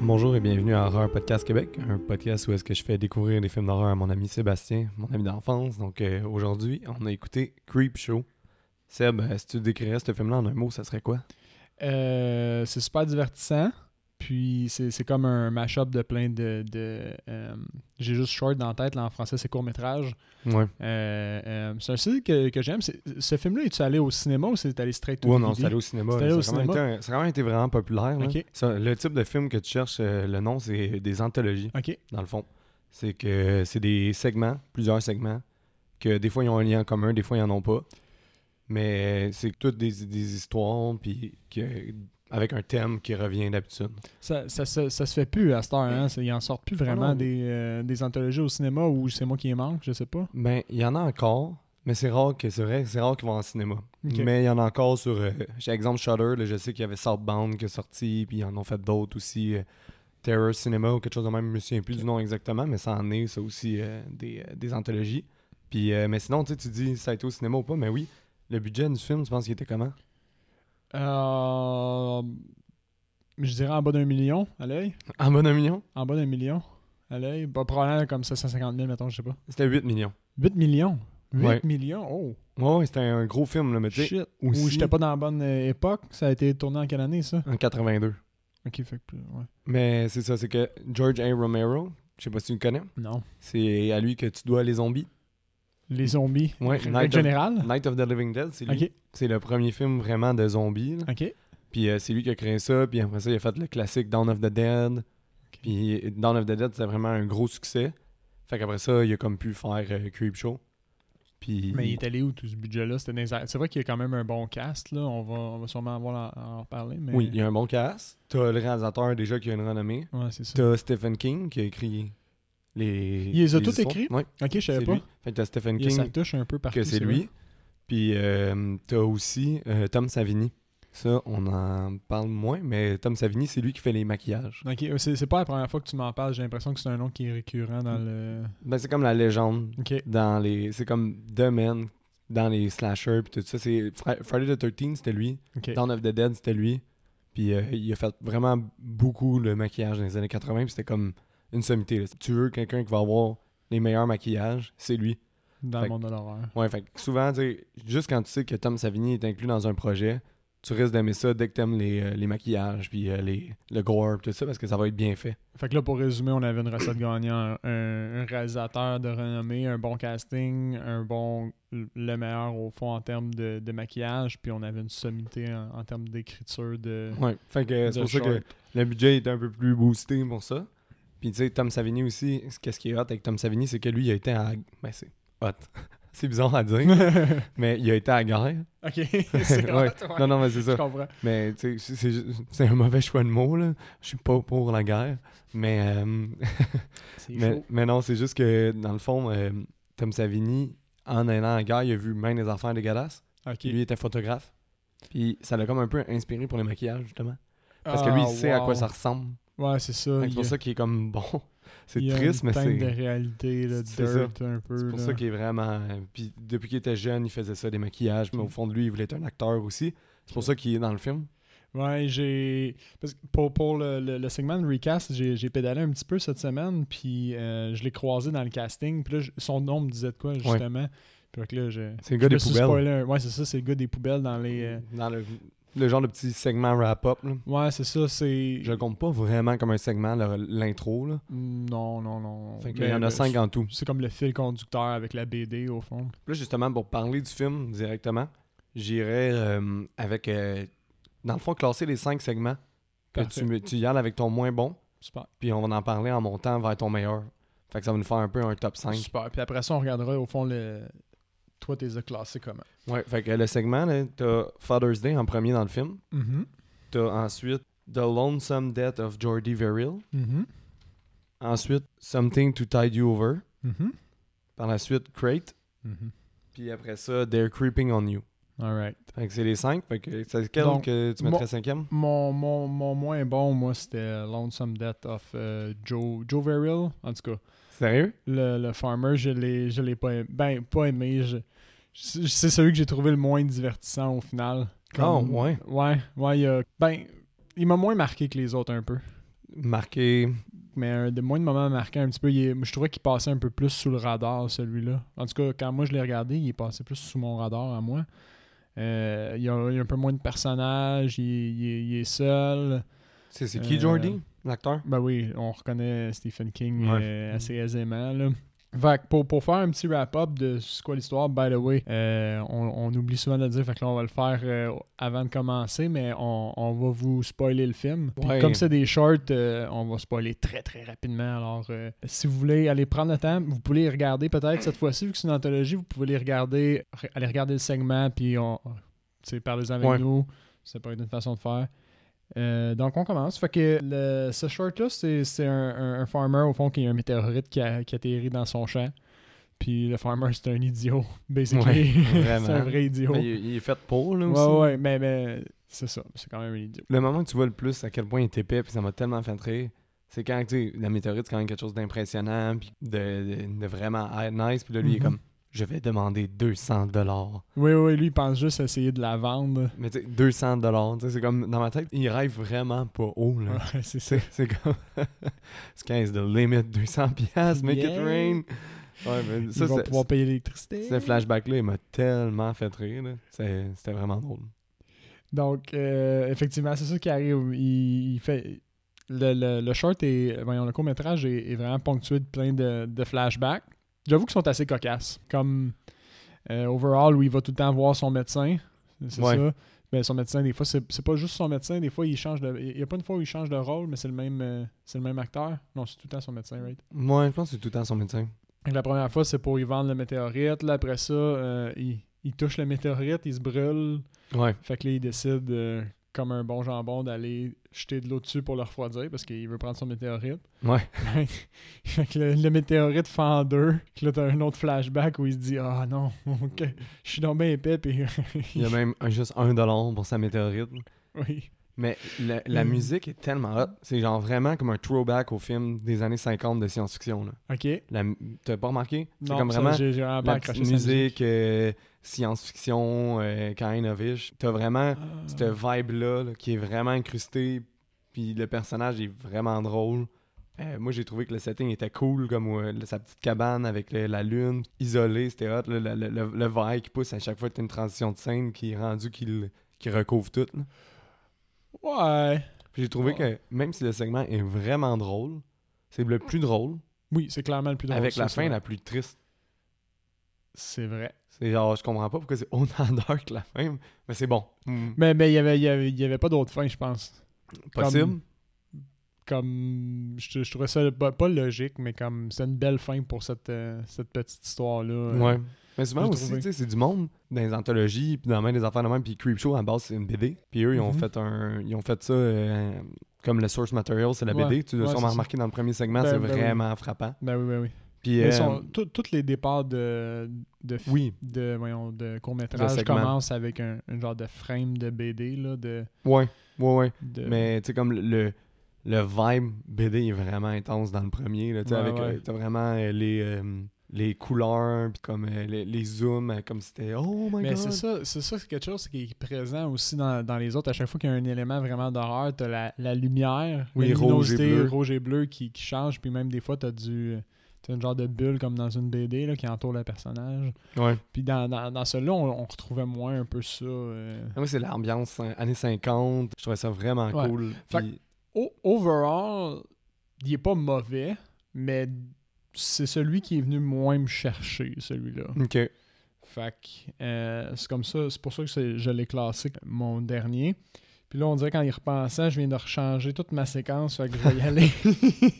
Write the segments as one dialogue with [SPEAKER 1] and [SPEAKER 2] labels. [SPEAKER 1] Bonjour et bienvenue à Horror Podcast Québec, un podcast où est-ce que je fais découvrir des films d'horreur à mon ami Sébastien, mon ami d'enfance. Donc euh, aujourd'hui, on a écouté Creep Show. Seb, euh, si tu décrirais ce film-là en un mot, ça serait quoi?
[SPEAKER 2] Euh, c'est super divertissant. Puis c'est c'est comme un mash-up de plein de. de, euh, J'ai juste short dans la tête, là en français c'est court-métrage.
[SPEAKER 1] Ouais.
[SPEAKER 2] Euh, euh, c'est un style que, que j'aime. C'est- Ce film-là, est tu allé au cinéma ou c'est allé straight to
[SPEAKER 1] Ouais, non,
[SPEAKER 2] DVD?
[SPEAKER 1] c'est allé au cinéma.
[SPEAKER 2] C'est
[SPEAKER 1] là.
[SPEAKER 2] allé au
[SPEAKER 1] Ça a vraiment
[SPEAKER 2] cinéma.
[SPEAKER 1] été un- ça a vraiment été vraiment populaire. là.
[SPEAKER 2] Ok.
[SPEAKER 1] Ça, le type de film que tu cherches, euh, le nom, c'est des anthologies,
[SPEAKER 2] Ok,
[SPEAKER 1] dans le fond. C'est que c'est des segments, plusieurs segments, que des fois ils ont un lien en commun, des fois ils en ont pas. Mais c'est toutes des, des histoires, puis que- avec un thème qui revient d'habitude.
[SPEAKER 2] ça, ça, ça- ça se fait plus à cette heure. Hein? C'est- Ils en sortent plus vraiment
[SPEAKER 1] Ah non.
[SPEAKER 2] des, euh, des anthologies au cinéma ou c'est moi qui les manque, je sais pas.
[SPEAKER 1] Ben, il y en a encore, mais c'est rare que c'est vrai, c'est rare qu'ils vont en cinéma.
[SPEAKER 2] Ok.
[SPEAKER 1] Mais il y en a encore sur, euh, j'ai exemple Shudder, là, je sais qu'il y avait Southbound qui est sorti, puis ils en ont fait d'autres aussi, euh, Terror Cinema ou quelque chose de même, je me souviens plus du nom exactement, mais ça en est, ça aussi, euh, des, euh, des anthologies. Puis, euh, mais sinon, tu sais, tu dis ça a été au cinéma ou pas, mais oui, le budget du film, tu penses qu'il était comment?
[SPEAKER 2] Euh, je dirais en bas d'un million à l'œil.
[SPEAKER 1] En bon un million?
[SPEAKER 2] En bas d'un million à l'œil. Bah, probablement comme ça, 150 000, mettons, je sais pas.
[SPEAKER 1] C'était 8 millions.
[SPEAKER 2] 8 millions. 8
[SPEAKER 1] Ouais.
[SPEAKER 2] millions, oh.
[SPEAKER 1] Ouais, ouais, c'était un gros film, là, mais tu sais,
[SPEAKER 2] Shit.
[SPEAKER 1] aussi-
[SPEAKER 2] Ou j'étais pas dans la bonne euh, époque. Ça a été tourné en quelle année, ça?
[SPEAKER 1] en 82.
[SPEAKER 2] Ok, fait que plus. Ouais.
[SPEAKER 1] Mais c'est ça, c'est que George A. Romero, je sais pas si tu le connais,
[SPEAKER 2] Non.
[SPEAKER 1] c'est à lui que tu dois les zombies.
[SPEAKER 2] Les zombies.
[SPEAKER 1] Ouais,
[SPEAKER 2] Règle
[SPEAKER 1] Night of-
[SPEAKER 2] générale.
[SPEAKER 1] Night of the Living Dead, c'est lui.
[SPEAKER 2] Ok,
[SPEAKER 1] C'est le premier film vraiment de zombies. là.
[SPEAKER 2] ok.
[SPEAKER 1] Puis euh, c'est lui qui a créé ça. Puis après ça, il a fait le classique Dawn of the Dead. Puis Dawn of the Dead, c'est vraiment un gros succès. Fait qu'après ça, il a comme pu faire euh, Creepshow. Puis
[SPEAKER 2] Mais il est allé où tout ce budget-là? C'était dans les airs. C'est vrai qu'il y a quand même un bon cast, là. On va, on va sûrement avoir à en, en reparler. Mais...
[SPEAKER 1] oui, il y a un bon cast. T'as le réalisateur déjà qui a une renommée.
[SPEAKER 2] Ouais, c'est ça.
[SPEAKER 1] T'as Stephen King qui a écrit les.
[SPEAKER 2] Il les a tous
[SPEAKER 1] histoires.
[SPEAKER 2] écrits?
[SPEAKER 1] Ouais,
[SPEAKER 2] Ok, je
[SPEAKER 1] c'est
[SPEAKER 2] savais pas.
[SPEAKER 1] lui. Fait que t'as Stephen
[SPEAKER 2] Il y a sa
[SPEAKER 1] King
[SPEAKER 2] touche un peu partout.
[SPEAKER 1] que c'est
[SPEAKER 2] vrai.
[SPEAKER 1] lui. Puis euh, t'as aussi euh, Tom Savini. Ça, on en parle moins, mais Tom Savini, c'est lui qui fait les maquillages.
[SPEAKER 2] Ok, euh, c'est c'est pas la première fois que tu m'en parles. J'ai l'impression que c'est un nom qui est récurrent dans le.
[SPEAKER 1] Ben, c'est comme la légende
[SPEAKER 2] Ok.
[SPEAKER 1] dans les. C'est comme The Men dans les slashers puis tout ça. C'est Fri- Friday the 13 c'était lui.
[SPEAKER 2] Ok.
[SPEAKER 1] Dawn of the Dead, c'était lui. Puis euh, il a fait vraiment beaucoup le maquillage dans les années 80, puis c'était comme une sommité. là. Si tu veux quelqu'un qui va avoir les meilleurs maquillages, c'est lui.
[SPEAKER 2] Dans
[SPEAKER 1] Fait
[SPEAKER 2] le
[SPEAKER 1] que-
[SPEAKER 2] monde de l'horreur.
[SPEAKER 1] Ouais, fait que souvent, tu sais, juste quand tu sais que Tom Savini est inclus dans un projet, tu risques d'aimer ça dès que t'aimes les, euh, les maquillages, puis euh, les, le gore, puis tout ça, parce que ça va être bien fait.
[SPEAKER 2] Fait que là, pour résumer, on avait une recette gagnant, un, un réalisateur de renommée, un bon casting, un bon, le meilleur au fond en termes de, de maquillage, puis on avait une sommité en, en termes d'écriture de.
[SPEAKER 1] Ouais, fait que c'est
[SPEAKER 2] Mm. de
[SPEAKER 1] pour ça que
[SPEAKER 2] short.
[SPEAKER 1] le budget est un peu plus boosté pour ça. Puis tu sais, Tom Savini aussi, c- qu'est-ce qui est hot avec Tom Savini, c'est que lui, il a été à... Ben c'est hot. c'est bizarre à dire, mais il a été à la guerre.
[SPEAKER 2] ok, c'est
[SPEAKER 1] Ouais.
[SPEAKER 2] hot, ouais.
[SPEAKER 1] Non, non, mais c'est
[SPEAKER 2] Je
[SPEAKER 1] ça.
[SPEAKER 2] comprends.
[SPEAKER 1] Mais tu sais, c'est- c'est ju- c'est un mauvais choix de mots, là. Je suis pas pour la guerre. Mais, euh,
[SPEAKER 2] C'est
[SPEAKER 1] mais,
[SPEAKER 2] chaud.
[SPEAKER 1] mais non, c'est juste que, dans le fond, euh, Tom Savini, en allant à la guerre, il a vu même des affaires dégueulasses.
[SPEAKER 2] Ok.
[SPEAKER 1] Lui, il était photographe. Puis ça l'a comme un peu inspiré pour les maquillages, justement. Parce que lui, il
[SPEAKER 2] Ah,
[SPEAKER 1] sait à quoi
[SPEAKER 2] wow.
[SPEAKER 1] ça ressemble.
[SPEAKER 2] Ouais, c'est ça.
[SPEAKER 1] Fait que C'est
[SPEAKER 2] il y a-
[SPEAKER 1] pour ça qu'il est comme bon. C'est
[SPEAKER 2] il y a
[SPEAKER 1] triste,
[SPEAKER 2] une
[SPEAKER 1] mais
[SPEAKER 2] teinte de
[SPEAKER 1] c'est.
[SPEAKER 2] réalité, là,
[SPEAKER 1] c'est ça.
[SPEAKER 2] dirt un peu.
[SPEAKER 1] C'est pour
[SPEAKER 2] là.
[SPEAKER 1] ça qu'il est vraiment. euh, Puis depuis qu'il était jeune, il faisait ça, des maquillages, mais au fond de lui, il voulait être un acteur aussi. C'est pour ça qu'il est dans le film.
[SPEAKER 2] Ouais, j'ai. Parce que pour, pour le, le- le segment de recast, j'ai j'ai pédalé un petit peu cette semaine, puis euh, je l'ai croisé dans le casting. Puis là, je- son nom me disait de quoi, justement. Puis fait que là, je.
[SPEAKER 1] C'est le gars
[SPEAKER 2] je
[SPEAKER 1] des
[SPEAKER 2] me suis
[SPEAKER 1] poubelles.
[SPEAKER 2] spoilé un- Ouais, c'est ça, c'est le gars des poubelles dans les. euh,
[SPEAKER 1] Dans le, le genre de petit segment wrap-up. là.
[SPEAKER 2] Ouais, c'est ça, c'est.
[SPEAKER 1] Je le compte pas vraiment comme un segment, le- l'intro. là.
[SPEAKER 2] mm, Non, non, non.
[SPEAKER 1] Fait qu'il
[SPEAKER 2] Mais-
[SPEAKER 1] y en a
[SPEAKER 2] mais
[SPEAKER 1] cinq en tout.
[SPEAKER 2] C'est comme le fil conducteur avec la BD, au fond.
[SPEAKER 1] Là, justement, pour parler du film directement, j'irais euh, avec. euh, dans le fond, classer les cinq segments. Que
[SPEAKER 2] Parfait.
[SPEAKER 1] tu, me- tu y alles avec ton moins bon,
[SPEAKER 2] Super.
[SPEAKER 1] puis on va en parler en montant vers ton meilleur. Fait que ça va nous faire un peu un top 5.
[SPEAKER 2] Super. Puis après ça, on regardera, au fond, le. Toi, t'es classé comment
[SPEAKER 1] Ouais, fait que le segment, là, t'as Father's Day en premier dans le film.
[SPEAKER 2] Mhm.
[SPEAKER 1] T'as ensuite The Lonesome Death of Jordi Verrill.
[SPEAKER 2] Mhm.
[SPEAKER 1] Ensuite, Something to Tide You Over.
[SPEAKER 2] Mhm.
[SPEAKER 1] Par la suite, Crate. Mm-hmm.
[SPEAKER 2] Mhm.
[SPEAKER 1] Puis après ça, They're Creeping on You.
[SPEAKER 2] All right.
[SPEAKER 1] Fait que c'est les cinq. Fait que c'est lequel
[SPEAKER 2] Donc,
[SPEAKER 1] que tu
[SPEAKER 2] mon-
[SPEAKER 1] mettrais cinquième?
[SPEAKER 2] Mon, mon, mon moins bon, moi, c'était Lonesome Death of euh, Joe, Joe Verrill. En tout cas,
[SPEAKER 1] Sérieux?
[SPEAKER 2] le, le Farmer, je l'ai je l'ai pas aimé. Ben, pas aimé. Je, je- c'est celui que j'ai trouvé le moins divertissant au final.
[SPEAKER 1] Oh, ouais.
[SPEAKER 2] Ouais, ouais. il y a- ben, il m'a moins marqué que les autres un peu.
[SPEAKER 1] marqué.
[SPEAKER 2] Mais un des moins de moments marquants, un petit peu, il est- je trouvais qu'il passait un peu plus sous le radar, celui-là. En tout cas, quand moi je l'ai regardé, il est passé plus sous mon radar à moi. Euh, il, y a, il y a un peu moins de personnages, il, il est- il est seul.
[SPEAKER 1] C'est c'est qui,
[SPEAKER 2] Euh,
[SPEAKER 1] Jordi, l'acteur
[SPEAKER 2] Ben oui, on reconnaît Stephen King
[SPEAKER 1] Hein? Ouais.
[SPEAKER 2] euh, assez aisément. Là. Fait que pour, pour faire un petit wrap-up de c'est quoi l'histoire, by the way, euh, on, on oublie souvent de le dire, fait que là on va le faire euh, avant de commencer, mais on, on va vous spoiler le film. Puis
[SPEAKER 1] Ouais.
[SPEAKER 2] Comme c'est des shorts, euh, on va spoiler très très rapidement. Alors euh, si vous voulez aller prendre le temps, vous pouvez les regarder peut-être cette fois-ci, vu que c'est une anthologie, vous pouvez les regarder, re- aller regarder le segment, puis on, tu sais, parlez avec
[SPEAKER 1] Ouais.
[SPEAKER 2] nous. Ça peut être une façon de faire. Euh, donc, on commence. Fait que le- ce short-là, c'est c'est un, un- un farmer, au fond, qui est un météorite qui, a- qui atterrit dans son champ. Puis le farmer, c'est un idiot, basically.
[SPEAKER 1] Ouais,
[SPEAKER 2] c'est un
[SPEAKER 1] vraiment.
[SPEAKER 2] vrai idiot.
[SPEAKER 1] Ben, il, il est fait pour, là,
[SPEAKER 2] ouais,
[SPEAKER 1] aussi.
[SPEAKER 2] ouais, mais, mais c'est ça. C'est quand même un idiot.
[SPEAKER 1] Le moment que tu vois le plus à quel point il est épais, puis ça m'a tellement fait rire, c'est quand, tu sais, la météorite, c'est quand même quelque chose d'impressionnant, puis de, de- de vraiment nice, puis là, lui, il est
[SPEAKER 2] Mhm.
[SPEAKER 1] comme, je vais demander 200 dollars.
[SPEAKER 2] Oui, oui, lui, il pense juste essayer de la vendre.
[SPEAKER 1] Mais tu sais, 200 dollars, c'est comme, dans ma tête, il rêve vraiment pas haut, là.
[SPEAKER 2] Ouais, c'est ça.
[SPEAKER 1] C'est c'est comme, c'est 15 de limit, 200 piastres, make it
[SPEAKER 2] Yeah.
[SPEAKER 1] rain. Ouais, mais ça,
[SPEAKER 2] Ils vont
[SPEAKER 1] c'est-
[SPEAKER 2] pouvoir payer l'électricité.
[SPEAKER 1] ce flashback-là, il m'a tellement fait rire, là. C'est- C'était vraiment drôle.
[SPEAKER 2] Donc, euh, effectivement, c'est ça qui arrive. Il, il fait. Le, le, le short et voyons, le court-métrage est, est vraiment ponctué de plein de, de flashbacks. J'avoue qu'ils sont assez cocasses. Comme euh, Overall, où il va tout le temps voir son médecin. C'est
[SPEAKER 1] Ouais.
[SPEAKER 2] ça. Ben, son médecin, des fois, c'est c'est pas juste son médecin. Des fois, il change de. Il y a pas une fois où il change de rôle, mais c'est le même euh, c'est le même acteur. Non, c'est tout le temps son médecin, right?
[SPEAKER 1] Moi, je pense que c'est tout le temps son médecin.
[SPEAKER 2] Fait que La première fois, c'est pour y vendre le météorite. Là, après ça, euh, il, il touche le météorite, il se brûle.
[SPEAKER 1] Ouais.
[SPEAKER 2] Fait que là, il décide, euh, comme un bon jambon, d'aller jeter de l'eau dessus pour le refroidir parce qu'il veut prendre son météorite.
[SPEAKER 1] Ouais.
[SPEAKER 2] fait que le, le météorite fend en deux. Puis là, t'as un autre flashback où il se dit Ah non, ok, je suis tombé épais. Puis.
[SPEAKER 1] Il y a même un- juste un dollar pour sa météorite.
[SPEAKER 2] oui.
[SPEAKER 1] Mais la, la
[SPEAKER 2] Mm.
[SPEAKER 1] musique est tellement hot. C'est genre vraiment comme un throwback au film des années 50 de science-fiction. là.
[SPEAKER 2] Ok.
[SPEAKER 1] La m- T'as pas remarqué? C'est
[SPEAKER 2] Non,
[SPEAKER 1] comme
[SPEAKER 2] ça,
[SPEAKER 1] vraiment
[SPEAKER 2] j'ai j'ai vraiment pas
[SPEAKER 1] la
[SPEAKER 2] accroché
[SPEAKER 1] petite
[SPEAKER 2] sa
[SPEAKER 1] musique, euh, science-fiction, euh, kind of ish. T'as vraiment
[SPEAKER 2] Ah.
[SPEAKER 1] cette vibe-là là, qui est vraiment incrustée. Puis le personnage est vraiment drôle. Euh, moi, j'ai trouvé que le setting était cool, comme euh, le- sa petite cabane avec le- la lune, isolée, c'était hot. là, le, le, le, le verre qui pousse à chaque fois que t'as une transition de scène qui est rendu qu'il qu'il recouvre tout. là.
[SPEAKER 2] Ouais.
[SPEAKER 1] Puis j'ai trouvé
[SPEAKER 2] Ouais.
[SPEAKER 1] que même si le segment est vraiment drôle, c'est le plus drôle,
[SPEAKER 2] Oui, c'est clairement le plus drôle.
[SPEAKER 1] avec
[SPEAKER 2] ça,
[SPEAKER 1] la
[SPEAKER 2] c'est
[SPEAKER 1] fin
[SPEAKER 2] vrai.
[SPEAKER 1] la plus triste.
[SPEAKER 2] C'est vrai.
[SPEAKER 1] C'est genre, je comprends pas pourquoi c'est autant dark la fin, mais c'est bon. Mm.
[SPEAKER 2] Mais mais il y avait, il y avait, il y avait pas d'autre fin, je pense.
[SPEAKER 1] Possible.
[SPEAKER 2] comme je, je trouvais ça pas, pas logique, mais comme c'est une belle fin pour cette, euh, cette petite histoire-là. euh.
[SPEAKER 1] Ouais. Mais souvent
[SPEAKER 2] j'ai
[SPEAKER 1] aussi,
[SPEAKER 2] trouvé.
[SPEAKER 1] tu sais, c'est du monde dans les anthologies, puis dans la main des affaires de même, puis Creepshow, à la base, c'est une BD. Puis eux, ils ont
[SPEAKER 2] Mhm.
[SPEAKER 1] fait un ils ont fait ça euh, comme le source material, c'est la
[SPEAKER 2] Ouais.
[SPEAKER 1] BD. Tu l'as
[SPEAKER 2] Ouais, c'est
[SPEAKER 1] sûrement
[SPEAKER 2] ça.
[SPEAKER 1] remarqué dans le premier segment,
[SPEAKER 2] Ben,
[SPEAKER 1] c'est
[SPEAKER 2] ben oui.
[SPEAKER 1] vraiment frappant.
[SPEAKER 2] Ben oui, ben oui.
[SPEAKER 1] Puis,
[SPEAKER 2] Mais
[SPEAKER 1] euh,
[SPEAKER 2] sont- tout- Tous les départs de, de, fi-
[SPEAKER 1] oui,
[SPEAKER 2] de, voyons, de
[SPEAKER 1] Le
[SPEAKER 2] court-métrage
[SPEAKER 1] segment.
[SPEAKER 2] commencent avec un, un genre de frame de BD. Là, de,
[SPEAKER 1] ouais, ouais, ouais.
[SPEAKER 2] de-
[SPEAKER 1] Mais tu sais, comme le, le vibe BD est vraiment intense dans le premier. Là, tu sais,
[SPEAKER 2] Ouais,
[SPEAKER 1] avec,
[SPEAKER 2] ouais.
[SPEAKER 1] euh, t'as vraiment euh, les, euh, les couleurs, puis comme euh, les, les zooms, euh, comme si c'était Oh my
[SPEAKER 2] Mais
[SPEAKER 1] god!
[SPEAKER 2] c'est ça, c'est ça, c'est quelque chose qui est présent aussi dans, dans les autres. À chaque fois qu'il y a un élément vraiment d'horreur, t'as la, la lumière,
[SPEAKER 1] Oui,
[SPEAKER 2] la
[SPEAKER 1] rouge et
[SPEAKER 2] luminosité,
[SPEAKER 1] bleu.
[SPEAKER 2] rouge et bleu qui, qui change, puis même des fois, t'as du... T'as une genre de bulle comme dans une BD là, qui entoure le personnage.
[SPEAKER 1] Ouais.
[SPEAKER 2] Puis dans, dans, dans celui-là, on, on retrouvait moins un peu ça. euh.
[SPEAKER 1] Ah, Moi, c'est l'ambiance hein, années 50. Je trouvais ça vraiment
[SPEAKER 2] Ouais.
[SPEAKER 1] cool.
[SPEAKER 2] Fait
[SPEAKER 1] Puis-
[SPEAKER 2] O- overall, il est pas mauvais, mais c'est celui qui est venu moins me chercher, celui-là.
[SPEAKER 1] Ok.
[SPEAKER 2] Fait que, euh, c'est comme ça, c'est pour ça que c'est- je l'ai classé mon dernier. Puis là, on dirait qu'en y repensant, je viens de rechanger toute ma séquence, fait que je vais y aller.
[SPEAKER 1] Mais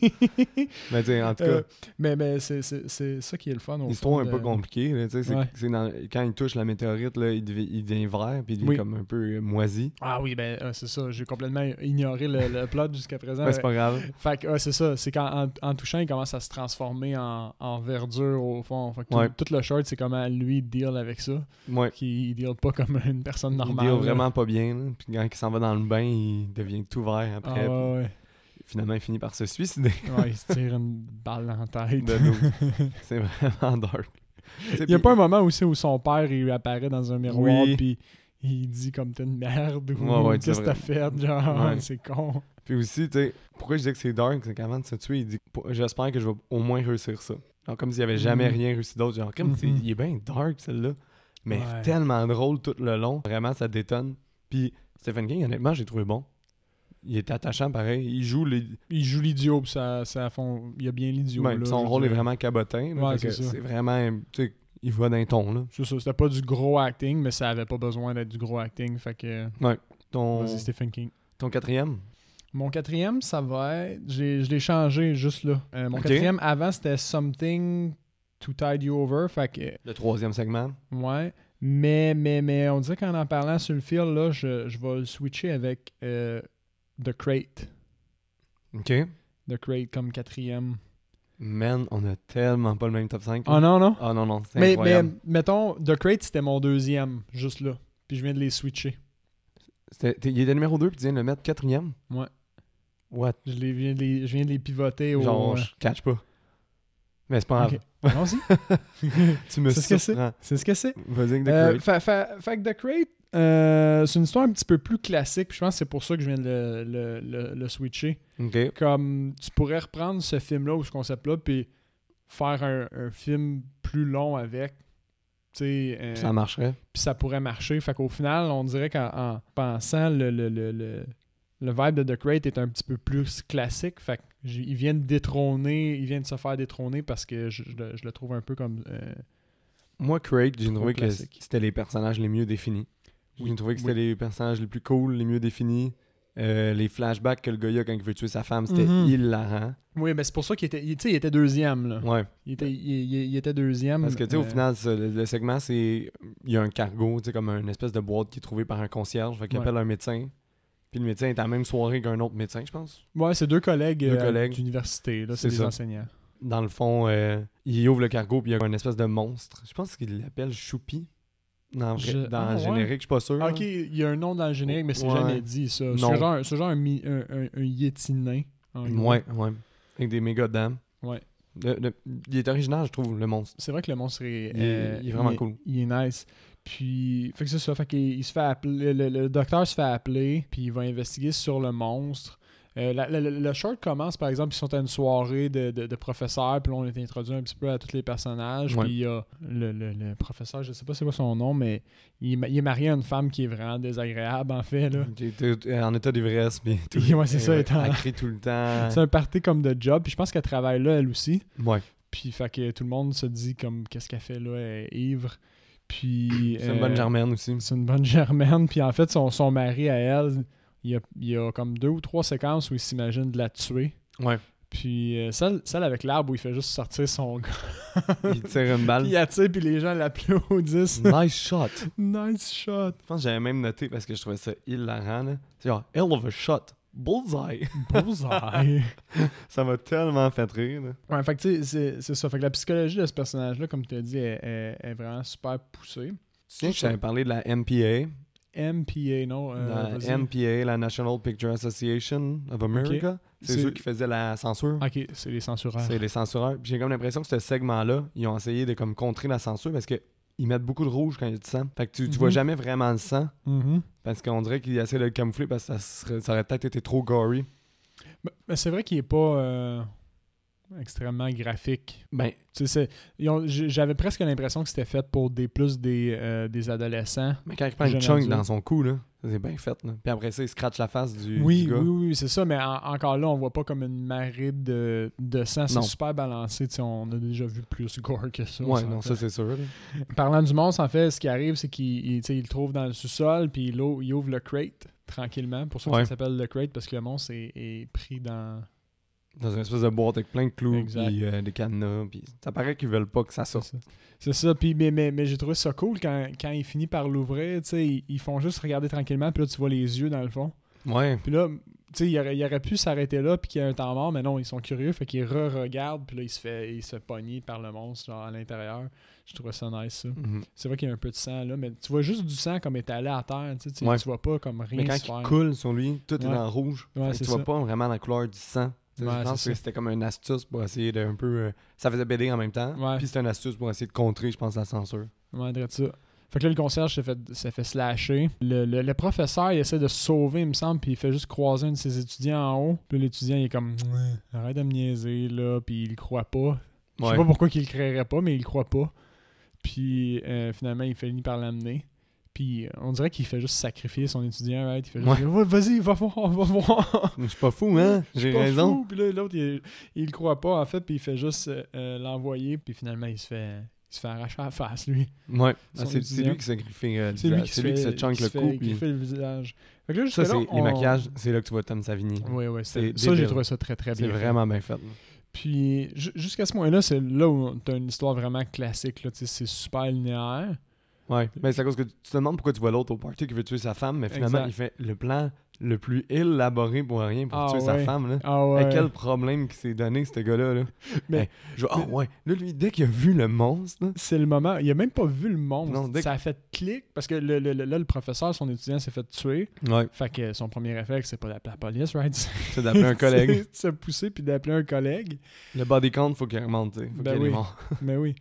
[SPEAKER 1] ben, tu sais, en tout cas,
[SPEAKER 2] Euh, mais mais c'est- c'est c'est ça qui est le fun. au
[SPEAKER 1] l'histoire
[SPEAKER 2] fond
[SPEAKER 1] est un peu
[SPEAKER 2] de-
[SPEAKER 1] compliquée. là, tu sais, c'est-
[SPEAKER 2] Ouais.
[SPEAKER 1] c'est dans- quand il touche la météorite, là, il, devient, il devient vert, puis il devient
[SPEAKER 2] Oui.
[SPEAKER 1] comme un peu euh, moisi.
[SPEAKER 2] Ah oui, ben euh, c'est ça, j'ai complètement ignoré le, le plot jusqu'à présent.
[SPEAKER 1] Ouais, c'est pas grave.
[SPEAKER 2] Fait que, ouais, c'est ça. C'est qu'en en, en touchant, il commence à se transformer en, en verdure au fond. Fait que tout-
[SPEAKER 1] Ouais.
[SPEAKER 2] tout, le short, c'est comment lui il deal avec ça.
[SPEAKER 1] Ouais.
[SPEAKER 2] Qu'il il deal pas comme une personne normale.
[SPEAKER 1] Il
[SPEAKER 2] là.
[SPEAKER 1] deal vraiment pas bien. là. Puis quand il s'en va dans le bain, il devient tout vert
[SPEAKER 2] Ah
[SPEAKER 1] après.
[SPEAKER 2] ouais, ouais.
[SPEAKER 1] Puis Finalement, il finit par se suicider.
[SPEAKER 2] Ouais, il se tire une balle dans la tête.
[SPEAKER 1] de nous. c'est vraiment dark. Tu sais,
[SPEAKER 2] Il y a
[SPEAKER 1] Ben, puis-
[SPEAKER 2] pas un moment aussi où son père il apparaît dans un miroir
[SPEAKER 1] Oui.
[SPEAKER 2] puis il dit comme t'es une merde ou
[SPEAKER 1] Ouais, ouais,
[SPEAKER 2] qu'est-ce que
[SPEAKER 1] c'est
[SPEAKER 2] t'as
[SPEAKER 1] vrai.
[SPEAKER 2] fait genre
[SPEAKER 1] Ouais.
[SPEAKER 2] c'est con
[SPEAKER 1] Puis aussi, tu sais, pourquoi je dis que c'est dark, c'est qu'avant de se tuer, il dit J'espère que je vais au moins réussir ça. Genre, comme s'il avait jamais
[SPEAKER 2] Mhm.
[SPEAKER 1] rien réussi d'autre. Genre, comme c'est-
[SPEAKER 2] Mhm.
[SPEAKER 1] il est bien dark, celle-là. Mais
[SPEAKER 2] Ouais.
[SPEAKER 1] tellement drôle tout le long. Vraiment, ça détonne. Puis Stephen King, honnêtement, j'ai trouvé bon. Il est attachant, pareil. Il joue les.
[SPEAKER 2] Il joue l'idiot, puis ça, ça fond. Il y a bien l'idiot.
[SPEAKER 1] ben,
[SPEAKER 2] là, je
[SPEAKER 1] son
[SPEAKER 2] veux
[SPEAKER 1] rôle est
[SPEAKER 2] dire.
[SPEAKER 1] vraiment cabotin. là,
[SPEAKER 2] Ouais,
[SPEAKER 1] fait que
[SPEAKER 2] c'est ça.
[SPEAKER 1] c'est vraiment. Tu sais, il voit d'un ton, là.
[SPEAKER 2] C'est ça, c'était pas du gros acting, mais ça avait pas besoin d'être du gros acting. Fait que.
[SPEAKER 1] Ton,
[SPEAKER 2] Vas-y, Stephen King.
[SPEAKER 1] ton quatrième
[SPEAKER 2] Mon quatrième, ça va être. j'ai- Je l'ai changé juste là. Euh, mon
[SPEAKER 1] Ok.
[SPEAKER 2] quatrième, avant, c'était Something to Tide You Over. Fait que.
[SPEAKER 1] Le troisième segment
[SPEAKER 2] Ouais. Mais, mais, mais on dirait qu'en en parlant sur le fil, là, je, je vais le switcher avec euh, The Crate.
[SPEAKER 1] Ok.
[SPEAKER 2] The Crate comme quatrième.
[SPEAKER 1] Man, on a tellement pas le même top 5.
[SPEAKER 2] Oh non, non.
[SPEAKER 1] Ah non, non, c'est
[SPEAKER 2] Mais, mais
[SPEAKER 1] incroyable.
[SPEAKER 2] mettons, The Crate, c'était mon deuxième, juste là. Puis je viens de les switcher.
[SPEAKER 1] C'était- t'es- il était numéro 2 puis tu viens de le mettre quatrième.
[SPEAKER 2] Ouais.
[SPEAKER 1] What?
[SPEAKER 2] Je, les, viens de les, je viens de les pivoter au.
[SPEAKER 1] Genre,
[SPEAKER 2] euh,
[SPEAKER 1] je catch pas. Mais c'est pas grave.
[SPEAKER 2] Ok. Allons-y.
[SPEAKER 1] Tu me
[SPEAKER 2] C'est ce que c'est.
[SPEAKER 1] surprends.
[SPEAKER 2] C'est ce que c'est.
[SPEAKER 1] Vas-y avec The
[SPEAKER 2] Euh,
[SPEAKER 1] Crate.
[SPEAKER 2] fa- fa- Fait que The Crate, euh, c'est une histoire un petit peu plus classique. puis je pense que c'est pour ça que je viens de le, le- le- le switcher.
[SPEAKER 1] Ok.
[SPEAKER 2] Comme tu pourrais reprendre ce film-là ou ce concept-là, puis faire un, un film plus long avec. Tu sais, euh,
[SPEAKER 1] Ça marcherait.
[SPEAKER 2] puis ça pourrait marcher. Fait qu'au final, on dirait qu'en en pensant, le, le, le, le, le vibe de The Crate est un petit peu plus classique. Fait que j'ai- il vient de détrôner, il vient de se faire détrôner parce que je, je le- je le trouve un peu comme. euh,
[SPEAKER 1] Moi, Crate, j'ai
[SPEAKER 2] Trop
[SPEAKER 1] trouvé que
[SPEAKER 2] classique.
[SPEAKER 1] c'était les personnages les mieux définis. J'ai
[SPEAKER 2] Oui.
[SPEAKER 1] trouvé que c'était les personnages les plus cool, les mieux définis. Euh, les flashbacks que le gars a quand il veut tuer sa femme, c'était
[SPEAKER 2] Mhm.
[SPEAKER 1] hilarant.
[SPEAKER 2] Oui, ben c'est pour ça qu'il était, il, tu sais, il était deuxième. Là.
[SPEAKER 1] Ouais.
[SPEAKER 2] Il, était, il, il- il était deuxième.
[SPEAKER 1] Parce que, tu sais, au
[SPEAKER 2] euh,
[SPEAKER 1] final, ça, le, le segment, c'est. Il y a un cargo, tu sais, comme une espèce de boîte qui est trouvée par un concierge. Fait qu'il
[SPEAKER 2] Ouais.
[SPEAKER 1] appelle un médecin. Puis le médecin est à la même soirée qu'un autre médecin, je pense.
[SPEAKER 2] Ouais, c'est deux collègues,
[SPEAKER 1] Deux
[SPEAKER 2] euh,
[SPEAKER 1] collègues.
[SPEAKER 2] d'université. là,
[SPEAKER 1] C'est
[SPEAKER 2] C'est des
[SPEAKER 1] ça.
[SPEAKER 2] enseignants.
[SPEAKER 1] Dans le fond, euh, il ouvre le cargo, puis il y a un espèce de monstre. Je pense qu'il l'appelle Choupi. Dans, le vrai-
[SPEAKER 2] Je-
[SPEAKER 1] dans
[SPEAKER 2] ah,
[SPEAKER 1] le
[SPEAKER 2] ouais.
[SPEAKER 1] générique, je suis pas sûr.
[SPEAKER 2] Ah, ok, il y a un nom dans le générique, mais c'est
[SPEAKER 1] Ouais.
[SPEAKER 2] jamais dit ça.
[SPEAKER 1] Non.
[SPEAKER 2] C'est genre, c'est genre un, mi- un, un, un yéti nain, en
[SPEAKER 1] là.
[SPEAKER 2] gros.
[SPEAKER 1] Ouais, ouais. Avec des méga dames.
[SPEAKER 2] Ouais.
[SPEAKER 1] Le- le- il est original, je trouve, le monstre.
[SPEAKER 2] C'est vrai que le monstre est,
[SPEAKER 1] Il est-
[SPEAKER 2] euh,
[SPEAKER 1] il est vraiment cool.
[SPEAKER 2] Il est nice. Puis, fait que c'est ça. Fait qu'il il se fait appeler, le, le docteur se fait appeler, puis il va investiguer sur le monstre. Euh, la- la- la- le short commence, par exemple, ils sont à une soirée de, de, de professeurs, puis là, on est introduit un petit peu à tous les personnages.
[SPEAKER 1] Ouais.
[SPEAKER 2] Puis il y a le, le- le professeur, je sais pas c'est quoi son nom, mais il, est ma- il est marié à une femme qui est vraiment désagréable, en fait. là.
[SPEAKER 1] Il était en état d'ivresse, puis tout.
[SPEAKER 2] Ouais, c'est
[SPEAKER 1] Et
[SPEAKER 2] ça, étant-
[SPEAKER 1] Elle crie tout le temps.
[SPEAKER 2] C'est un party comme de job, puis je pense qu'elle travaille là, elle aussi.
[SPEAKER 1] Ouais.
[SPEAKER 2] Puis, fait que tout le monde se dit, comme, qu'est-ce qu'elle fait là, elle est ivre. Puis.
[SPEAKER 1] C'est une bonne
[SPEAKER 2] euh,
[SPEAKER 1] germaine aussi.
[SPEAKER 2] C'est une bonne germaine. Puis en fait, son, son mari à elle, il y a, il y a comme deux ou trois séquences où il s'imagine de la tuer.
[SPEAKER 1] Ouais.
[SPEAKER 2] Puis euh, celle, celle avec l'arbre où il fait juste sortir son gars.
[SPEAKER 1] Il tire une
[SPEAKER 2] Puis
[SPEAKER 1] balle.
[SPEAKER 2] il attire, puis les gens l'applaudissent.
[SPEAKER 1] Nice shot.
[SPEAKER 2] nice shot.
[SPEAKER 1] Je pense que j'avais même noté parce que je trouvais ça hilarant. là. C'est genre, hell of a shot. Bullseye.
[SPEAKER 2] Bullseye.
[SPEAKER 1] Ça m'a tellement fait rire. là.
[SPEAKER 2] ouais, fait que tu sais, c'est- c'est ça. Fait que la psychologie de ce personnage-là, comme tu as dit, est, est- est vraiment super poussée.
[SPEAKER 1] Tu sais que je t'avais parlé de la MPA.
[SPEAKER 2] MPA, non? euh, vas-y.
[SPEAKER 1] la MPA, la National Picture Association of America. C'est
[SPEAKER 2] C'est- Ah,
[SPEAKER 1] ceux qui faisaient la censure.
[SPEAKER 2] Ok, c'est les censureurs.
[SPEAKER 1] C'est les censureurs. Puis J'ai comme l'impression que ce segment-là, ils ont essayé de comme contrer la censure parce que ils mettent beaucoup de rouge quand il y a du sang. Fait que tu, tu vois
[SPEAKER 2] Mhm.
[SPEAKER 1] jamais vraiment le sang
[SPEAKER 2] Mhm.
[SPEAKER 1] parce qu'on dirait qu'ils essaient de le camoufler parce que ça, serait- ça aurait peut-être été trop gory.
[SPEAKER 2] Mais, mais Ben, c'est vrai qu'il est pas euh, extrêmement graphique.
[SPEAKER 1] Ben,
[SPEAKER 2] Tu sais, c'est- ils ont- j- J'avais presque l'impression que c'était fait pour des plus des, euh, des adolescents.
[SPEAKER 1] mais quand il prend une
[SPEAKER 2] Jeune
[SPEAKER 1] chunk
[SPEAKER 2] adulte.
[SPEAKER 1] dans son cou, là, c'est bien fait. là. Puis après ça, il scratche la face du,
[SPEAKER 2] Oui,
[SPEAKER 1] du
[SPEAKER 2] oui,
[SPEAKER 1] gars.
[SPEAKER 2] oui, c'est ça, mais en- encore là, on voit pas comme une marée de, de sang.
[SPEAKER 1] Non.
[SPEAKER 2] C'est super balancé. tu sais, on a déjà vu plus gore que ça. on
[SPEAKER 1] Ouais,
[SPEAKER 2] s'entend.
[SPEAKER 1] non, ça c'est sûr. là.
[SPEAKER 2] Parlant du monstre, en fait, ce qui arrive, c'est qu'il il- tu sais, il le trouve dans le sous-sol, puis il, ou- il ouvre le crate tranquillement. Pour ça, que
[SPEAKER 1] Ouais.
[SPEAKER 2] ça s'appelle le crate, parce que le monstre est, est pris dans.
[SPEAKER 1] Dans une espèce de boîte avec plein de clous,
[SPEAKER 2] Exact.
[SPEAKER 1] puis euh, des cadenas, puis ça paraît qu'ils veulent pas que ça
[SPEAKER 2] C'est
[SPEAKER 1] sorte.
[SPEAKER 2] ça. C'est ça, puis mais, mais, mais j'ai trouvé ça cool quand, quand il finit par l'ouvrir. tu sais, Ils, ils font juste regarder tranquillement, puis là, tu vois les yeux dans le fond.
[SPEAKER 1] Ouais.
[SPEAKER 2] Puis là, tu sais, il aurait, il aurait pu s'arrêter là, puis qu'il y a un temps mort, mais non, ils sont curieux, fait qu'ils re-regardent, puis là, il se fait, il se fait pogner par le monstre, genre, à l'intérieur. Je trouvais ça nice, ça.
[SPEAKER 1] Mhm.
[SPEAKER 2] C'est vrai qu'il y a un peu de sang, là, mais tu vois juste du sang comme étalé à terre, tu sais, tu-
[SPEAKER 1] Ouais.
[SPEAKER 2] tu vois pas comme rien
[SPEAKER 1] Mais quand
[SPEAKER 2] se
[SPEAKER 1] il
[SPEAKER 2] faire.
[SPEAKER 1] coule sur lui, tout est
[SPEAKER 2] Ouais.
[SPEAKER 1] en rouge.
[SPEAKER 2] Ouais,
[SPEAKER 1] Fait que
[SPEAKER 2] c'est
[SPEAKER 1] tu vois
[SPEAKER 2] ça.
[SPEAKER 1] pas vraiment la couleur du sang. Tu sais,
[SPEAKER 2] Ouais,
[SPEAKER 1] je pense
[SPEAKER 2] c'est
[SPEAKER 1] que
[SPEAKER 2] ça.
[SPEAKER 1] c'était comme une astuce pour essayer de un peu. euh, ça faisait BD en même temps.
[SPEAKER 2] Ouais.
[SPEAKER 1] Puis c'était une astuce pour essayer de contrer, je pense, la censure.
[SPEAKER 2] Ouais, on dirait ça. Fait que là, le concierge s'est fait, s'est fait slasher. Le, le- le professeur, il essaie de se sauver, il me semble, puis il fait juste croiser un de ses étudiants en haut. Puis l'étudiant, il est comme Ouais, arrête de me niaiser, là, puis il le croit pas. Je sais
[SPEAKER 1] Ouais.
[SPEAKER 2] pas pourquoi qu'il le créerait pas, mais il le croit pas. Puis euh, finalement, il finit par l'amener. Puis euh, on dirait qu'il fait juste sacrifier son étudiant, right? Il fait juste
[SPEAKER 1] Ouais.
[SPEAKER 2] dire, Ouais, Vas-y, va voir, va voir.
[SPEAKER 1] Je suis pas fou, hein? J'ai
[SPEAKER 2] Pas
[SPEAKER 1] raison.
[SPEAKER 2] fou. Puis là, l'autre, il, il le croit pas, en fait, puis il fait juste euh, euh, l'envoyer, puis finalement, il se fait, il se fait arracher la face, lui.
[SPEAKER 1] Ouais. Ah,
[SPEAKER 2] Son
[SPEAKER 1] c'est c'est
[SPEAKER 2] étudiant.
[SPEAKER 1] lui qui sacrifie euh, le
[SPEAKER 2] C'est lui
[SPEAKER 1] visage.
[SPEAKER 2] qui
[SPEAKER 1] C'est
[SPEAKER 2] se
[SPEAKER 1] lui qui se
[SPEAKER 2] fait-
[SPEAKER 1] chunk
[SPEAKER 2] qui
[SPEAKER 1] le
[SPEAKER 2] se
[SPEAKER 1] cou.
[SPEAKER 2] fait- qui
[SPEAKER 1] puis-
[SPEAKER 2] fait le visage. Fait que là,
[SPEAKER 1] Ça,
[SPEAKER 2] jusque-là,
[SPEAKER 1] c'est les
[SPEAKER 2] on-
[SPEAKER 1] maquillages, c'est là que tu vois Tom Savini.
[SPEAKER 2] Oui, oui, ça,
[SPEAKER 1] C'est
[SPEAKER 2] ça, j'ai
[SPEAKER 1] débile.
[SPEAKER 2] trouvé ça très, très
[SPEAKER 1] C'est
[SPEAKER 2] bien. fait.
[SPEAKER 1] vraiment bien fait. là.
[SPEAKER 2] Puis ju- jusqu'à ce point-là, c'est là où t'as une histoire vraiment classique. Là, tu sais, c'est super linéaire.
[SPEAKER 1] Ouais. Mais c'est à cause que tu tu te demandes pourquoi tu vois l'autre au party qui veut tuer sa femme, mais finalement,
[SPEAKER 2] Exact.
[SPEAKER 1] il fait le plan le plus élaboré pour rien pour
[SPEAKER 2] Ah
[SPEAKER 1] tuer sa
[SPEAKER 2] ouais.
[SPEAKER 1] femme. Là.
[SPEAKER 2] Ah ouais.
[SPEAKER 1] Hey, quel problème qu'il s'est donné, ce gars-là. Là.
[SPEAKER 2] Mais-
[SPEAKER 1] Hey, je... Ah ouais. Là, lui, dès qu'il a vu le monstre, là,
[SPEAKER 2] C'est le moment. Il a même pas vu le monstre.
[SPEAKER 1] Non, dès que-
[SPEAKER 2] Ça a fait clic parce que le, le- le- là, le professeur, son étudiant, s'est fait tuer.
[SPEAKER 1] ouais.
[SPEAKER 2] Fait que son premier réflexe, c'est pas d'appeler la police, right?
[SPEAKER 1] c'est d'appeler un collègue.
[SPEAKER 2] C'est de se pousser puis d'appeler un collègue.
[SPEAKER 1] Le body count, faut qu'il remonte. tu sais. Faut
[SPEAKER 2] Ben
[SPEAKER 1] qu'il
[SPEAKER 2] oui.
[SPEAKER 1] est mort.
[SPEAKER 2] Mais oui.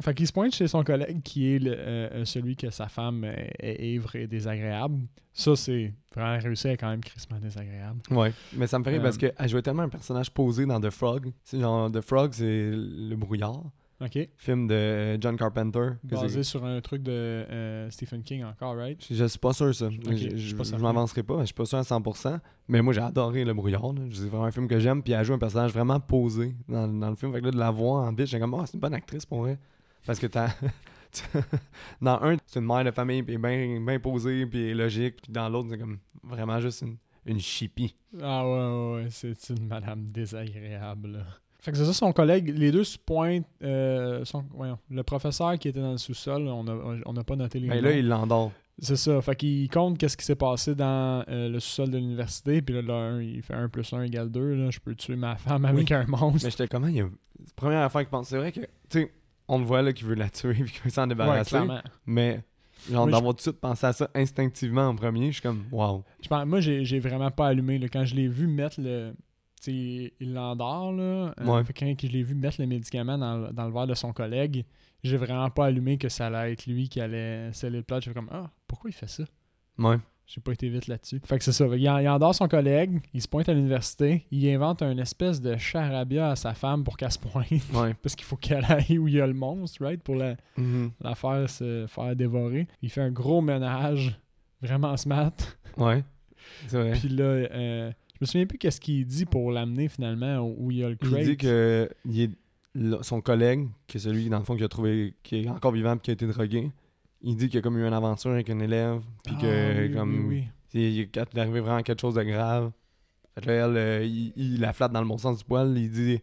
[SPEAKER 2] Fait qu'il se pointe chez son collègue qui est le- euh, celui que sa femme euh, est ivre et désagréable. Ça, c'est vraiment réussi, elle est quand même crissement désagréable.
[SPEAKER 1] Ouais. Mais ça me fait rire
[SPEAKER 2] Euh,
[SPEAKER 1] parce qu'elle jouait tellement un personnage posé dans The Frog. C'est genre, The Frog, c'est le brouillard.
[SPEAKER 2] OK.
[SPEAKER 1] Film de euh, John Carpenter. que c'est-
[SPEAKER 2] Basé sur un truc de euh, Stephen King encore, right?
[SPEAKER 1] Je, je suis pas sûr, ça. Je-
[SPEAKER 2] je
[SPEAKER 1] je
[SPEAKER 2] suis pas
[SPEAKER 1] je
[SPEAKER 2] certain.
[SPEAKER 1] m'avancerai pas, mais je suis pas sûr à 100%. Mais moi, j'ai adoré Le Brouillard. là. C'est vraiment un film que j'aime. Puis elle joue un personnage vraiment posé dans, dans le film. Fait que là, de la voir en bitch, j'ai comme, ah, c'est une bonne actrice pour vrai. Parce que t'as. t'as- dans un, c'est une mère de famille, puis bien bien posée, puis logique. Puis dans l'autre, c'est comme vraiment juste une, une chipie.
[SPEAKER 2] Ah ouais, ouais, ouais, c'est une madame désagréable. là. Fait que c'est ça, son collègue, les deux se pointent, euh, son- voyons, le professeur qui était dans le sous-sol, on n'a on a pas noté les
[SPEAKER 1] Mais
[SPEAKER 2] noms.
[SPEAKER 1] là, il l'endort.
[SPEAKER 2] C'est ça, fait qu'il compte qu'est-ce qui s'est passé dans euh, le sous-sol de l'université, puis là, là, un, il fait 1 plus 1 égale 2, là, je peux tuer ma femme avec un monstre.
[SPEAKER 1] Mais j'étais comment il a. Première affaire qu'il pense, c'est vrai que, tu sais, on le voit là qui veut la tuer, puis qu'il veut s'en
[SPEAKER 2] Ouais,
[SPEAKER 1] débarrasser.
[SPEAKER 2] clairement.
[SPEAKER 1] mais, genre,
[SPEAKER 2] Moi, je-
[SPEAKER 1] d'avoir tout de suite pensé à ça instinctivement en premier, je suis comme, waouh.
[SPEAKER 2] Je pense- moi, j'ai j'ai vraiment pas allumé. là. Quand je l'ai vu mettre le. tu sais, il l'endort, là. Euh,
[SPEAKER 1] Ouais.
[SPEAKER 2] fait que quand je l'ai vu mettre le médicament dans, le- dans le verre de son collègue, j'ai vraiment pas allumé que ça allait être lui qui allait sceller le plat. J'ai fait comme Ah, pourquoi il fait ça
[SPEAKER 1] Ouais.
[SPEAKER 2] J'ai pas été vite là-dessus. Fait que c'est ça. Fait qu'il en- Il, endort son collègue, il se pointe à l'université, il invente une espèce de charabia à sa femme pour qu'elle se pointe.
[SPEAKER 1] Ouais.
[SPEAKER 2] Parce qu'il faut qu'elle aille où il y a le monstre, right? Pour la,
[SPEAKER 1] Mm-hmm.
[SPEAKER 2] la faire se faire dévorer. Il fait un gros ménage, vraiment smart.
[SPEAKER 1] Ouais. C'est vrai.
[SPEAKER 2] Puis là, euh, je me souviens plus qu'est-ce qu'il dit pour l'amener finalement où où il y a le
[SPEAKER 1] il
[SPEAKER 2] crate.
[SPEAKER 1] dit que il est- le- son collègue, que celui dans le fond qui a trouvé, qui est encore vivant et qui a été drogué, il dit qu'il a comme eu une aventure avec un élève, puis
[SPEAKER 2] Ah,
[SPEAKER 1] que
[SPEAKER 2] oui,
[SPEAKER 1] comme
[SPEAKER 2] oui, oui.
[SPEAKER 1] Il, il- quand il est arrivé vraiment quelque chose de grave. Fait que là, elle, euh, il, il la flatte dans le bon sens du poil, il dit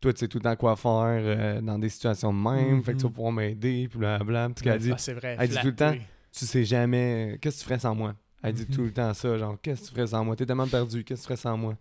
[SPEAKER 1] toi tu sais tout le temps quoi faire euh, dans des situations de même, fait que tu vas
[SPEAKER 2] Mhm.
[SPEAKER 1] pouvoir m'aider, puis blablabla. Puis ce qu'elle dit,
[SPEAKER 2] Ah, c'est vrai.
[SPEAKER 1] elle dit tout le
[SPEAKER 2] flatter.
[SPEAKER 1] tu sais jamais, qu'est-ce que tu ferais sans moi? Elle dit
[SPEAKER 2] Mhm.
[SPEAKER 1] tout le temps ça, genre, qu'est-ce que tu ferais sans moi? T'es tellement perdu, qu'est-ce que tu ferais sans moi?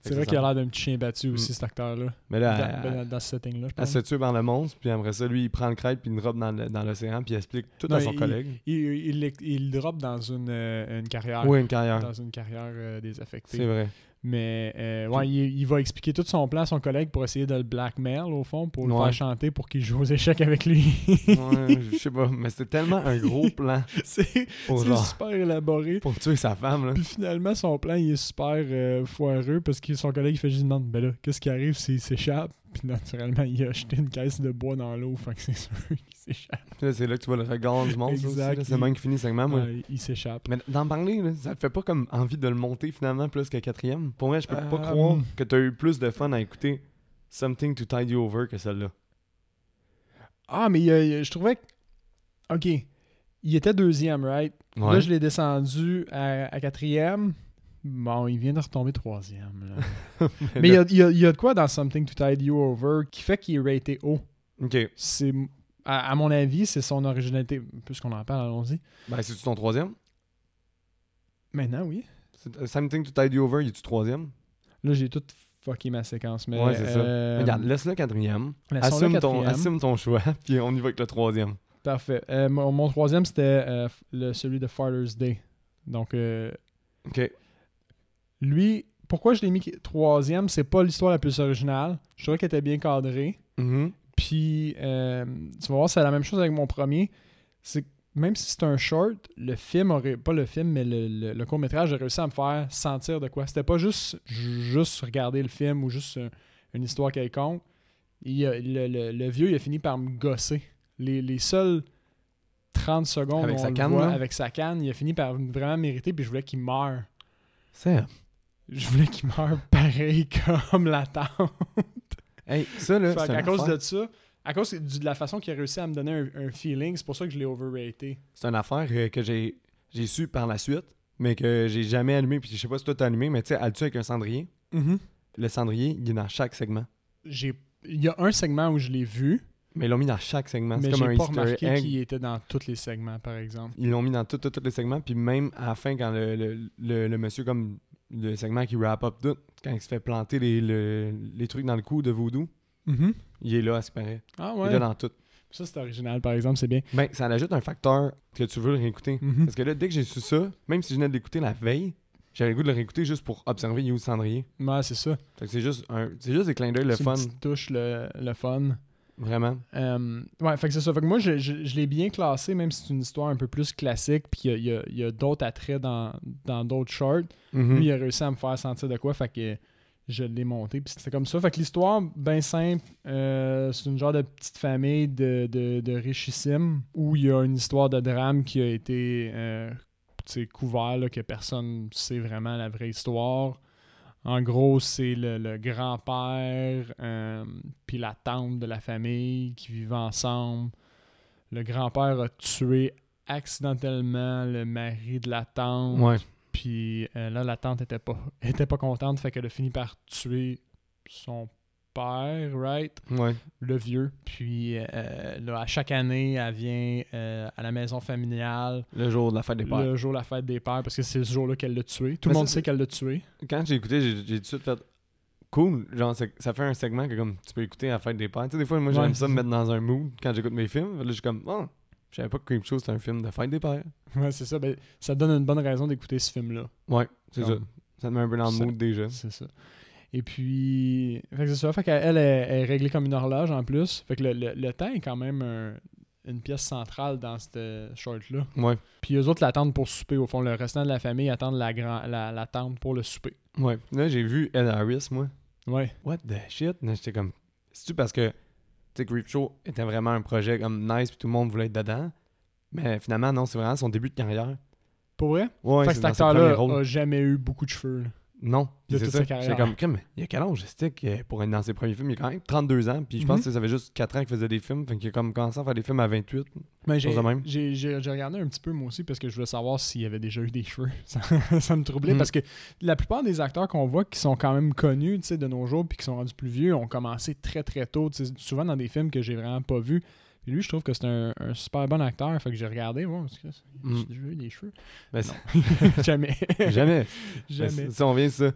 [SPEAKER 1] Fait que
[SPEAKER 2] C'est vrai
[SPEAKER 1] ça
[SPEAKER 2] qu'il a l'air d'un petit chien battu aussi, cet acteur-là.
[SPEAKER 1] Mais Mm. là,
[SPEAKER 2] dans, ben,
[SPEAKER 1] elle-
[SPEAKER 2] dans- dans ce setting-là, je
[SPEAKER 1] elle
[SPEAKER 2] pense.
[SPEAKER 1] se tue par le monstre, puis après ça, lui, il prend le crête, puis il drop dans le- dans l'océan, puis il explique tout
[SPEAKER 2] Non,
[SPEAKER 1] à son
[SPEAKER 2] il-
[SPEAKER 1] collègue.
[SPEAKER 2] Il, il, il- il drop dans une, euh, une carrière.
[SPEAKER 1] Oui, une carrière.
[SPEAKER 2] Dans une carrière euh, désaffectée.
[SPEAKER 1] C'est vrai.
[SPEAKER 2] Mais euh, ouais, il, il va expliquer tout son plan à son collègue pour essayer de le blackmail, au fond, pour le
[SPEAKER 1] Ouais.
[SPEAKER 2] faire chanter pour qu'il joue aux échecs avec lui.
[SPEAKER 1] Ouais, je sais pas, mais c'était tellement un gros plan
[SPEAKER 2] c'est
[SPEAKER 1] pour,
[SPEAKER 2] c'est
[SPEAKER 1] genre,
[SPEAKER 2] super élaboré.
[SPEAKER 1] pour tuer sa femme, là.
[SPEAKER 2] Puis finalement, son plan, il est super euh, foireux parce que son collègue, il fait juste demande, ben là, qu'est-ce qui arrive s'il s'échappe? Puis naturellement, il a jeté une caisse de bois dans l'eau, fait que c'est sûr qu'il s'échappe.
[SPEAKER 1] Puis là, c'est là que tu vois le regard du monstre. aussi,
[SPEAKER 2] Exact,
[SPEAKER 1] là. C'est le
[SPEAKER 2] il-
[SPEAKER 1] même qui finit le segment, Ah, moi.
[SPEAKER 2] Ouais, il s'échappe.
[SPEAKER 1] Mais d'en parler, là, ça te fait pas comme envie de le monter finalement plus que quatrième. Pour moi, je peux pas
[SPEAKER 2] Euh,
[SPEAKER 1] croire que t'as eu plus de fun à écouter Something to Tide You Over que celle-là.
[SPEAKER 2] Ah, mais il y a- il y a- je trouvais que... OK, il était deuxième, right? Là, je l'ai descendu à, à quatrième. Bon, il vient de retomber troisième, là. mais il y a, il y a- il y a de quoi dans Something to Tide You Over qui fait qu'il est raté haut.
[SPEAKER 1] Ok.
[SPEAKER 2] C'est... À, à mon avis, c'est son originalité. Puisqu'on en parle, allons-y.
[SPEAKER 1] Ben, c'est-tu ton troisième?
[SPEAKER 2] Maintenant, oui.
[SPEAKER 1] C'est- euh, Something to Tide You Over, il est-tu
[SPEAKER 2] Euh,
[SPEAKER 1] troisième?
[SPEAKER 2] Là, j'ai tout fucké ma séquence. Mais,
[SPEAKER 1] Ouais, c'est ça.
[SPEAKER 2] euh,
[SPEAKER 1] Regarde, laisse-le quatrième.
[SPEAKER 2] laissons-le
[SPEAKER 1] Assume ton,
[SPEAKER 2] quatrième.
[SPEAKER 1] assume ton choix, puis on y va avec le troisième.
[SPEAKER 2] Parfait. Euh, mon, mon troisième, c'était euh, f- le- celui de Father's Day. Donc, euh,
[SPEAKER 1] Ok.
[SPEAKER 2] lui, pourquoi je l'ai mis qui- troisième C'est pas l'histoire la plus originale. Je trouvais qu'elle était bien cadrée.
[SPEAKER 1] Mhm.
[SPEAKER 2] Puis, euh, tu vas voir, c'est la même chose avec mon premier. C'est que même si c'est un short, le film aurait. Pas le film, mais le, le- le court-métrage a réussi à me faire sentir de quoi. C'était pas juste, ju- juste regarder le film ou juste euh, une histoire quelconque. Il a- le, le- le vieux, il a fini par me gosser. Les, les seules 30 secondes
[SPEAKER 1] Avec
[SPEAKER 2] où on
[SPEAKER 1] sa
[SPEAKER 2] le
[SPEAKER 1] canne,
[SPEAKER 2] voit
[SPEAKER 1] là?
[SPEAKER 2] avec sa canne, il a fini par vraiment mériter, puis je voulais qu'il meure.
[SPEAKER 1] C'est euh,
[SPEAKER 2] Je voulais qu'il meure pareil comme la tante.
[SPEAKER 1] Hey, ça là,
[SPEAKER 2] Fait
[SPEAKER 1] c'est
[SPEAKER 2] qu'à
[SPEAKER 1] une,
[SPEAKER 2] cause
[SPEAKER 1] affaire.
[SPEAKER 2] de ça, à cause du- de la façon qu'il a réussi à me donner un, un feeling, c'est pour ça que je l'ai overrated.
[SPEAKER 1] C'est une affaire euh, que j'ai j'ai su par la suite, mais que j'ai jamais allumé. Puis je sais pas si toi t'as allumé, mais tu sais, elle le tue avec un cendrier. Le cendrier, il est dans chaque segment.
[SPEAKER 2] J'ai, il y a un segment où je l'ai vu,
[SPEAKER 1] Mais ils l'ont mis dans chaque segment. C'est
[SPEAKER 2] mais
[SPEAKER 1] comme un
[SPEAKER 2] j'ai pas
[SPEAKER 1] Easter
[SPEAKER 2] remarqué
[SPEAKER 1] egg.
[SPEAKER 2] qu'il était dans tous les segments, par exemple.
[SPEAKER 1] Ils l'ont mis dans tous tout, tout les segments. Puis même à la fin, quand le, le, le- le monsieur, comme le segment qui wrap up tout, quand il se fait planter les, le- les trucs dans le cou de voodoo, il est là, à ce qui paraît.
[SPEAKER 2] Ah
[SPEAKER 1] Mm-hmm. Il est
[SPEAKER 2] ouais.
[SPEAKER 1] là dans tout.
[SPEAKER 2] Ça, c'est original, par exemple, c'est bien.
[SPEAKER 1] Ben, ça ajoute un facteur que tu veux le réécouter.
[SPEAKER 2] Mhm.
[SPEAKER 1] Parce que là, dès que j'ai su ça, même si je venais de l'écouter la veille, j'avais le goût de le réécouter juste pour observer You Cendrier.
[SPEAKER 2] Ouais, c'est ça.
[SPEAKER 1] Fait que c'est juste, un, c'est juste des clins d'œil, le
[SPEAKER 2] C'est
[SPEAKER 1] fun.
[SPEAKER 2] Une petite touche, le, le fun.
[SPEAKER 1] Vraiment.
[SPEAKER 2] Euh, ouais, fait que c'est ça. Fait que moi, je, je- je l'ai bien classé, même si c'est une histoire un peu plus classique, puis il y a, il y a- il y a d'autres attraits dans, dans d'autres shorts.
[SPEAKER 1] Mhm.
[SPEAKER 2] Lui, il a réussi à me faire sentir de quoi, fait que je l'ai monté, puis c'était comme ça. Fait que l'histoire, bien simple, euh, c'est une genre de petite famille de, de, de richissimes où il y a une histoire de drame qui a été euh, tu sais, couvert, là, que personne sait vraiment la vraie histoire. En gros, c'est le, le grand-père euh, puis la tante de la famille qui vivent ensemble. Le grand-père a tué accidentellement le mari de la tante.
[SPEAKER 1] Ouais.
[SPEAKER 2] Puis euh, là, la tante était pas, était pas contente, fait qu'elle a fini par tuer son père, right?
[SPEAKER 1] Ouais.
[SPEAKER 2] Le vieux. Puis euh, là, à chaque année, elle vient euh, à la maison familiale
[SPEAKER 1] Le jour de la fête des pères.
[SPEAKER 2] le jour de la fête des pères, parce que c'est ce jour-là qu'elle l'a tué. Tout
[SPEAKER 1] Mais
[SPEAKER 2] le monde
[SPEAKER 1] ça,
[SPEAKER 2] sait
[SPEAKER 1] c'est-
[SPEAKER 2] qu'elle l'a tué.
[SPEAKER 1] Quand j'ai écouté, j'ai, j'ai tout de suite fait cool. Genre, c'est- ça fait un segment que comme tu peux écouter à la fête des pères. Tu sais, des fois, moi, j'aime
[SPEAKER 2] Ouais,
[SPEAKER 1] ça
[SPEAKER 2] c'est
[SPEAKER 1] me
[SPEAKER 2] ça.
[SPEAKER 1] mettre dans un mood quand j'écoute mes films. Fait que Là, je suis comme, oh, je savais pas que quelque chose c'était un film de fête des pères.
[SPEAKER 2] Ouais, c'est ça. Ben, ça donne une bonne raison d'écouter ce film-là.
[SPEAKER 1] Ouais, c'est
[SPEAKER 2] Comme-
[SPEAKER 1] ça. Ça te met un peu dans le
[SPEAKER 2] Ça-
[SPEAKER 1] mood déjà.
[SPEAKER 2] C'est ça. Et puis, fait que c'est ça. Fait qu'elle elle est, elle est réglée comme une horloge en plus. Fait que le, le- le temps est quand même un- une pièce centrale dans cette short-là.
[SPEAKER 1] Ouais.
[SPEAKER 2] Puis eux autres l'attendent pour souper, au fond. Le restant de la famille attendent la, grand, la, la tante pour le souper.
[SPEAKER 1] Ouais. Là, j'ai vu Ed Harris, moi.
[SPEAKER 2] Ouais.
[SPEAKER 1] What the shit? Là, J'étais comme, c'est-tu parce que, tu sais, Creepshow était vraiment un projet comme nice puis tout le monde voulait être dedans? Mais finalement, non, c'est vraiment son début de carrière.
[SPEAKER 2] Pour vrai?
[SPEAKER 1] Ouais,
[SPEAKER 2] fait
[SPEAKER 1] c'est
[SPEAKER 2] que cet
[SPEAKER 1] dans ses premiers
[SPEAKER 2] acteur-là
[SPEAKER 1] rôles.
[SPEAKER 2] a jamais eu beaucoup de cheveux. là.
[SPEAKER 1] Non.
[SPEAKER 2] de
[SPEAKER 1] Puis c'est
[SPEAKER 2] toute
[SPEAKER 1] ça.
[SPEAKER 2] sa carrière.
[SPEAKER 1] J'étais comme, crème, il y a quel âge, Stick, euh, pour être dans ses premiers films? Il a quand même 32 ans. Puis je
[SPEAKER 2] Mhm.
[SPEAKER 1] pense que ça fait juste 4 ans qu'il faisait des films. Fait qu'il a comme commencé à faire des films à 28.
[SPEAKER 2] Mais j'ai,
[SPEAKER 1] Chose de même.
[SPEAKER 2] j'ai, j'ai- j'ai regardé un petit peu moi aussi parce que je voulais savoir s'il y avait déjà eu des cheveux. Ça, ça me troublait
[SPEAKER 1] Mm.
[SPEAKER 2] parce que la plupart des acteurs qu'on voit qui sont quand même connus tu sais, de nos jours puis qui sont rendus plus vieux ont commencé très très tôt, tu sais, souvent dans des films que j'ai vraiment pas vus. Puis lui, je trouve que c'est un, un super bon acteur. Fait que j'ai regardé, ouais, est-ce que c'est-
[SPEAKER 1] Mm.
[SPEAKER 2] j'ai déjà eu des cheveux.
[SPEAKER 1] Ben,
[SPEAKER 2] Jamais.
[SPEAKER 1] c'est- jamais. Ben,
[SPEAKER 2] Jamais.
[SPEAKER 1] c'est- Si on vient de ça.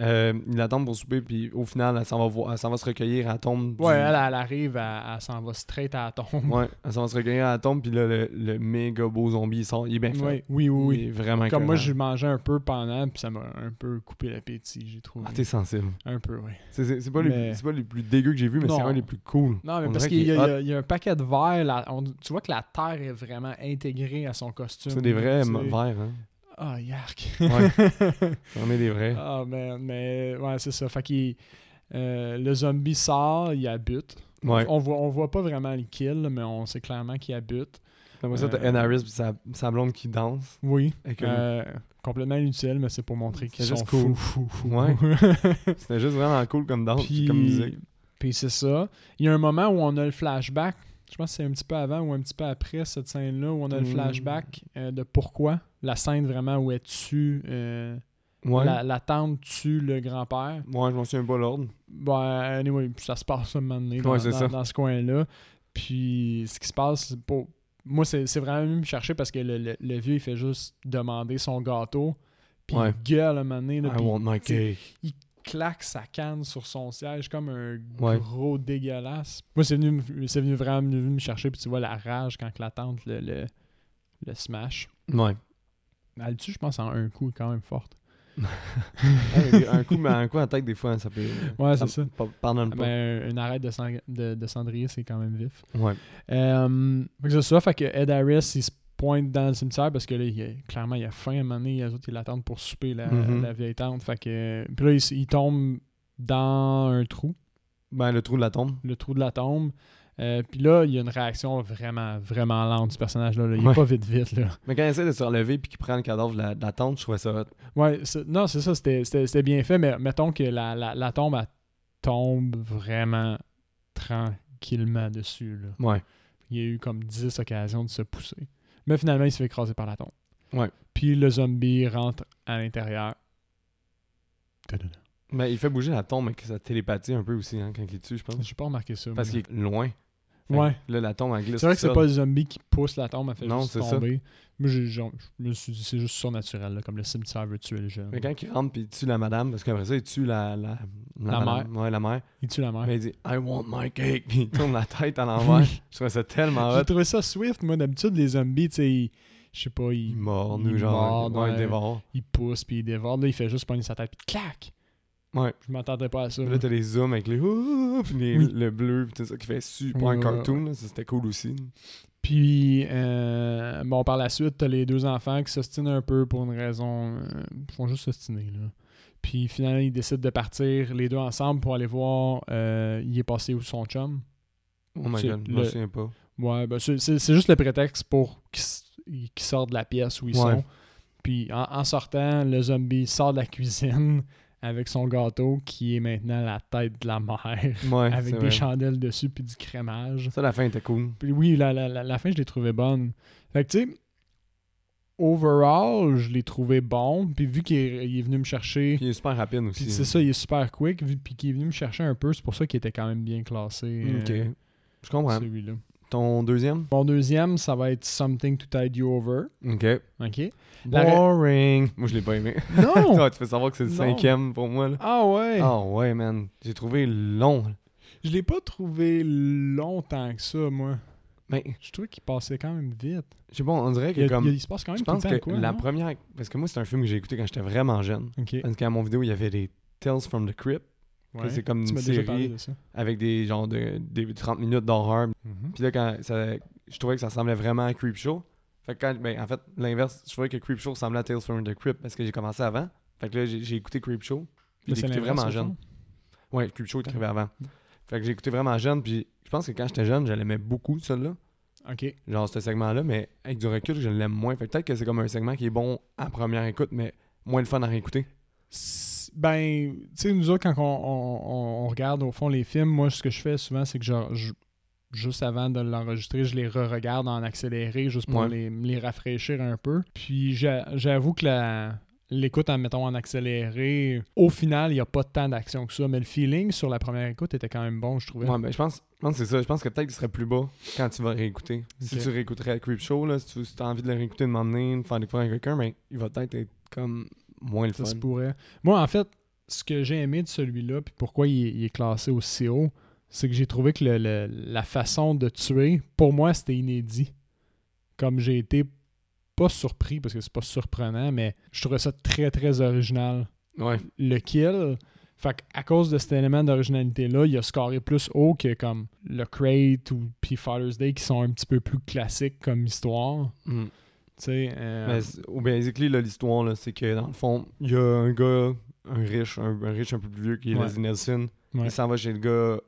[SPEAKER 1] Euh, il la tombe pour souper, puis au final, elle s'en va, voir- elle s'en va se recueillir à la tombe. du-
[SPEAKER 2] Ouais, elle, elle arrive, elle, elle s'en va straight à la tombe.
[SPEAKER 1] Ouais, elle s'en va se recueillir à la tombe, puis là, le, le méga beau zombie, il sort. Il est bien fait.
[SPEAKER 2] Ouais, oui, oui, oui.
[SPEAKER 1] Il est vraiment
[SPEAKER 2] Comme moi,
[SPEAKER 1] écœurant.
[SPEAKER 2] j'ai mangé un peu pendant, puis ça m'a un peu coupé l'appétit, j'ai trouvé.
[SPEAKER 1] Ah, t'es sensible.
[SPEAKER 2] un peu, oui.
[SPEAKER 1] C'est- C'est c'est pas, les
[SPEAKER 2] Mais-
[SPEAKER 1] plus- c'est pas les plus dégueux que j'ai vu, mais c'est
[SPEAKER 2] Non.
[SPEAKER 1] un des plus cool.
[SPEAKER 2] Non, mais
[SPEAKER 1] On dirait
[SPEAKER 2] parce qu'il y,
[SPEAKER 1] est
[SPEAKER 2] a-
[SPEAKER 1] hot.
[SPEAKER 2] il y a- il y a un paquet de verres. là. On- tu vois que la terre est vraiment intégrée à son costume.
[SPEAKER 1] C'est des vrais
[SPEAKER 2] tu sais.
[SPEAKER 1] m- verres, hein.
[SPEAKER 2] Ah, yark.
[SPEAKER 1] Ouais, on est des vrais.
[SPEAKER 2] Ah, man, mais ouais, c'est ça. Fait qu'il. euh, le zombie sort, il habite.
[SPEAKER 1] Ouais.
[SPEAKER 2] On voit, on voit pas vraiment le kill, mais on sait clairement qu'il habite.
[SPEAKER 1] Après ça, t'as
[SPEAKER 2] Euh,
[SPEAKER 1] Anne Harris pis sa, sa blonde qui danse.
[SPEAKER 2] Oui.
[SPEAKER 1] Avec une-
[SPEAKER 2] euh, complètement inutile, mais c'est pour montrer qu'ils
[SPEAKER 1] C'est
[SPEAKER 2] sont
[SPEAKER 1] juste cool.
[SPEAKER 2] fous, fous, fous.
[SPEAKER 1] Ouais. C'était juste vraiment cool comme danse,
[SPEAKER 2] Puis,
[SPEAKER 1] comme musique.
[SPEAKER 2] puis c'est ça. Il y a un moment où on a le flashback. Je pense que c'est un petit peu avant ou un petit peu après cette scène-là où on a le
[SPEAKER 1] Mm.
[SPEAKER 2] flashback euh, de pourquoi la scène vraiment où elle tue euh,
[SPEAKER 1] Ouais.
[SPEAKER 2] la, la tante tue le grand-père.
[SPEAKER 1] Moi, je m'en souviens pas l'ordre.
[SPEAKER 2] Ben, anyway, ça se passe un moment donné dans,
[SPEAKER 1] Ouais, c'est
[SPEAKER 2] dans-
[SPEAKER 1] ça.
[SPEAKER 2] dans ce coin-là. Puis ce qui se passe, c'est pas- moi, c'est c'est vraiment venu me chercher parce que le, le- le vieux, il fait juste demander son gâteau. Puis
[SPEAKER 1] Ouais. Ah
[SPEAKER 2] il gueule un moment donné. là,
[SPEAKER 1] I
[SPEAKER 2] puis
[SPEAKER 1] want my cake.
[SPEAKER 2] claque sa canne sur son siège comme un
[SPEAKER 1] Ouais.
[SPEAKER 2] gros dégueulasse. Moi, c'est venu, me- c'est venu vraiment venu me chercher. Puis tu vois la rage quand que la tante le, le, le smash.
[SPEAKER 1] Ouais.
[SPEAKER 2] Elle le tue, je pense, en un coup, quand même forte.
[SPEAKER 1] Hey, un coup, mais un coup à la tête, des fois, hein, ça peut.
[SPEAKER 2] Ouais, c'est ça. Ah,
[SPEAKER 1] pa- Pardonne pas.
[SPEAKER 2] Mais une arête de, sang- de, de cendrier, c'est quand même vif.
[SPEAKER 1] Ouais.
[SPEAKER 2] Euh, fait que c'est ça. Fait que Ed Harris, il se pointe dans le cimetière parce que là, il y a- clairement, il y a faim à un moment donné. Les autres, ils l'attendent pour souper, la,
[SPEAKER 1] Mhm.
[SPEAKER 2] la vieille tante. Fait que, puis là, il, s- il tombe dans un trou,
[SPEAKER 1] Ben, le trou de la tombe.
[SPEAKER 2] le trou de la tombe. Euh, puis là, il y a une réaction vraiment, vraiment lente du personnage-là. là. Il est
[SPEAKER 1] Ouais.
[SPEAKER 2] pas vite, vite. Là.
[SPEAKER 1] Mais quand il essaie de se relever puis qu'il prend le cadavre de la, de la tente, je trouvais ça hot.
[SPEAKER 2] Ouais, c'est- non, c'est ça, c'était- c'était c'était bien fait, mais mettons que la, la, la tombe, elle tombe vraiment tranquillement dessus. Là.
[SPEAKER 1] Ouais.
[SPEAKER 2] Il y a eu comme 10 occasions de se pousser. Mais finalement, il se fait écraser par la tombe.
[SPEAKER 1] Ouais.
[SPEAKER 2] Puis le zombie rentre à l'intérieur.
[SPEAKER 1] Mais il fait bouger la tombe avec sa télépathie un peu aussi hein, quand il tue, je pense.
[SPEAKER 2] J'ai pas remarqué ça.
[SPEAKER 1] Parce
[SPEAKER 2] moi.
[SPEAKER 1] qu'il est loin. Fait que
[SPEAKER 2] Ouais.
[SPEAKER 1] Là, la tombe, elle glisse.
[SPEAKER 2] C'est vrai que
[SPEAKER 1] tout
[SPEAKER 2] c'est pas
[SPEAKER 1] seule.
[SPEAKER 2] le zombie qui pousse la tombe, elle fait
[SPEAKER 1] Non,
[SPEAKER 2] juste
[SPEAKER 1] c'est ça.
[SPEAKER 2] tomber. Moi, j'ai- genre, je me suis dit, c'est juste surnaturel, là, comme le cimetière veut tuer le jeune.
[SPEAKER 1] Mais quand il rentre puis il tue la madame, parce qu'après ça, il tue la, la,
[SPEAKER 2] La
[SPEAKER 1] madame. Ouais, la mère.
[SPEAKER 2] Il tue la mère.
[SPEAKER 1] Mais il dit I want my cake. Puis il tourne la tête à l'envers. je trouvais ça tellement
[SPEAKER 2] J'ai
[SPEAKER 1] hot.
[SPEAKER 2] trouvé ça swift, moi. D'habitude, les zombies, tu sais, ils- je sais pas, ils,
[SPEAKER 1] Il mord,
[SPEAKER 2] Il
[SPEAKER 1] nous, genre.
[SPEAKER 2] mord,
[SPEAKER 1] ouais, il
[SPEAKER 2] ouais.
[SPEAKER 1] dévore.
[SPEAKER 2] ils poussent, puis ils dévorent. Là, il fait juste pogner sa tête, puis clac!
[SPEAKER 1] Ouais.
[SPEAKER 2] Je m'attendais pas à ça.
[SPEAKER 1] Puis Là, t'as les zooms avec les, Ouh puis les-
[SPEAKER 2] Oui.
[SPEAKER 1] le bleu, puis tout ça, qui fait super
[SPEAKER 2] Ouais,
[SPEAKER 1] un
[SPEAKER 2] ouais,
[SPEAKER 1] cartoon. là. Ça, C'était cool aussi.
[SPEAKER 2] Puis, euh, bon, par la suite, t'as les deux enfants qui s'ostinent un peu pour une raison. euh, Ils font juste s'ostiner, là. Puis finalement, ils décident de partir les deux ensemble pour aller voir euh, il est passé où son chum.
[SPEAKER 1] Oh my
[SPEAKER 2] C'est
[SPEAKER 1] god, je me
[SPEAKER 2] le-
[SPEAKER 1] souviens pas.
[SPEAKER 2] Ouais, ben c'est c'est- c'est juste le prétexte pour qu'ils s- ils- qu'ils sortent de la pièce où ils
[SPEAKER 1] Ouais.
[SPEAKER 2] sont. Puis en, en sortant, le zombie sort de la cuisine avec son gâteau qui est maintenant la tête de la mère
[SPEAKER 1] Ouais,
[SPEAKER 2] avec
[SPEAKER 1] c'est
[SPEAKER 2] des
[SPEAKER 1] vrai.
[SPEAKER 2] chandelles dessus puis du crémage.
[SPEAKER 1] Ça, la fin était cool.
[SPEAKER 2] Puis oui, la, la, la, la fin, je l'ai trouvée bonne. Fait que tu sais, overall, je l'ai trouvé bon. Puis vu qu'il est, il est venu me chercher,
[SPEAKER 1] Puis il est super rapide aussi. hein.
[SPEAKER 2] puis c'est ça, il est super quick. vu- Puis qu'il est venu me chercher un peu, c'est pour ça qu'il était quand même bien classé. euh,
[SPEAKER 1] Ok. Je comprends.
[SPEAKER 2] Celui-là.
[SPEAKER 1] Ton deuxième
[SPEAKER 2] Mon deuxième, ça va être Something to Tide You Over.
[SPEAKER 1] Ok.
[SPEAKER 2] OK? La re-
[SPEAKER 1] Boring. Moi, je l'ai pas aimé.
[SPEAKER 2] Non!
[SPEAKER 1] Toi, tu peux savoir que c'est le
[SPEAKER 2] Non.
[SPEAKER 1] cinquième pour moi. Là.
[SPEAKER 2] ah ouais!
[SPEAKER 1] Ah ouais, man. J'ai trouvé long.
[SPEAKER 2] Je l'ai pas trouvé longtemps que ça, moi.
[SPEAKER 1] Mais
[SPEAKER 2] Je trouvais qu'il passait quand même vite.
[SPEAKER 1] je sais pas, on dirait
[SPEAKER 2] Il, y
[SPEAKER 1] que
[SPEAKER 2] a-
[SPEAKER 1] comme.
[SPEAKER 2] il y a- il se passe quand même
[SPEAKER 1] Je
[SPEAKER 2] tout le
[SPEAKER 1] pense
[SPEAKER 2] temps
[SPEAKER 1] que
[SPEAKER 2] quoi,
[SPEAKER 1] la
[SPEAKER 2] non?
[SPEAKER 1] première. Parce que moi, c'est un film que j'ai écouté quand j'étais vraiment jeune.
[SPEAKER 2] OK. ouais.
[SPEAKER 1] Parce qu'à mon vidéo, il y avait des Tales from the Crypt. que C'est comme
[SPEAKER 2] Tu
[SPEAKER 1] une
[SPEAKER 2] m'as déjà parlé
[SPEAKER 1] série
[SPEAKER 2] de ça.
[SPEAKER 1] avec des genres de des 30 minutes d'horreur.
[SPEAKER 2] Mhm.
[SPEAKER 1] Puis là, quand ça- je trouvais que ça ressemblait vraiment à Creepshow. Fait que quand, ben, en fait, l'inverse, je trouvais que Creepshow ressemblait à Tales from the Crypt parce que j'ai commencé avant. Fait que là, j'ai j'ai écouté Creepshow. Puis
[SPEAKER 2] Mais
[SPEAKER 1] j'ai
[SPEAKER 2] c'est
[SPEAKER 1] écouté
[SPEAKER 2] l'inverse,
[SPEAKER 1] vraiment
[SPEAKER 2] au
[SPEAKER 1] jeune.
[SPEAKER 2] fond.
[SPEAKER 1] Ouais, Creepshow est arrivé avant. Fait que j'ai écouté vraiment jeune, puis je pense que quand j'étais jeune, je l'aimais beaucoup, celle-là.
[SPEAKER 2] OK.
[SPEAKER 1] Genre, ce segment-là, mais avec du recul, je l'aime moins. Fait que peut-être que c'est comme un segment qui est bon à première écoute, mais moins le fun à réécouter.
[SPEAKER 2] S- Ben, tu sais, nous autres, quand on, on- on- on regarde au fond les films, moi, ce que je fais souvent, c'est que genre, je- juste avant de l'enregistrer, je les re-regarde en accéléré juste pour
[SPEAKER 1] Ouais.
[SPEAKER 2] les, me les rafraîchir un peu. Puis j'a- j'avoue que la- l'écoute en mettons en accéléré, au final, il n'y a pas tant d'action que ça, mais le feeling sur la première écoute était quand même bon, je trouvais.
[SPEAKER 1] Ouais, ben je pense, je pense que c'est ça. Je pense que peut-être qu'il serait plus bas quand tu vas réécouter. Si
[SPEAKER 2] Ok.
[SPEAKER 1] tu réécouterais Creepshow, là, si tu as envie de le réécouter, de m'emmener, de faire découvrir à quelqu'un, mais il va peut-être être comme moins le fun.
[SPEAKER 2] Ça se pourrait. Moi, en fait, ce que j'ai aimé de celui-là, puis pourquoi il est, il est classé aussi haut, c'est que j'ai trouvé que le- le- la façon de tuer, pour moi, c'était inédit. Comme j'ai été pas surpris, parce que c'est pas surprenant, mais je trouvais ça très, très original.
[SPEAKER 1] Ouais.
[SPEAKER 2] Le kill, fait à cause de cet élément d'originalité-là, il a scoré plus haut que comme le Crate ou puis Father's Day, qui sont un petit peu plus classiques comme histoire.
[SPEAKER 1] Mm.
[SPEAKER 2] Tu sais, euh,
[SPEAKER 1] Mais c'est- oh, basically, là, l'histoire, là, c'est que dans le fond, il y a un gars, un riche, un, un riche un peu plus vieux qui est
[SPEAKER 2] Ouais.
[SPEAKER 1] Leslie Nelson.
[SPEAKER 2] Ouais.
[SPEAKER 1] Il s'en va chez le gars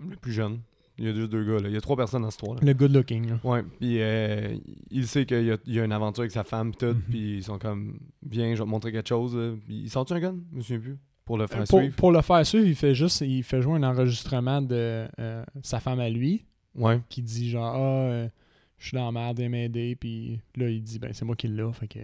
[SPEAKER 1] le plus jeune. Il y a juste deux gars, là. Il y a trois personnes dans cette histoire-là.
[SPEAKER 2] le good looking, là.
[SPEAKER 1] Ouais, puis euh, il sait qu'il y, a- il y a une aventure avec sa femme, pis tout,
[SPEAKER 2] Mhm.
[SPEAKER 1] puis ils sont comme, viens, je vais te montrer quelque chose. là. Puis ils sortent un gun, je me souviens plus, pour le faire
[SPEAKER 2] pour,
[SPEAKER 1] suivre.
[SPEAKER 2] pour le faire suivre, il fait juste il fait jouer un enregistrement de euh, sa femme à lui
[SPEAKER 1] Ouais.
[SPEAKER 2] qui dit genre ah euh, je suis dans la merde et m'aider puis là il dit ben c'est moi qui l'ai fait que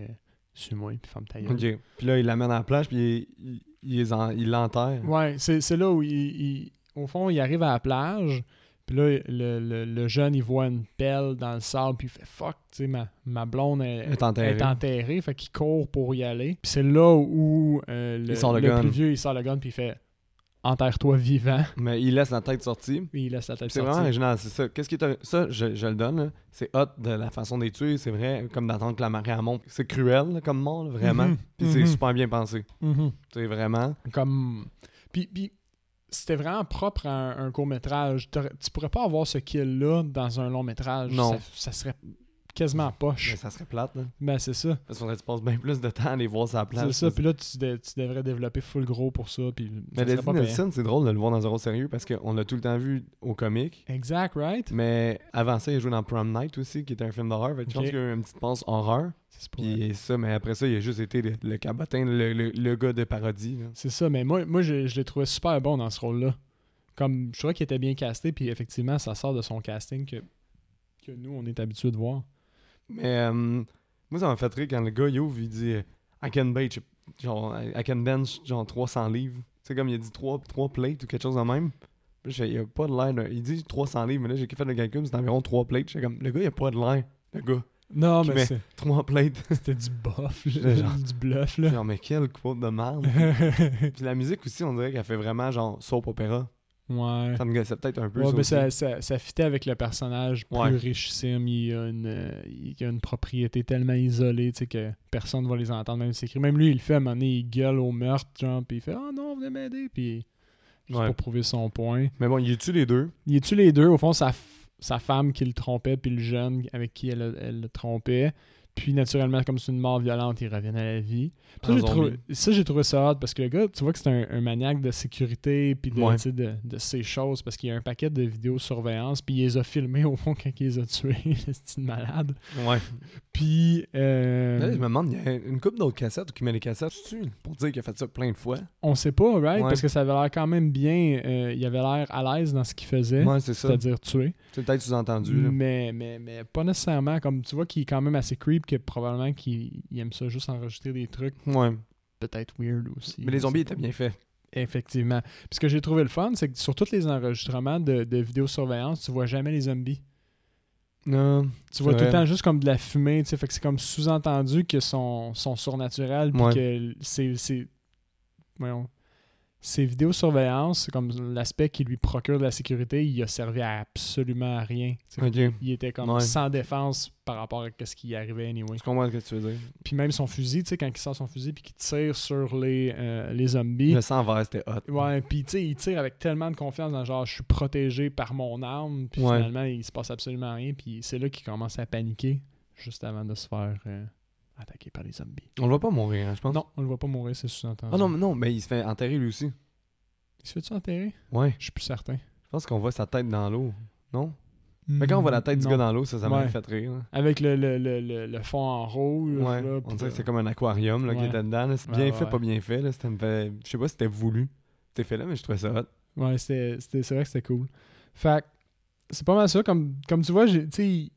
[SPEAKER 2] suis-moi puis femme ta gueule.
[SPEAKER 1] Ok. Puis là, il l'amène à la plage, puis il, il, il les en- il l'enterre.
[SPEAKER 2] Ouais, c'est c'est là où il, il- au fond il arrive à la plage puis là le, le- le jeune il voit une pelle dans le sable puis il fait fuck tu sais ma, ma blonde elle,
[SPEAKER 1] Elle est enterrée.
[SPEAKER 2] elle est enterrée fait qu'il court pour y aller. Puis c'est là où euh, le,
[SPEAKER 1] Il sort le
[SPEAKER 2] le
[SPEAKER 1] gun.
[SPEAKER 2] plus vieux il sort le gun puis il fait enterre-toi vivant
[SPEAKER 1] Mais il laisse la tête sortie.
[SPEAKER 2] puis il laisse la tête
[SPEAKER 1] C'est
[SPEAKER 2] sortir.
[SPEAKER 1] vraiment original, c'est ça. Qu'est-ce qui est ori- Ça, je, je le donne. là. C'est hot de la façon des tuer, c'est vrai, comme d'attendre que la marée elle monte. C'est cruel là, comme mort, là, vraiment.
[SPEAKER 2] Mhm,
[SPEAKER 1] Puis
[SPEAKER 2] mhm.
[SPEAKER 1] c'est super bien pensé.
[SPEAKER 2] Mhm.
[SPEAKER 1] C'est vraiment.
[SPEAKER 2] Comme. Puis, puis c'était vraiment propre à un, court métrage. Tu pourrais pas avoir ce kill-là dans un long métrage.
[SPEAKER 1] Non.
[SPEAKER 2] Ça, ça serait quasiment poche.
[SPEAKER 1] Mais ça serait plate, là.
[SPEAKER 2] Ben, c'est ça.
[SPEAKER 1] Parce qu'on tu passes bien plus de temps à les voir sa place.
[SPEAKER 2] C'est ça. Puis là, tu, de- tu devrais développer full gros pour ça. Puis
[SPEAKER 1] Mais
[SPEAKER 2] ça serait
[SPEAKER 1] Leslie
[SPEAKER 2] pas payant.
[SPEAKER 1] Nielsen, c'est drôle de le voir dans Zéro Sérieux parce qu'on l'a tout le temps vu au comique.
[SPEAKER 2] Exact, right?
[SPEAKER 1] Mais avant ça, il a joué dans Prom Night aussi, qui était un film d'horreur. Fait que Je
[SPEAKER 2] Ok.
[SPEAKER 1] pense qu'il y a eu une petite pense horreur.
[SPEAKER 2] C'est
[SPEAKER 1] Puis ça, mais après ça, il a juste été le, le cabotin, le, le- le gars de parodie. là.
[SPEAKER 2] C'est ça, mais moi, moi je, je l'ai trouvé super bon dans ce rôle-là. Comme je trouvais qu'il était bien casté, puis effectivement, ça sort de son casting que, que nous, on est habitués de voir.
[SPEAKER 1] Mais euh, moi, ça m'a fait rire quand le gars, il ouvre, il dit euh, I can bench, genre, I can bench, genre 300 livres. C'est comme il a dit 3, trois plates ou quelque chose de même. Puis je fais, il a pas de l'air. d'un- Il dit 300 livres, mais là, j'ai fait le calcul, c'est environ 3 plates. J'étais comme, le gars, il a pas de l'air. Le gars,
[SPEAKER 2] Non,
[SPEAKER 1] Qui
[SPEAKER 2] mais,
[SPEAKER 1] met-
[SPEAKER 2] c'est-
[SPEAKER 1] 3 plates.
[SPEAKER 2] c'était du bluff, là,
[SPEAKER 1] C'est genre-
[SPEAKER 2] du bluff, là.
[SPEAKER 1] genre, mais quel quote de merde. Puis la musique aussi, on dirait qu'elle fait vraiment genre soap opéra.
[SPEAKER 2] ouais.
[SPEAKER 1] Ça me gossait peut-être un peu.
[SPEAKER 2] Ouais,
[SPEAKER 1] ça
[SPEAKER 2] mais
[SPEAKER 1] aussi.
[SPEAKER 2] ça, ça, ça fitait avec le personnage plus
[SPEAKER 1] Ouais.
[SPEAKER 2] richissime. Il a, une, euh, il a une propriété tellement isolée tu sais, que personne ne va les entendre, même s'écrire. Même lui, il le fait, à un moment donné, il gueule au meurtre, genre, puis il fait Ah non, venez m'aider, puis juste
[SPEAKER 1] Ouais.
[SPEAKER 2] pour prouver son point.
[SPEAKER 1] Mais bon, il tue les deux.
[SPEAKER 2] Il est-tu les deux? Au fond, sa, f- sa femme qui le trompait, puis le jeune avec qui elle, elle le trompait. Puis naturellement, comme c'est une mort violente, ils reviennent à la vie. Puis Ça,
[SPEAKER 1] En
[SPEAKER 2] j'ai trouvé,
[SPEAKER 1] zombie.
[SPEAKER 2] ça, j'ai trouvé ça hot parce que le gars, tu vois que c'est un, un maniaque de sécurité puis de,
[SPEAKER 1] Ouais.
[SPEAKER 2] tu sais, de, de ces choses parce qu'il y a un paquet de vidéosurveillance puis il les a filmés au fond quand il les a tués. c'est une malade.
[SPEAKER 1] Ouais.
[SPEAKER 2] Puis
[SPEAKER 1] Là,
[SPEAKER 2] euh,
[SPEAKER 1] je me demande, il y a une couple d'autres cassettes qui met les cassettes dessus pour dire qu'il a fait ça plein de fois.
[SPEAKER 2] on sait pas, right?
[SPEAKER 1] Ouais.
[SPEAKER 2] Parce que ça avait l'air quand même bien. euh, il avait l'air à l'aise dans ce qu'il faisait,
[SPEAKER 1] Ouais, c'est ça.
[SPEAKER 2] c'est-à-dire tuer.
[SPEAKER 1] C'est peut-être sous-entendu. là.
[SPEAKER 2] Mais, mais, mais pas nécessairement. Comme tu vois qu'il est quand même assez creep, que probablement qu'il il aime ça juste enregistrer des trucs
[SPEAKER 1] Ouais.
[SPEAKER 2] peut-être weird aussi.
[SPEAKER 1] Mais les zombies étaient bien faits.
[SPEAKER 2] Effectivement. Puis ce que j'ai trouvé le fun, c'est que sur tous les enregistrements de, de vidéosurveillance, tu vois jamais les zombies.
[SPEAKER 1] Non.
[SPEAKER 2] Tu vois
[SPEAKER 1] C'est
[SPEAKER 2] tout
[SPEAKER 1] vrai.
[SPEAKER 2] le temps juste comme de la fumée, tu sais. Fait que c'est comme sous-entendu que sont, sont surnaturels, puis
[SPEAKER 1] Ouais.
[SPEAKER 2] que c'est. c'est- Voyons. Ces vidéosurveillances, c'est comme l'aspect qui lui procure de la sécurité, il a servi à absolument à rien. Tu sais,
[SPEAKER 1] Ok.
[SPEAKER 2] il était comme
[SPEAKER 1] Ouais.
[SPEAKER 2] sans défense par rapport à ce qui arrivait anyway.
[SPEAKER 1] Je comprends ce que tu veux dire.
[SPEAKER 2] Puis même son fusil, tu sais, quand il sort son fusil puis qu'il tire sur les, euh, les zombies.
[SPEAKER 1] Le sang vert, c'était hot.
[SPEAKER 2] Ouais, puis tu sais, il tire avec tellement de confiance dans le genre, je suis protégé par mon arme, puis
[SPEAKER 1] Ouais.
[SPEAKER 2] finalement, il se passe absolument rien, puis c'est là qu'il commence à paniquer, juste avant de se faire euh, attaquer par les zombies.
[SPEAKER 1] On le voit pas mourir, hein, je pense.
[SPEAKER 2] Non, on le voit pas mourir, c'est sous-entendu.
[SPEAKER 1] Ah non, mais non, mais il se fait enterrer lui aussi.
[SPEAKER 2] Il se fait-tu enterrer?
[SPEAKER 1] Ouais.
[SPEAKER 2] Je suis plus certain.
[SPEAKER 1] Je pense qu'on voit sa tête dans l'eau. Non? Mais quand on voit la tête du
[SPEAKER 2] Mm. Non.
[SPEAKER 1] gars dans l'eau, ça, ça m'a
[SPEAKER 2] Ouais.
[SPEAKER 1] fait rire. hein.
[SPEAKER 2] Avec le, le, le, le, le fond en rouge,
[SPEAKER 1] Ouais.
[SPEAKER 2] là,
[SPEAKER 1] On dirait
[SPEAKER 2] puis
[SPEAKER 1] que
[SPEAKER 2] le-
[SPEAKER 1] c'est comme un aquarium là, qui
[SPEAKER 2] Ouais.
[SPEAKER 1] était dedans. là. C'est
[SPEAKER 2] Ouais,
[SPEAKER 1] bien
[SPEAKER 2] ouais,
[SPEAKER 1] fait,
[SPEAKER 2] ouais.
[SPEAKER 1] pas bien fait. Là. C'était- me fait- Je sais pas si c'était voulu. C'était fait là, mais je trouvais ça hot.
[SPEAKER 2] Ouais, c'était, c'était- c'est vrai que c'était cool. Fait que c'est pas mal ça. Comme, comme tu vois, j'ai- tu sais,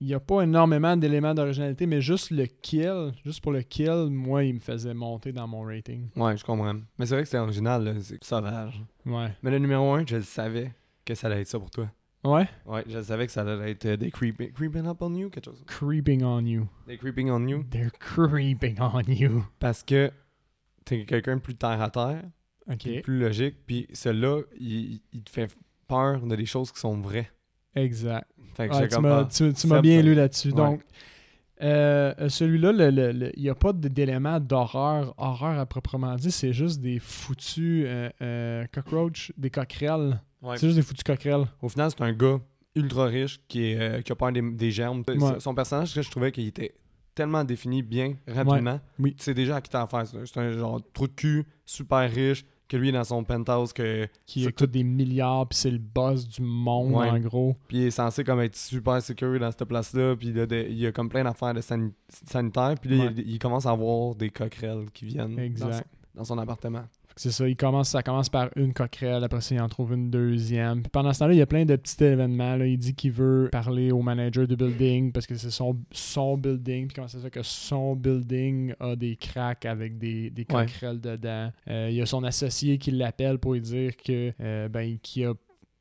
[SPEAKER 2] il n'y a pas énormément d'éléments d'originalité, mais juste le kill, juste pour le kill, moi, il me faisait monter dans mon rating.
[SPEAKER 1] Ouais, je comprends. Mais c'est vrai que c'est original, là. c'est sauvage.
[SPEAKER 2] Ouais.
[SPEAKER 1] Mais le numéro 1, je le savais que ça allait être ça pour toi.
[SPEAKER 2] Ouais?
[SPEAKER 1] Ouais, je le savais que ça allait être euh, des creeping, creeping up on you, quelque chose.
[SPEAKER 2] Creeping on you.
[SPEAKER 1] Des creeping on you.
[SPEAKER 2] They're creeping on you.
[SPEAKER 1] Parce que t'es quelqu'un de plus terre à terre,
[SPEAKER 2] OK.
[SPEAKER 1] puis plus logique, puis celui-là, il, il te fait peur de des choses qui sont vraies.
[SPEAKER 2] Exact.
[SPEAKER 1] Fait que
[SPEAKER 2] Ouais,
[SPEAKER 1] j'ai
[SPEAKER 2] tu
[SPEAKER 1] comme
[SPEAKER 2] m'as,
[SPEAKER 1] ah,
[SPEAKER 2] tu- tu
[SPEAKER 1] Seb,
[SPEAKER 2] m'as bien
[SPEAKER 1] ça-
[SPEAKER 2] lu là-dessus.
[SPEAKER 1] Ouais.
[SPEAKER 2] Donc, euh, euh, celui-là, le- le- le- il n'y a pas d- d'éléments d'horreur, horreur à proprement dit, c'est juste des foutus euh, euh, cockroach, des coquerelles.
[SPEAKER 1] ouais.
[SPEAKER 2] C'est juste des foutus coquerelles.
[SPEAKER 1] Au final, c'est un gars ultra riche qui, est, euh, qui a peur des, des germes.
[SPEAKER 2] Ouais.
[SPEAKER 1] Son personnage, je trouvais qu'il était tellement défini bien, rapidement.
[SPEAKER 2] Oui.
[SPEAKER 1] Tu sais déjà à qui t'as affaire. C'est un genre de trou de cul, super riche, que lui est dans son penthouse, que,
[SPEAKER 2] Qui
[SPEAKER 1] C'est
[SPEAKER 2] écoute des milliards, puis c'est le boss du monde,
[SPEAKER 1] Ouais.
[SPEAKER 2] en gros.
[SPEAKER 1] puis il est censé comme être super secure dans cette place-là, puis là, de- il y a comme plein d'affaires de sani- sanitaires, puis là,
[SPEAKER 2] Ouais.
[SPEAKER 1] il, il commence à avoir des coquerelles qui viennent dans
[SPEAKER 2] Exact.
[SPEAKER 1] son- dans son appartement.
[SPEAKER 2] Fait que C'est ça, il commence, ça commence par une coquerelle, après ça, il en trouve une deuxième. Puis pendant ce temps-là, il y a plein de petits événements. Là. Il dit qu'il veut parler au manager du building parce que c'est son, son building. Puis comment ça se fait que son building a des cracks avec des, des
[SPEAKER 1] Ouais.
[SPEAKER 2] coquerelles dedans. Euh, il y a son associé qui l'appelle pour lui dire que euh, ben, qu'il a,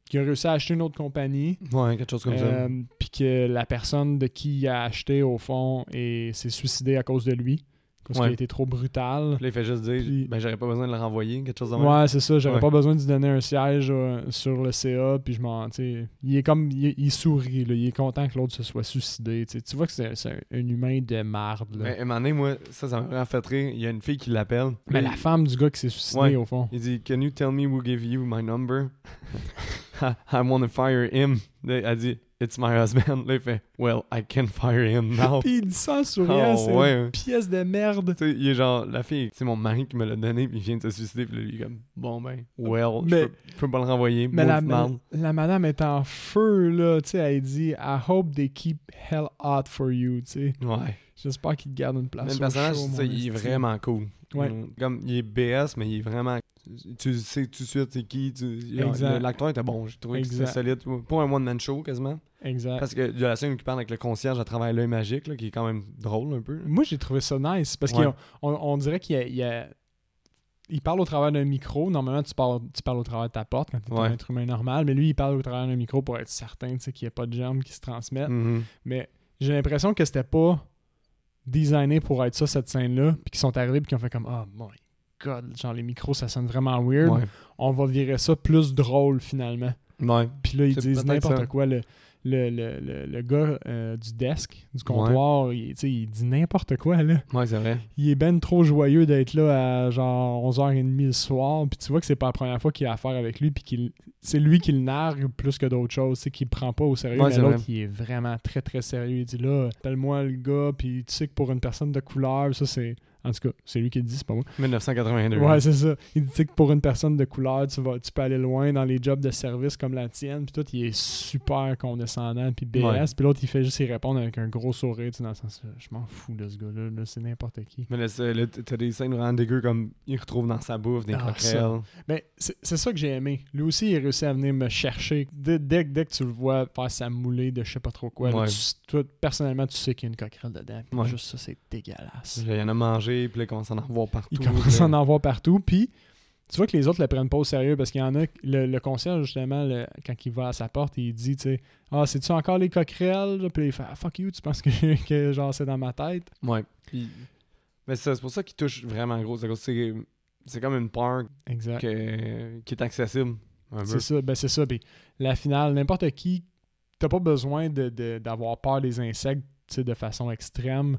[SPEAKER 2] qu'il a réussi à acheter une autre compagnie.
[SPEAKER 1] Ouais, quelque chose comme
[SPEAKER 2] Euh,
[SPEAKER 1] ça.
[SPEAKER 2] Puis que la personne de qui il a acheté, au fond, et s'est suicidée à cause de lui. Parce
[SPEAKER 1] Ouais.
[SPEAKER 2] qu'il a été trop brutal.
[SPEAKER 1] Puis là, il fait juste dire,
[SPEAKER 2] puis-
[SPEAKER 1] ben j'aurais pas besoin de le renvoyer, quelque chose de même.
[SPEAKER 2] Ouais, c'est ça. J'avais
[SPEAKER 1] Ouais.
[SPEAKER 2] pas besoin de lui donner un siège euh, sur le CA. Puis je m'en. tu sais, Il est comme. Il, il sourit. là, Il est content que l'autre se soit suicidé. tu sais. Tu vois que c'est c'est un, un humain de marde. là.
[SPEAKER 1] Mais
[SPEAKER 2] Mais,
[SPEAKER 1] à un moment donné, moi, ça, ça m'a vraiment fait rire. Il y a une fille qui l'appelle.
[SPEAKER 2] la femme du gars qui s'est suicidé,
[SPEAKER 1] Ouais.
[SPEAKER 2] au fond.
[SPEAKER 1] Il dit, Can you tell me who gave you my number? I, I want to fire him. Là, Elle dit It's my husband. Là, il fait Well, I can fire him now.
[SPEAKER 2] Puis il dit ça en souriant,
[SPEAKER 1] oh,
[SPEAKER 2] c'est
[SPEAKER 1] Ah, ouais.
[SPEAKER 2] une
[SPEAKER 1] hein.
[SPEAKER 2] pièce de merde.
[SPEAKER 1] Tu sais, il est genre, la fille, c'est mon mari qui me l'a donné, puis il vient de se suicider, puis là, lui, il est comme, bon ben, well,
[SPEAKER 2] Mais-
[SPEAKER 1] je, peux, je peux pas le renvoyer,
[SPEAKER 2] Mais la,
[SPEAKER 1] mouvement.
[SPEAKER 2] la madame est en feu, là. Tu sais, elle dit I hope they keep hell hot for you. Tu sais,
[SPEAKER 1] Ouais.
[SPEAKER 2] j'espère qu'ils te gardent une place.
[SPEAKER 1] Mais le
[SPEAKER 2] au
[SPEAKER 1] personnage,
[SPEAKER 2] show,
[SPEAKER 1] c'est
[SPEAKER 2] mon
[SPEAKER 1] ça, il est
[SPEAKER 2] esti.
[SPEAKER 1] vraiment cool.
[SPEAKER 2] Ouais.
[SPEAKER 1] Mm. Comme, il est BS, mais il est vraiment. Tu sais tout de suite c'est qui. Tu...
[SPEAKER 2] Exact.
[SPEAKER 1] Le- L'acteur était bon, j'ai trouvé que c'était
[SPEAKER 2] Exact.
[SPEAKER 1] solide. Pour un one-man show, quasiment.
[SPEAKER 2] Exact.
[SPEAKER 1] Parce que il y a la scène qui parle avec le concierge à travers l'œil magique, là, qui est quand même drôle un peu.
[SPEAKER 2] Moi, j'ai trouvé ça nice parce
[SPEAKER 1] Ouais.
[SPEAKER 2] qu'on on, on dirait qu'il y a- il y a- il parle au travers d'un micro. Normalement, tu parles, tu parles au travers de ta porte quand tu es
[SPEAKER 1] Ouais.
[SPEAKER 2] un être humain normal, mais lui, il parle au travers d'un micro pour être certain tu sais, qu'il n'y a pas de germes qui se transmettent.
[SPEAKER 1] Mhm.
[SPEAKER 2] Mais j'ai l'impression que c'était pas designé pour être ça, cette scène-là, puis qu'ils sont arrivés puis qu'ils ont fait comme Oh my god, genre les micros, ça sonne vraiment weird.
[SPEAKER 1] Ouais.
[SPEAKER 2] On va virer ça plus drôle finalement.
[SPEAKER 1] Ouais.
[SPEAKER 2] Puis là, ils
[SPEAKER 1] C'est
[SPEAKER 2] disent
[SPEAKER 1] peut-être ça.
[SPEAKER 2] n'importe quoi. Le, le, le, le, le gars euh, du desk, du comptoir, il, tu sais, il dit n'importe quoi là
[SPEAKER 1] Ouais, c'est vrai.
[SPEAKER 2] il est ben trop joyeux d'être là à genre 11h30 le soir. Puis tu vois que c'est pas la première fois qu'il a affaire avec lui. Puis qu'il c'est lui qui le nargue plus que d'autres choses. C'est qu'il le prend pas au sérieux.
[SPEAKER 1] Ouais,
[SPEAKER 2] mais
[SPEAKER 1] c'est
[SPEAKER 2] l'autre,
[SPEAKER 1] vrai.
[SPEAKER 2] il est vraiment très très sérieux. Il dit là, appelle-moi le gars. Puis tu sais que pour une personne de couleur, ça c'est. En tout cas, c'est lui qui le dit, c'est pas moi.
[SPEAKER 1] 1982.
[SPEAKER 2] Ouais, c'est ça. Il dit tu sais que pour une personne de couleur, tu, vas, tu peux aller loin dans les jobs de service comme la tienne. Puis tout, il est super condescendant. Puis BS.
[SPEAKER 1] Ouais.
[SPEAKER 2] Puis l'autre, il fait juste y répondre avec un gros sourire. Tu sais, dans le sens, euh, je m'en fous de ce gars-là. là, c'est n'importe qui.
[SPEAKER 1] Mais là, c'est- là, t'as des scènes vraiment dégueu comme il retrouve dans sa bouffe des
[SPEAKER 2] Ah,
[SPEAKER 1] croquerelles.
[SPEAKER 2] Ben, c'est c'est ça que j'ai aimé. Lui aussi, il a réussi à venir me chercher. Dès, dès, dès que tu le vois faire sa moulée de je sais pas trop quoi, là,
[SPEAKER 1] Ouais.
[SPEAKER 2] tu- toi, personnellement, tu sais qu'il y a une coquerelle dedans. Puis
[SPEAKER 1] Ouais.
[SPEAKER 2] Juste ça, c'est dégueulasse.
[SPEAKER 1] Il y en a mangé, puis là, il commence à en avoir partout.
[SPEAKER 2] Il commence à en
[SPEAKER 1] là.
[SPEAKER 2] avoir partout. Puis, tu vois que les autres le prennent pas au sérieux parce qu'il y en a. Le, le concierge, justement, le- quand il va à sa porte, il dit, tu sais, Ah, c'est-tu encore les coquerelles? Puis il fait, Ah, fuck you, tu penses que, que genre c'est dans ma tête?
[SPEAKER 1] Ouais. Puis- Mais ça, c'est pour ça qu'il touche vraiment gros. C'est à cause que c'est- c'est comme une peur
[SPEAKER 2] Exact.
[SPEAKER 1] que- qui est accessible. Un peu.
[SPEAKER 2] C'est ça, ben c'est ça. Puis la finale, n'importe qui, t'as pas besoin de- de- d'avoir peur des insectes tu sais, de façon extrême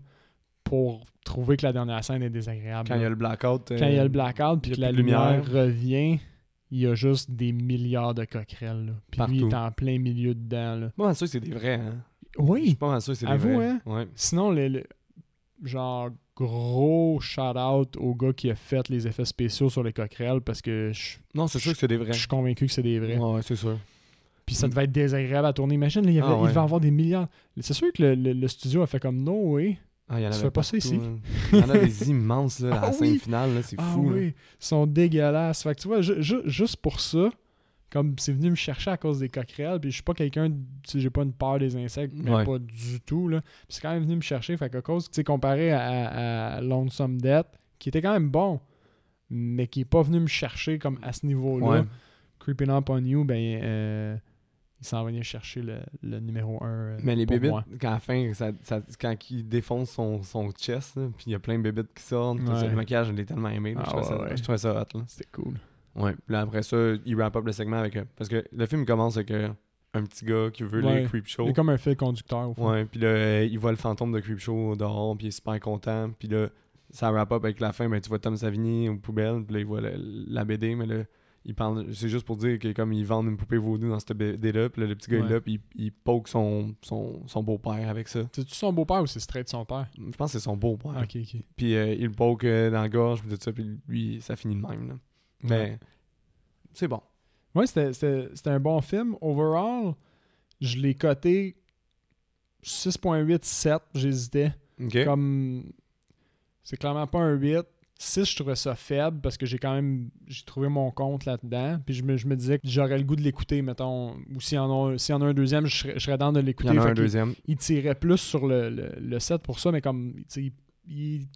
[SPEAKER 2] pour trouver que la dernière scène est désagréable.
[SPEAKER 1] Quand il y a le blackout.
[SPEAKER 2] Quand il y a
[SPEAKER 1] euh,
[SPEAKER 2] le blackout
[SPEAKER 1] il
[SPEAKER 2] puis
[SPEAKER 1] y a
[SPEAKER 2] que la
[SPEAKER 1] plus de lumière.
[SPEAKER 2] lumière. revient, il y a juste des milliards de coquerelles. là. Puis lui, il est
[SPEAKER 1] Partout.
[SPEAKER 2] en plein milieu dedans. là.
[SPEAKER 1] Pas mal sûr que c'est des vrais, hein? Je suis
[SPEAKER 2] Oui!
[SPEAKER 1] pas mal sûr que c'est des
[SPEAKER 2] Avoue,
[SPEAKER 1] vrais.
[SPEAKER 2] hein?
[SPEAKER 1] Ouais.
[SPEAKER 2] Sinon, le, le- genre gros shout-out au gars qui a fait les effets spéciaux sur les coquerelles parce que je
[SPEAKER 1] Non, c'est sûr que c'est des
[SPEAKER 2] je
[SPEAKER 1] vrais.
[SPEAKER 2] suis convaincu que c'est des vrais.
[SPEAKER 1] Ouais, ouais, c'est sûr.
[SPEAKER 2] Puis ça devait être désagréable à tourner. Imagine, là, il, y avait,
[SPEAKER 1] Ah ouais.
[SPEAKER 2] il devait avoir des milliards. C'est sûr que le, le- le studio a fait comme no way.
[SPEAKER 1] Ah, il y en
[SPEAKER 2] Tu
[SPEAKER 1] avait
[SPEAKER 2] fais pas ça
[SPEAKER 1] partout,
[SPEAKER 2] ici?
[SPEAKER 1] hein. Il y en a des immenses, là, à la
[SPEAKER 2] Ah
[SPEAKER 1] scène
[SPEAKER 2] oui!
[SPEAKER 1] finale, là, c'est
[SPEAKER 2] Ah
[SPEAKER 1] fou. là.
[SPEAKER 2] oui, ils sont dégueulasses. Fait que tu vois, ju- ju- juste pour ça, comme c'est venu me chercher à cause des coquerelles, puis je suis pas quelqu'un, tu sais, j'ai pas une peur des insectes, mais
[SPEAKER 1] Ouais.
[SPEAKER 2] pas du tout. Là. Puis c'est quand même venu me chercher. Fait qu'à cause, tu sais, comparé à, à Lonesome Death, qui était quand même bon, mais qui est pas venu me chercher comme à ce niveau-là.
[SPEAKER 1] Ouais.
[SPEAKER 2] Creeping Up on You, ben, euh, il s'en venait chercher le, le numéro 1.
[SPEAKER 1] Mais les bébites,
[SPEAKER 2] Moi.
[SPEAKER 1] quand à la fin, ça, ça- quand il défonce son, son chest, là, puis il y a plein de bébites qui sortent, puis
[SPEAKER 2] Ouais.
[SPEAKER 1] ça, le maquillage, je l'ai tellement aimé. là,
[SPEAKER 2] Ah
[SPEAKER 1] je, trouvais
[SPEAKER 2] ouais,
[SPEAKER 1] ça,
[SPEAKER 2] ouais.
[SPEAKER 1] je trouvais ça hot. Là.
[SPEAKER 2] C'était cool.
[SPEAKER 1] Ouais. Puis là, après ça, il wrap up le segment avec. euh, Parce que le film commence avec euh, un petit gars qui veut
[SPEAKER 2] Ouais.
[SPEAKER 1] les creep show.
[SPEAKER 2] C'est comme un fil conducteur, au fond.
[SPEAKER 1] Ouais, puis là, euh, il voit le fantôme de Creepshow dehors, puis il est super content. Puis là, ça wrap up avec la fin, ben, tu vois Tom Savini aux poubelles, puis là, il voit le- la BD, mais là, il parle, c'est juste pour dire que comme ils vendent une poupée vaudou dans cette BD-là, puis là, le petit gars il est
[SPEAKER 2] Ouais.
[SPEAKER 1] là, puis il, il poke son, son, son beau-père avec ça.
[SPEAKER 2] C'est-tu son beau-père ou c'est straight son père?
[SPEAKER 1] Je pense que c'est son beau-père.
[SPEAKER 2] Ah, Ok, ok.
[SPEAKER 1] Puis euh, il le poke euh, dans la gorge, puis tout ça, puis lui, ça finit de même. là. Mais
[SPEAKER 2] Ouais.
[SPEAKER 1] c'est bon.
[SPEAKER 2] Ouais, c'était- c'était c'était un bon film. Overall, je l'ai coté 6.8, 7, j'hésitais.
[SPEAKER 1] Ok.
[SPEAKER 2] Comme. C'est clairement pas un 8. 6, je trouvais ça faible parce que j'ai quand même. J'ai trouvé mon compte là-dedans. Puis je me, je me disais que j'aurais le goût de l'écouter, mettons. Ou s'il y, en a un- s'il y en a un deuxième, je serais, je serais dans de
[SPEAKER 1] Il
[SPEAKER 2] l'écouter.
[SPEAKER 1] y en a
[SPEAKER 2] Fait
[SPEAKER 1] un
[SPEAKER 2] qu'il-
[SPEAKER 1] deuxième.
[SPEAKER 2] il tirait plus sur le, le, le 7 pour ça, mais comme tu sais, il, il,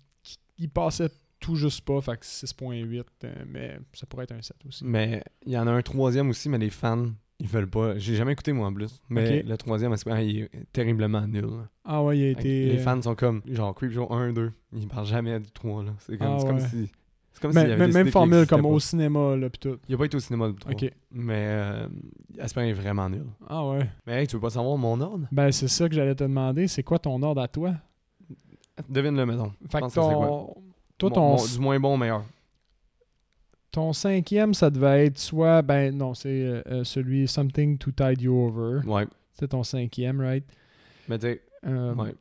[SPEAKER 2] il passait tout juste pas, fait que 6.8, euh, mais ça pourrait être un 7 aussi.
[SPEAKER 1] Mais il y en a un troisième aussi, mais les fans, ils veulent pas. J'ai jamais écouté moi en plus. Mais
[SPEAKER 2] Ok.
[SPEAKER 1] le troisième, à ce moment, il est terriblement nul. là.
[SPEAKER 2] Ah ouais, il a
[SPEAKER 1] Fait que
[SPEAKER 2] été.
[SPEAKER 1] Les fans sont comme genre Creepshow 1, 2. Ils parlent jamais du 3 là. C'est comme,
[SPEAKER 2] Ah
[SPEAKER 1] c'est comme
[SPEAKER 2] ouais.
[SPEAKER 1] si. C'est comme
[SPEAKER 2] Mais-
[SPEAKER 1] s'il y avait
[SPEAKER 2] même,
[SPEAKER 1] décidé
[SPEAKER 2] même
[SPEAKER 1] qu'il
[SPEAKER 2] formule,
[SPEAKER 1] existait
[SPEAKER 2] comme
[SPEAKER 1] pas.
[SPEAKER 2] au cinéma, là, pis tout.
[SPEAKER 1] Il a pas été au cinéma le 3.
[SPEAKER 2] Ok.
[SPEAKER 1] Mais euh, à ce moment, il est vraiment nul.
[SPEAKER 2] Ah ouais.
[SPEAKER 1] Mais hey, tu veux pas savoir mon ordre?
[SPEAKER 2] Ben, c'est ça que j'allais te demander, c'est quoi ton ordre à toi?
[SPEAKER 1] Devine le mettons.
[SPEAKER 2] Fait
[SPEAKER 1] pense
[SPEAKER 2] que
[SPEAKER 1] que c'est
[SPEAKER 2] ton. Toi,
[SPEAKER 1] Mon-
[SPEAKER 2] ton,
[SPEAKER 1] mon- du moins bon au meilleur.
[SPEAKER 2] Ton cinquième, ça devait être soit, ben non, c'est euh, euh, celui Something to Tide You Over.
[SPEAKER 1] Ouais.
[SPEAKER 2] C'était ton cinquième, right?
[SPEAKER 1] Mais tu sais,
[SPEAKER 2] Euh,
[SPEAKER 1] ouais.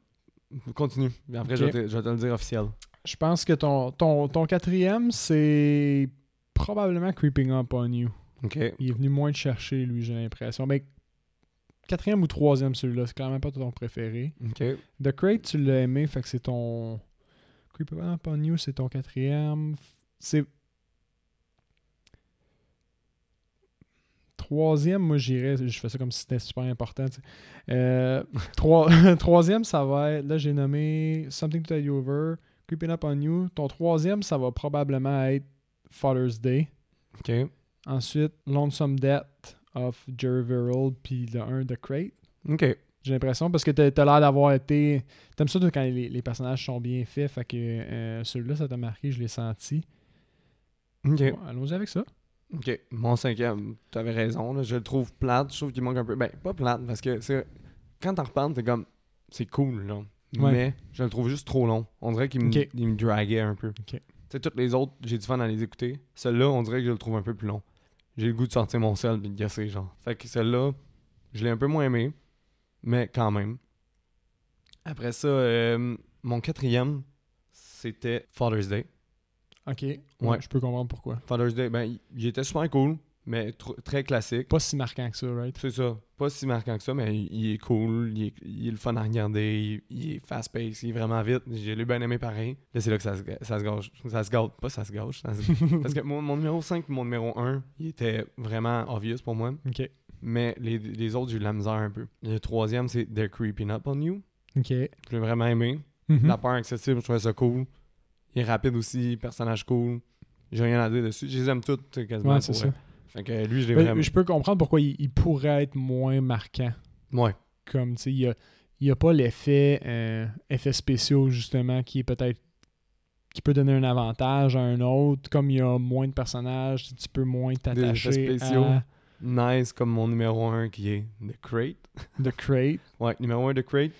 [SPEAKER 1] Continue. Après,
[SPEAKER 2] Ok.
[SPEAKER 1] je, vais te, je vais te le dire officiel.
[SPEAKER 2] Je pense que ton, ton, ton quatrième, c'est probablement Creeping Up on You.
[SPEAKER 1] OK.
[SPEAKER 2] Il est venu moins te chercher, lui, j'ai l'impression. Mais quatrième ou troisième, celui-là, c'est quand même pas ton préféré.
[SPEAKER 1] OK.
[SPEAKER 2] The Crate, tu l'as aimé, fait que c'est ton. Creeping Up on You, c'est ton quatrième. C'est. Troisième, moi j'irais, je fais ça comme si c'était super important. tu sais. Euh, trois- troisième, ça va être, là j'ai nommé Something to Tide You Over, Creeping Up on You. Ton troisième, ça va probablement être Father's Day.
[SPEAKER 1] OK.
[SPEAKER 2] Ensuite, Lonesome Death of Jerry Verrill, puis le 1 The Crate.
[SPEAKER 1] OK.
[SPEAKER 2] J'ai l'impression, parce que t'as t'as l'air d'avoir été. T'aimes ça toi, quand les, les personnages sont bien faits, fait que euh, celui-là, ça t'a marqué, je l'ai senti.
[SPEAKER 1] OK.
[SPEAKER 2] Bon, Allons-y avec ça.
[SPEAKER 1] OK. Mon cinquième, tu avais raison. là. Je le trouve plate. Je trouve qu'il manque un peu. Ben, pas plate, parce que c'est quand t'en reparles, t'es comme, c'est cool, là.
[SPEAKER 2] Ouais.
[SPEAKER 1] Mais je le trouve juste trop long. On dirait qu'il me,
[SPEAKER 2] Ok.
[SPEAKER 1] il me draguait un peu.
[SPEAKER 2] Ok.
[SPEAKER 1] Tu sais, toutes les autres, j'ai du fun à les écouter. Celui-là, on dirait que je le trouve un peu plus long. J'ai le goût de sortir mon sel et de gasser, genre. Fait que celui-là, je l'ai un peu moins aimé, mais quand même. Après ça, euh, mon quatrième, c'était Father's Day.
[SPEAKER 2] Ok. Ouais.
[SPEAKER 1] Ouais.
[SPEAKER 2] Je peux comprendre pourquoi.
[SPEAKER 1] Father's Day, ben, il- il était super cool, mais tr- très classique.
[SPEAKER 2] Pas si marquant que ça, right?
[SPEAKER 1] C'est ça. Pas si marquant que ça, mais il, il est cool, il est, il est le fun à regarder, il, il est fast-paced, il est vraiment vite. J'ai l'ai bien aimé pareil. Là, c'est là que ça se, ga- ça se gâche. Ça se gâte. Pas ça se gâche. ça se- Parce que mon, mon numéro 5 mon numéro 1, il était vraiment obvious pour moi.
[SPEAKER 2] Ok.
[SPEAKER 1] Mais les, les autres, j'ai eu de la misère un peu. Le troisième, c'est They're Creeping Up on You.
[SPEAKER 2] Ok.
[SPEAKER 1] Je l'ai vraiment aimé.
[SPEAKER 2] Mhm.
[SPEAKER 1] La peur accessible, je trouvais ça cool. Il est rapide aussi, personnage cool. J'ai rien à dire dessus. Je les aime toutes, quasiment.
[SPEAKER 2] Ouais, c'est
[SPEAKER 1] pour
[SPEAKER 2] ça.
[SPEAKER 1] vrai. Fait que lui, je l'ai
[SPEAKER 2] Ben,
[SPEAKER 1] vraiment.
[SPEAKER 2] je peux comprendre pourquoi il, il pourrait être moins marquant.
[SPEAKER 1] Ouais.
[SPEAKER 2] Comme, tu sais, il y a, il y a pas l'effet euh, effet spéciaux, justement, qui est peut-être. qui peut donner un avantage à un autre. Comme il y a moins de personnages, tu peux moins t'attacher.
[SPEAKER 1] spéciaux.
[SPEAKER 2] à
[SPEAKER 1] Nice comme mon numéro 1 qui est The Crate.
[SPEAKER 2] The Crate.
[SPEAKER 1] Ouais, numéro 1 The Crate.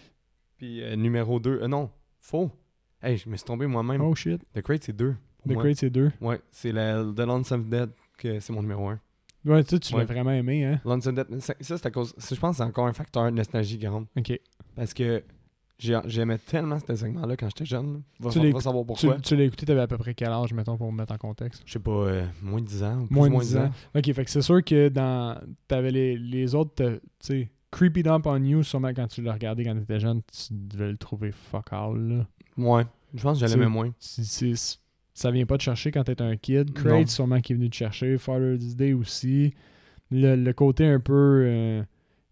[SPEAKER 1] Puis euh, numéro 2, euh, non, faux. Hey, je me suis tombé moi-même.
[SPEAKER 2] Oh shit.
[SPEAKER 1] The Crate, c'est 2.
[SPEAKER 2] The Crate, c'est deux.
[SPEAKER 1] Ouais, c'est la, The Lonesome Dead que c'est mon numéro 1.
[SPEAKER 2] Ouais, tu, tu
[SPEAKER 1] Ouais.
[SPEAKER 2] l'as vraiment aimé, hein?
[SPEAKER 1] Lonesome Dead, ça, ça, c'est à cause. ça, Je pense que c'est encore un facteur de nostalgie grande.
[SPEAKER 2] Ok. Tu-
[SPEAKER 1] Parce que j'ai- j'aimais tellement ce segment-là quand j'étais jeune. Va,
[SPEAKER 2] Tu
[SPEAKER 1] va-
[SPEAKER 2] l'as
[SPEAKER 1] va savoir
[SPEAKER 2] Tu,
[SPEAKER 1] pourquoi.
[SPEAKER 2] l'as écouté, t'avais à peu près quel âge, mettons, pour me mettre en contexte?
[SPEAKER 1] Je sais pas, euh, moins de 10 ans. ou plus,
[SPEAKER 2] Moins de 10 ans. Ok, fait que c'est sûr que dans. T'avais les, les autres, t'as- tu sais, Creepy Dump on You, sûrement quand tu l'as regardé quand t'étais jeune, tu devais le trouver fuck all, là.
[SPEAKER 1] Ouais, je pense que je
[SPEAKER 2] Tu-
[SPEAKER 1] l'aimais moins.
[SPEAKER 2] Tu- c'est- ça vient pas te chercher quand t'es un kid.
[SPEAKER 1] Non.
[SPEAKER 2] Crate, sûrement qui est venu te chercher. Father's Day aussi. Le, le côté un peu euh,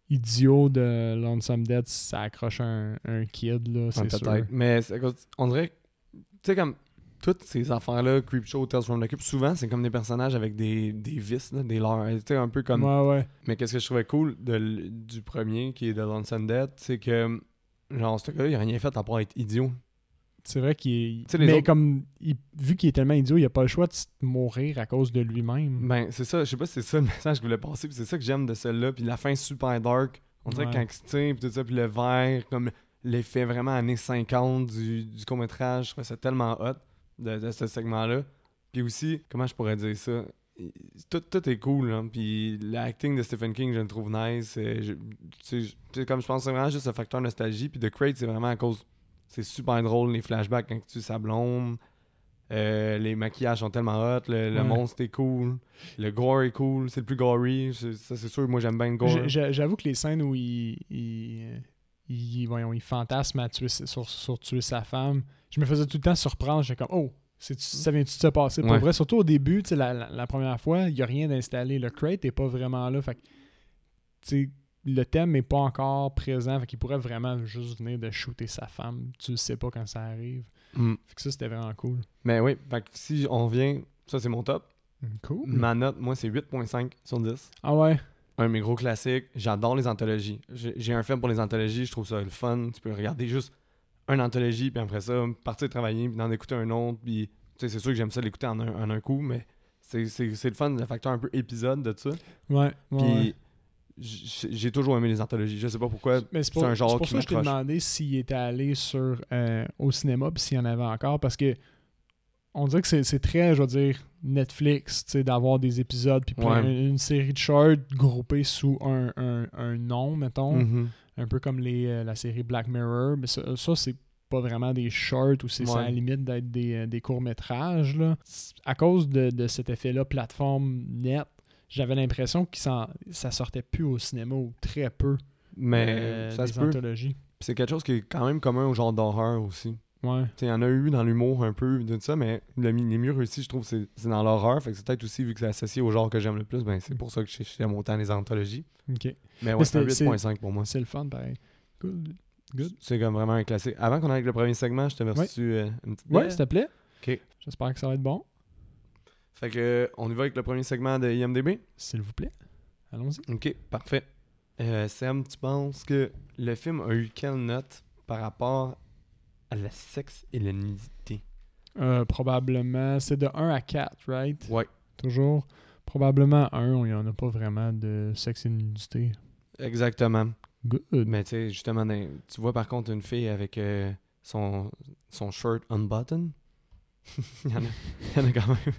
[SPEAKER 2] idiot de Lonesome Dead, ça accroche un, un kid, là,
[SPEAKER 1] Ouais,
[SPEAKER 2] c'est sûr.
[SPEAKER 1] Ben, peut-être. Mais c'est à cause- on dirait, que- tu sais, comme toutes ces affaires-là, Creepshow, Tales from the Cube, souvent, c'est comme des personnages avec des, des vis, là, des leurs. Tu sais, un peu comme.
[SPEAKER 2] Ouais, ouais.
[SPEAKER 1] Mais qu'est-ce que je trouvais cool de l- du premier, qui est de Lonesome Dead, c'est que, genre, ce gars-là, il a rien fait à part être idiot.
[SPEAKER 2] C'est vrai
[SPEAKER 1] Tu
[SPEAKER 2] qu'il
[SPEAKER 1] sais,
[SPEAKER 2] est.
[SPEAKER 1] les
[SPEAKER 2] Mais
[SPEAKER 1] autres-
[SPEAKER 2] comme. il- vu qu'il est tellement idiot, il a pas le choix de s- mourir à cause de lui-même.
[SPEAKER 1] Ben, c'est ça, je sais pas si c'est ça le message que je voulais passer, puis c'est ça que j'aime de celle-là, puis la fin super dark. On dirait
[SPEAKER 2] Ouais.
[SPEAKER 1] quand il se tient, puis tout ça, puis le vert, comme l'effet vraiment années 50 du, du court-métrage, je trouvais ça tellement hot de, de ce segment-là. Puis aussi, comment je pourrais dire ça? Il- Tout, tout est cool, hein, puis l'acting de Stephen King, je le trouve nice. euh, je- tu sais, je- tu sais, comme je pense, c'est vraiment juste un facteur nostalgie, puis The Crate, c'est vraiment à cause... C'est super drôle, les flashbacks quand tu sablons. Euh, les maquillages sont tellement hot, le, le
[SPEAKER 2] Ouais.
[SPEAKER 1] monstre est cool, le gore est cool, c'est le plus gory, c'est- ça c'est sûr, moi j'aime bien le gore.
[SPEAKER 2] J'ai- j'ai- J'avoue que les scènes où il. il, il- voyons, il fantasme à tuer, sa- sur, sur tuer sa femme, je me faisais tout le temps surprendre. J'étais comme, oh, c'est- ça vient-tu de se passer pour
[SPEAKER 1] Mm. Ouais.
[SPEAKER 2] vrai? Surtout au début, tu sais, la, la- la première fois, il n'y a rien d'installé. Le crate n'est pas vraiment là. Fait que, tu sais, le thème n'est pas encore présent. Fait qu'il pourrait vraiment juste venir de shooter sa femme. Tu le sais pas quand ça arrive.
[SPEAKER 1] Mm.
[SPEAKER 2] Fait que ça, c'était vraiment cool.
[SPEAKER 1] Mais oui, fait que si on vient, ça c'est mon top.
[SPEAKER 2] Cool.
[SPEAKER 1] Ma note, moi c'est 8.5 sur 10.
[SPEAKER 2] Ah ouais?
[SPEAKER 1] Un de mes gros classiques, j'adore les anthologies. J'ai j'ai un film pour les anthologies, je trouve ça le fun. Tu peux regarder juste une anthologie, puis après ça, partir travailler, puis d'en écouter un autre, puis tu sais, c'est sûr que j'aime ça l'écouter en un, en un coup, mais c'est c'est- c'est le fun, le facteur un peu épisode de ça.
[SPEAKER 2] Ouais. ouais, ouais.
[SPEAKER 1] Puis j- j'ai toujours aimé les anthologies. Je sais pas pourquoi.
[SPEAKER 2] Mais c'est
[SPEAKER 1] c'est
[SPEAKER 2] pour,
[SPEAKER 1] un genre
[SPEAKER 2] c'est pour
[SPEAKER 1] qui
[SPEAKER 2] ça que je t'ai
[SPEAKER 1] m'accroche.
[SPEAKER 2] demandé s'il était allé sur, euh, au cinéma puis s'il y en avait encore parce que on dirait que c'est- c'est très, je veux dire, Netflix, tu sais, d'avoir des épisodes, puis plein-
[SPEAKER 1] Ouais.
[SPEAKER 2] une, série de shorts groupés sous un, un- un nom, mettons.
[SPEAKER 1] Mhm.
[SPEAKER 2] Un peu comme les, euh, la série Black Mirror. Mais ça, ça, c'est pas vraiment des shorts ou c'est c'est à la
[SPEAKER 1] Ouais.
[SPEAKER 2] limite d'être des, euh, des courts-métrages. là. C'est- À cause de, de cet effet-là, plateforme net, j'avais l'impression que ça, ça sortait plus au cinéma ou très peu.
[SPEAKER 1] Mais
[SPEAKER 2] euh,
[SPEAKER 1] ça
[SPEAKER 2] des
[SPEAKER 1] se peut.
[SPEAKER 2] anthologies.
[SPEAKER 1] Puis C'est quelque chose qui est quand même commun au genre d'horreur aussi.
[SPEAKER 2] Ouais.
[SPEAKER 1] Tu sais, Il y en a eu dans l'humour un peu, de ça, mais le, mi- les mieux réussis, je trouve, c'est c'est dans l'horreur. Fait que c'est peut-être aussi, vu que c'est associé au genre que j'aime le plus, ben c'est pour ça que j'ai- j'aime autant les anthologies.
[SPEAKER 2] Ok.
[SPEAKER 1] Mais
[SPEAKER 2] Mais
[SPEAKER 1] ouais, c'est un
[SPEAKER 2] c'est- c'est-
[SPEAKER 1] 8.5 pour moi.
[SPEAKER 2] C'est le fun, pareil. Cool. Good.
[SPEAKER 1] C'est comme vraiment un classique. Avant qu'on aille avec le premier segment, je t'avais reçu euh, une petite
[SPEAKER 2] Ouais,
[SPEAKER 1] bière.
[SPEAKER 2] s'il te plaît.
[SPEAKER 1] Ok.
[SPEAKER 2] J'espère que ça va être bon.
[SPEAKER 1] Fait que euh, on y va avec le premier segment de IMDB.
[SPEAKER 2] S'il vous plaît. Allons-y.
[SPEAKER 1] Ok, parfait. Euh, Sam, tu penses que le film a eu quelle note par rapport à la sexe et la nudité?
[SPEAKER 2] Euh, probablement, c'est de 1 à 4, right?
[SPEAKER 1] Ouais.
[SPEAKER 2] Toujours. Probablement 1, on n'y en a pas vraiment de sexe et de nudité.
[SPEAKER 1] Exactement.
[SPEAKER 2] Good.
[SPEAKER 1] Mais tu sais, justement, dans- tu vois par contre une fille avec euh, son, son shirt unbutton. il, y en a, il y en a quand même.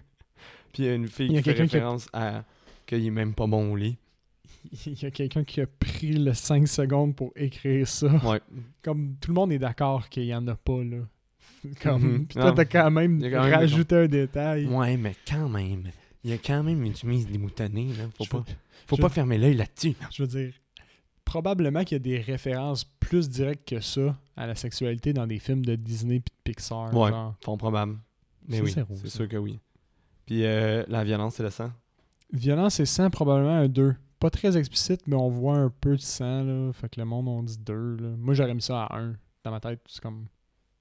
[SPEAKER 1] Puis il y a une fille
[SPEAKER 2] Il y a
[SPEAKER 1] qui fait
[SPEAKER 2] quelqu'un qui a-
[SPEAKER 1] référence à qu'il est même pas bon au lit.
[SPEAKER 2] Il y a quelqu'un qui a pris le 5 secondes pour écrire ça.
[SPEAKER 1] Ouais.
[SPEAKER 2] Comme tout le monde est d'accord qu'il n'y en a pas, là. Comme,
[SPEAKER 1] Mhm.
[SPEAKER 2] Puis toi,
[SPEAKER 1] Non.
[SPEAKER 2] t'as quand même
[SPEAKER 1] Il y a quand même
[SPEAKER 2] rajouté un détail.
[SPEAKER 1] Ouais, mais quand même. Il y a quand même une chemise démoutonnée. Là. Faut,
[SPEAKER 2] Je
[SPEAKER 1] pas,
[SPEAKER 2] veux-
[SPEAKER 1] faut
[SPEAKER 2] je-
[SPEAKER 1] pas fermer l'œil là-dessus.
[SPEAKER 2] Je veux dire, probablement qu'il y a des références plus directes que ça à la sexualité dans des films de Disney puis de Pixar.
[SPEAKER 1] Ouais.
[SPEAKER 2] genre.
[SPEAKER 1] Font probable. Mais
[SPEAKER 2] Ça,
[SPEAKER 1] oui,
[SPEAKER 2] c'est rouge,
[SPEAKER 1] c'est
[SPEAKER 2] ça.
[SPEAKER 1] sûr que oui. Puis euh, la violence et le sang.
[SPEAKER 2] Violence et sang, probablement un 2. Pas très explicite, mais on voit un peu de sang, là. Fait que le monde, on dit 2, là. Moi, j'aurais mis ça à 1. Dans ma tête, c'est comme...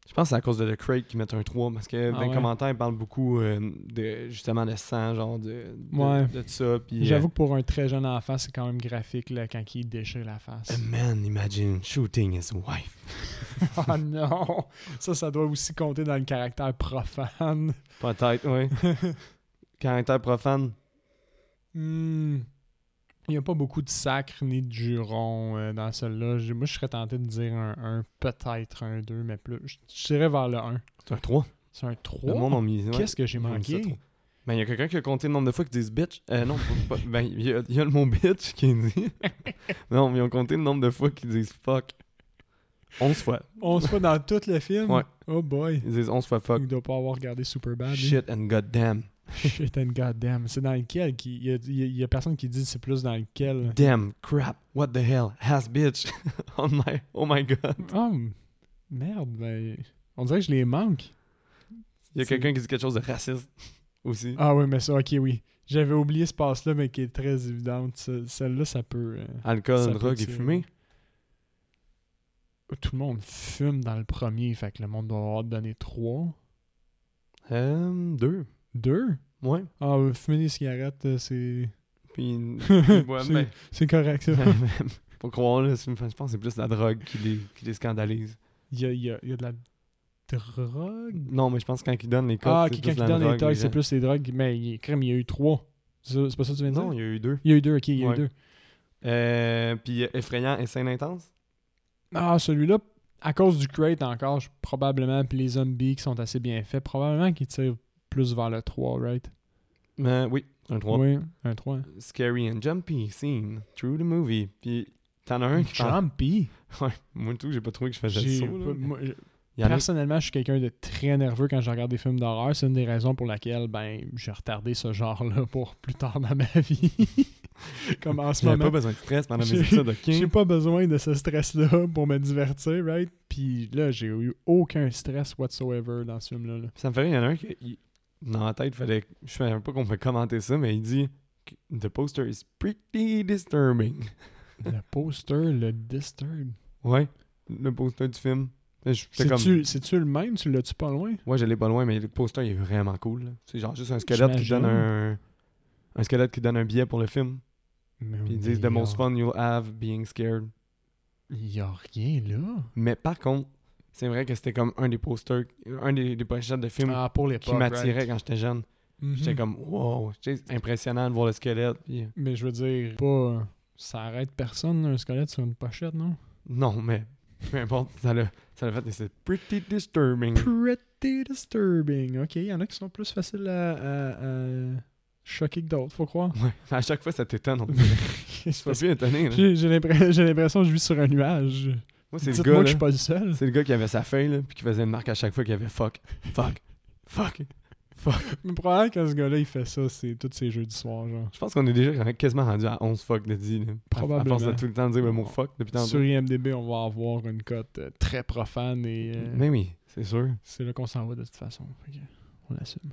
[SPEAKER 1] Je pense que c'est à cause de The Craig qui mettent un 3 parce que dans
[SPEAKER 2] Ah ouais.
[SPEAKER 1] les commentaires, ils parlent beaucoup euh, de, justement de sang, genre de, de,
[SPEAKER 2] Ouais.
[SPEAKER 1] de ça. Puis, euh,
[SPEAKER 2] J'avoue que pour un très jeune enfant, c'est quand même graphique, là, quand il déchire la face.
[SPEAKER 1] euh, A man imagine shooting his wife.
[SPEAKER 2] oh non! Ça, ça doit aussi compter dans le caractère profane.
[SPEAKER 1] Peut-être, oui. Caractère profane.
[SPEAKER 2] Hmm. Il n'y a pas beaucoup de sacre ni de juron euh, dans celle-là. J'ai- Moi, je serais tenté de dire un 1, peut-être un 2, mais plus. Je- Je serais vers le 1.
[SPEAKER 1] C'est un 3.
[SPEAKER 2] C'est un
[SPEAKER 1] Le monde
[SPEAKER 2] 3.
[SPEAKER 1] en mise. ouais.
[SPEAKER 2] Qu'est-ce que j'ai
[SPEAKER 1] Ils ont mis ça,
[SPEAKER 2] manqué?
[SPEAKER 1] trois. Ben, il y a quelqu'un qui a compté le nombre de fois qu'ils disent bitch. Euh, non, pas- pas- ben, il y, a- il y a le mot bitch qui est dit. non, mais ils ont compté le nombre de fois qu'ils disent fuck. 11 fois.
[SPEAKER 2] On se voit dans tout le film?
[SPEAKER 1] Ouais.
[SPEAKER 2] Oh boy.
[SPEAKER 1] Ils disent 11 fois fuck.
[SPEAKER 2] Il doit pas avoir regardé Superbad. lui.
[SPEAKER 1] Shit and goddamn.
[SPEAKER 2] Shit and goddamn. C'est dans lequel? qui- Il y, a- il y a- il y a personne qui dit c'est plus dans lequel.
[SPEAKER 1] Damn, crap, what the hell, ass bitch. oh, my, oh my god.
[SPEAKER 2] Oh, merde. Ben, on dirait que je les manque.
[SPEAKER 1] Il y a
[SPEAKER 2] C'est-
[SPEAKER 1] quelqu'un qui dit quelque chose de raciste aussi.
[SPEAKER 2] Ah oui, mais ça, ok, oui. J'avais oublié ce passe-là, mais qui est très évidente. Ce- Celle-là, ça peut... euh, ça
[SPEAKER 1] Alcool,
[SPEAKER 2] peut
[SPEAKER 1] drogue et
[SPEAKER 2] tirer.
[SPEAKER 1] fumée.
[SPEAKER 2] Tout le monde fume dans le premier, fait que le monde doit avoir donné 3.
[SPEAKER 1] Euh, deux.
[SPEAKER 2] 2?
[SPEAKER 1] Ouais.
[SPEAKER 2] Ah, euh, fumer des cigarettes, euh, c'est...
[SPEAKER 1] Puis ils boivent,
[SPEAKER 2] C'est-
[SPEAKER 1] mais-
[SPEAKER 2] C'est correct, ça.
[SPEAKER 1] Faut croire, là, c'est- je pense que c'est plus la drogue qui les, qui les scandalise.
[SPEAKER 2] Il y a, il y a- il y a de la drogue?
[SPEAKER 1] Non, mais je pense que quand ils donnent les codes,
[SPEAKER 2] Ah,
[SPEAKER 1] c'est
[SPEAKER 2] ok,
[SPEAKER 1] plus
[SPEAKER 2] quand il
[SPEAKER 1] la
[SPEAKER 2] donne les
[SPEAKER 1] drogue,
[SPEAKER 2] tags,
[SPEAKER 1] les
[SPEAKER 2] c'est
[SPEAKER 1] gens-
[SPEAKER 2] plus les drogues. Mais il, crème, il y a eu trois. C'est ça- c'est pas ça que tu viens de
[SPEAKER 1] Non,
[SPEAKER 2] dire?
[SPEAKER 1] il y a eu deux.
[SPEAKER 2] Il y a eu deux, ok, il y a
[SPEAKER 1] Ouais.
[SPEAKER 2] eu deux.
[SPEAKER 1] Euh, puis euh, effrayant et scène intense.
[SPEAKER 2] Ah, celui-là, à cause du crate encore, je- probablement, puis les zombies qui sont assez bien faits, probablement qu'ils tirent plus vers le 3, right?
[SPEAKER 1] Euh, oui, un 3.
[SPEAKER 2] Oui, un 3.
[SPEAKER 1] Scary and jumpy scene through the movie. Puis t'en as un qui parle-
[SPEAKER 2] Jumpy?
[SPEAKER 1] Ouais, moi tout, j'ai pas trouvé que je faisais
[SPEAKER 2] J'ai-
[SPEAKER 1] ça. là.
[SPEAKER 2] moi, je-
[SPEAKER 1] Il y en a-
[SPEAKER 2] personnellement, je suis quelqu'un de très nerveux quand je regarde des films d'horreur. C'est une des raisons pour laquelle ben, j'ai retardé ce genre-là pour plus tard dans ma vie. Comme en ce
[SPEAKER 1] J'avais
[SPEAKER 2] moment,
[SPEAKER 1] pas besoin de stress pendant mes
[SPEAKER 2] J'ai-
[SPEAKER 1] études,
[SPEAKER 2] J'ai
[SPEAKER 1] ok?
[SPEAKER 2] pas besoin de ce stress-là pour me divertir, right? Puis là, j'ai eu aucun stress whatsoever dans ce film-là. là.
[SPEAKER 1] Ça me fait rire, il y en a un qui. il- Dans la tête, fallait. Je savais pas qu'on peut commenter ça, mais il dit que The poster is pretty disturbing.
[SPEAKER 2] Le poster, le disturb.
[SPEAKER 1] Ouais, le poster du film. Mais je- C'est comme.
[SPEAKER 2] C'est-tu c'est-tu le même? Tu l'as-tu pas loin?
[SPEAKER 1] Ouais, j'allais pas loin, mais le poster il est vraiment cool. là. C'est genre juste un squelette qui
[SPEAKER 2] J'imagine.
[SPEAKER 1] donne un. Un squelette qui donne un billet pour le film. Puis ils disent The
[SPEAKER 2] oh.
[SPEAKER 1] most fun you'll have being scared.
[SPEAKER 2] Il y a rien là.
[SPEAKER 1] Mais par contre, c'est vrai que c'était comme un des posters, un des, des pochettes de films
[SPEAKER 2] Ah, pour l'époque.
[SPEAKER 1] qui m'attirait quand j'étais jeune.
[SPEAKER 2] right?
[SPEAKER 1] J'étais
[SPEAKER 2] Mhm.
[SPEAKER 1] comme, wow, tu sais, c'est impressionnant de voir le squelette. puis- euh,
[SPEAKER 2] Mais je veux dire, pas. Ça arrête personne, un squelette sur une pochette, non?
[SPEAKER 1] Non, mais peu importe, ça l'a, ça l'a fait, mais c'est pretty disturbing.
[SPEAKER 2] Pretty Pretty disturbing. OK, il y en a qui sont plus faciles à, à- à choquer que d'autres, faut croire.
[SPEAKER 1] Ouais. À chaque fois, ça t'étonne. on dirait.
[SPEAKER 2] C'est
[SPEAKER 1] Faut
[SPEAKER 2] parce
[SPEAKER 1] plus étonné. là.
[SPEAKER 2] que J'ai j'ai l'impre- j'ai l'impression que je vis sur un nuage.
[SPEAKER 1] Moi, hein. c'est le
[SPEAKER 2] Dites-moi
[SPEAKER 1] gars. hein.
[SPEAKER 2] que je suis
[SPEAKER 1] là.
[SPEAKER 2] pas le seul.
[SPEAKER 1] C'est le gars qui avait sa feuille, là, puis qui faisait une marque à chaque fois qu'il y avait fuck, fuck, fuck.
[SPEAKER 2] Mais probablement que ce gars-là, il fait ça, c'est tous ses jeux du soir, genre.
[SPEAKER 1] Je pense qu'on est déjà quasiment rendu à 11 fuck de dit. là. À-
[SPEAKER 2] Probablement.
[SPEAKER 1] À force de tout le temps dire le mot fuck depuis tantôt.
[SPEAKER 2] Sur IMDB, on va avoir une cote euh, très profane et euh,
[SPEAKER 1] Mais oui, c'est sûr.
[SPEAKER 2] c'est là qu'on s'en va de toute façon. Fait que on l'assume.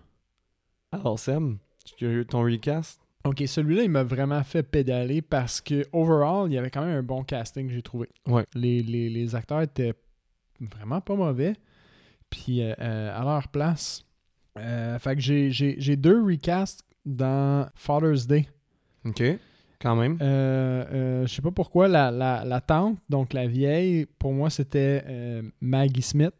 [SPEAKER 1] Alors, Sam, je suis curieux de ton recast.
[SPEAKER 2] Ok, celui-là, il m'a vraiment fait pédaler parce que, overall, il y avait quand même un bon casting, j'ai trouvé.
[SPEAKER 1] Ouais.
[SPEAKER 2] Les, les- les acteurs étaient vraiment pas mauvais. Puis, euh, euh, à leur place. euh, fait que j'ai- j'ai j'ai deux recasts dans Father's Day.
[SPEAKER 1] OK. Quand même.
[SPEAKER 2] Euh, euh, je sais pas pourquoi, la, la, la tante, donc la vieille, pour moi, c'était euh, Maggie Smith.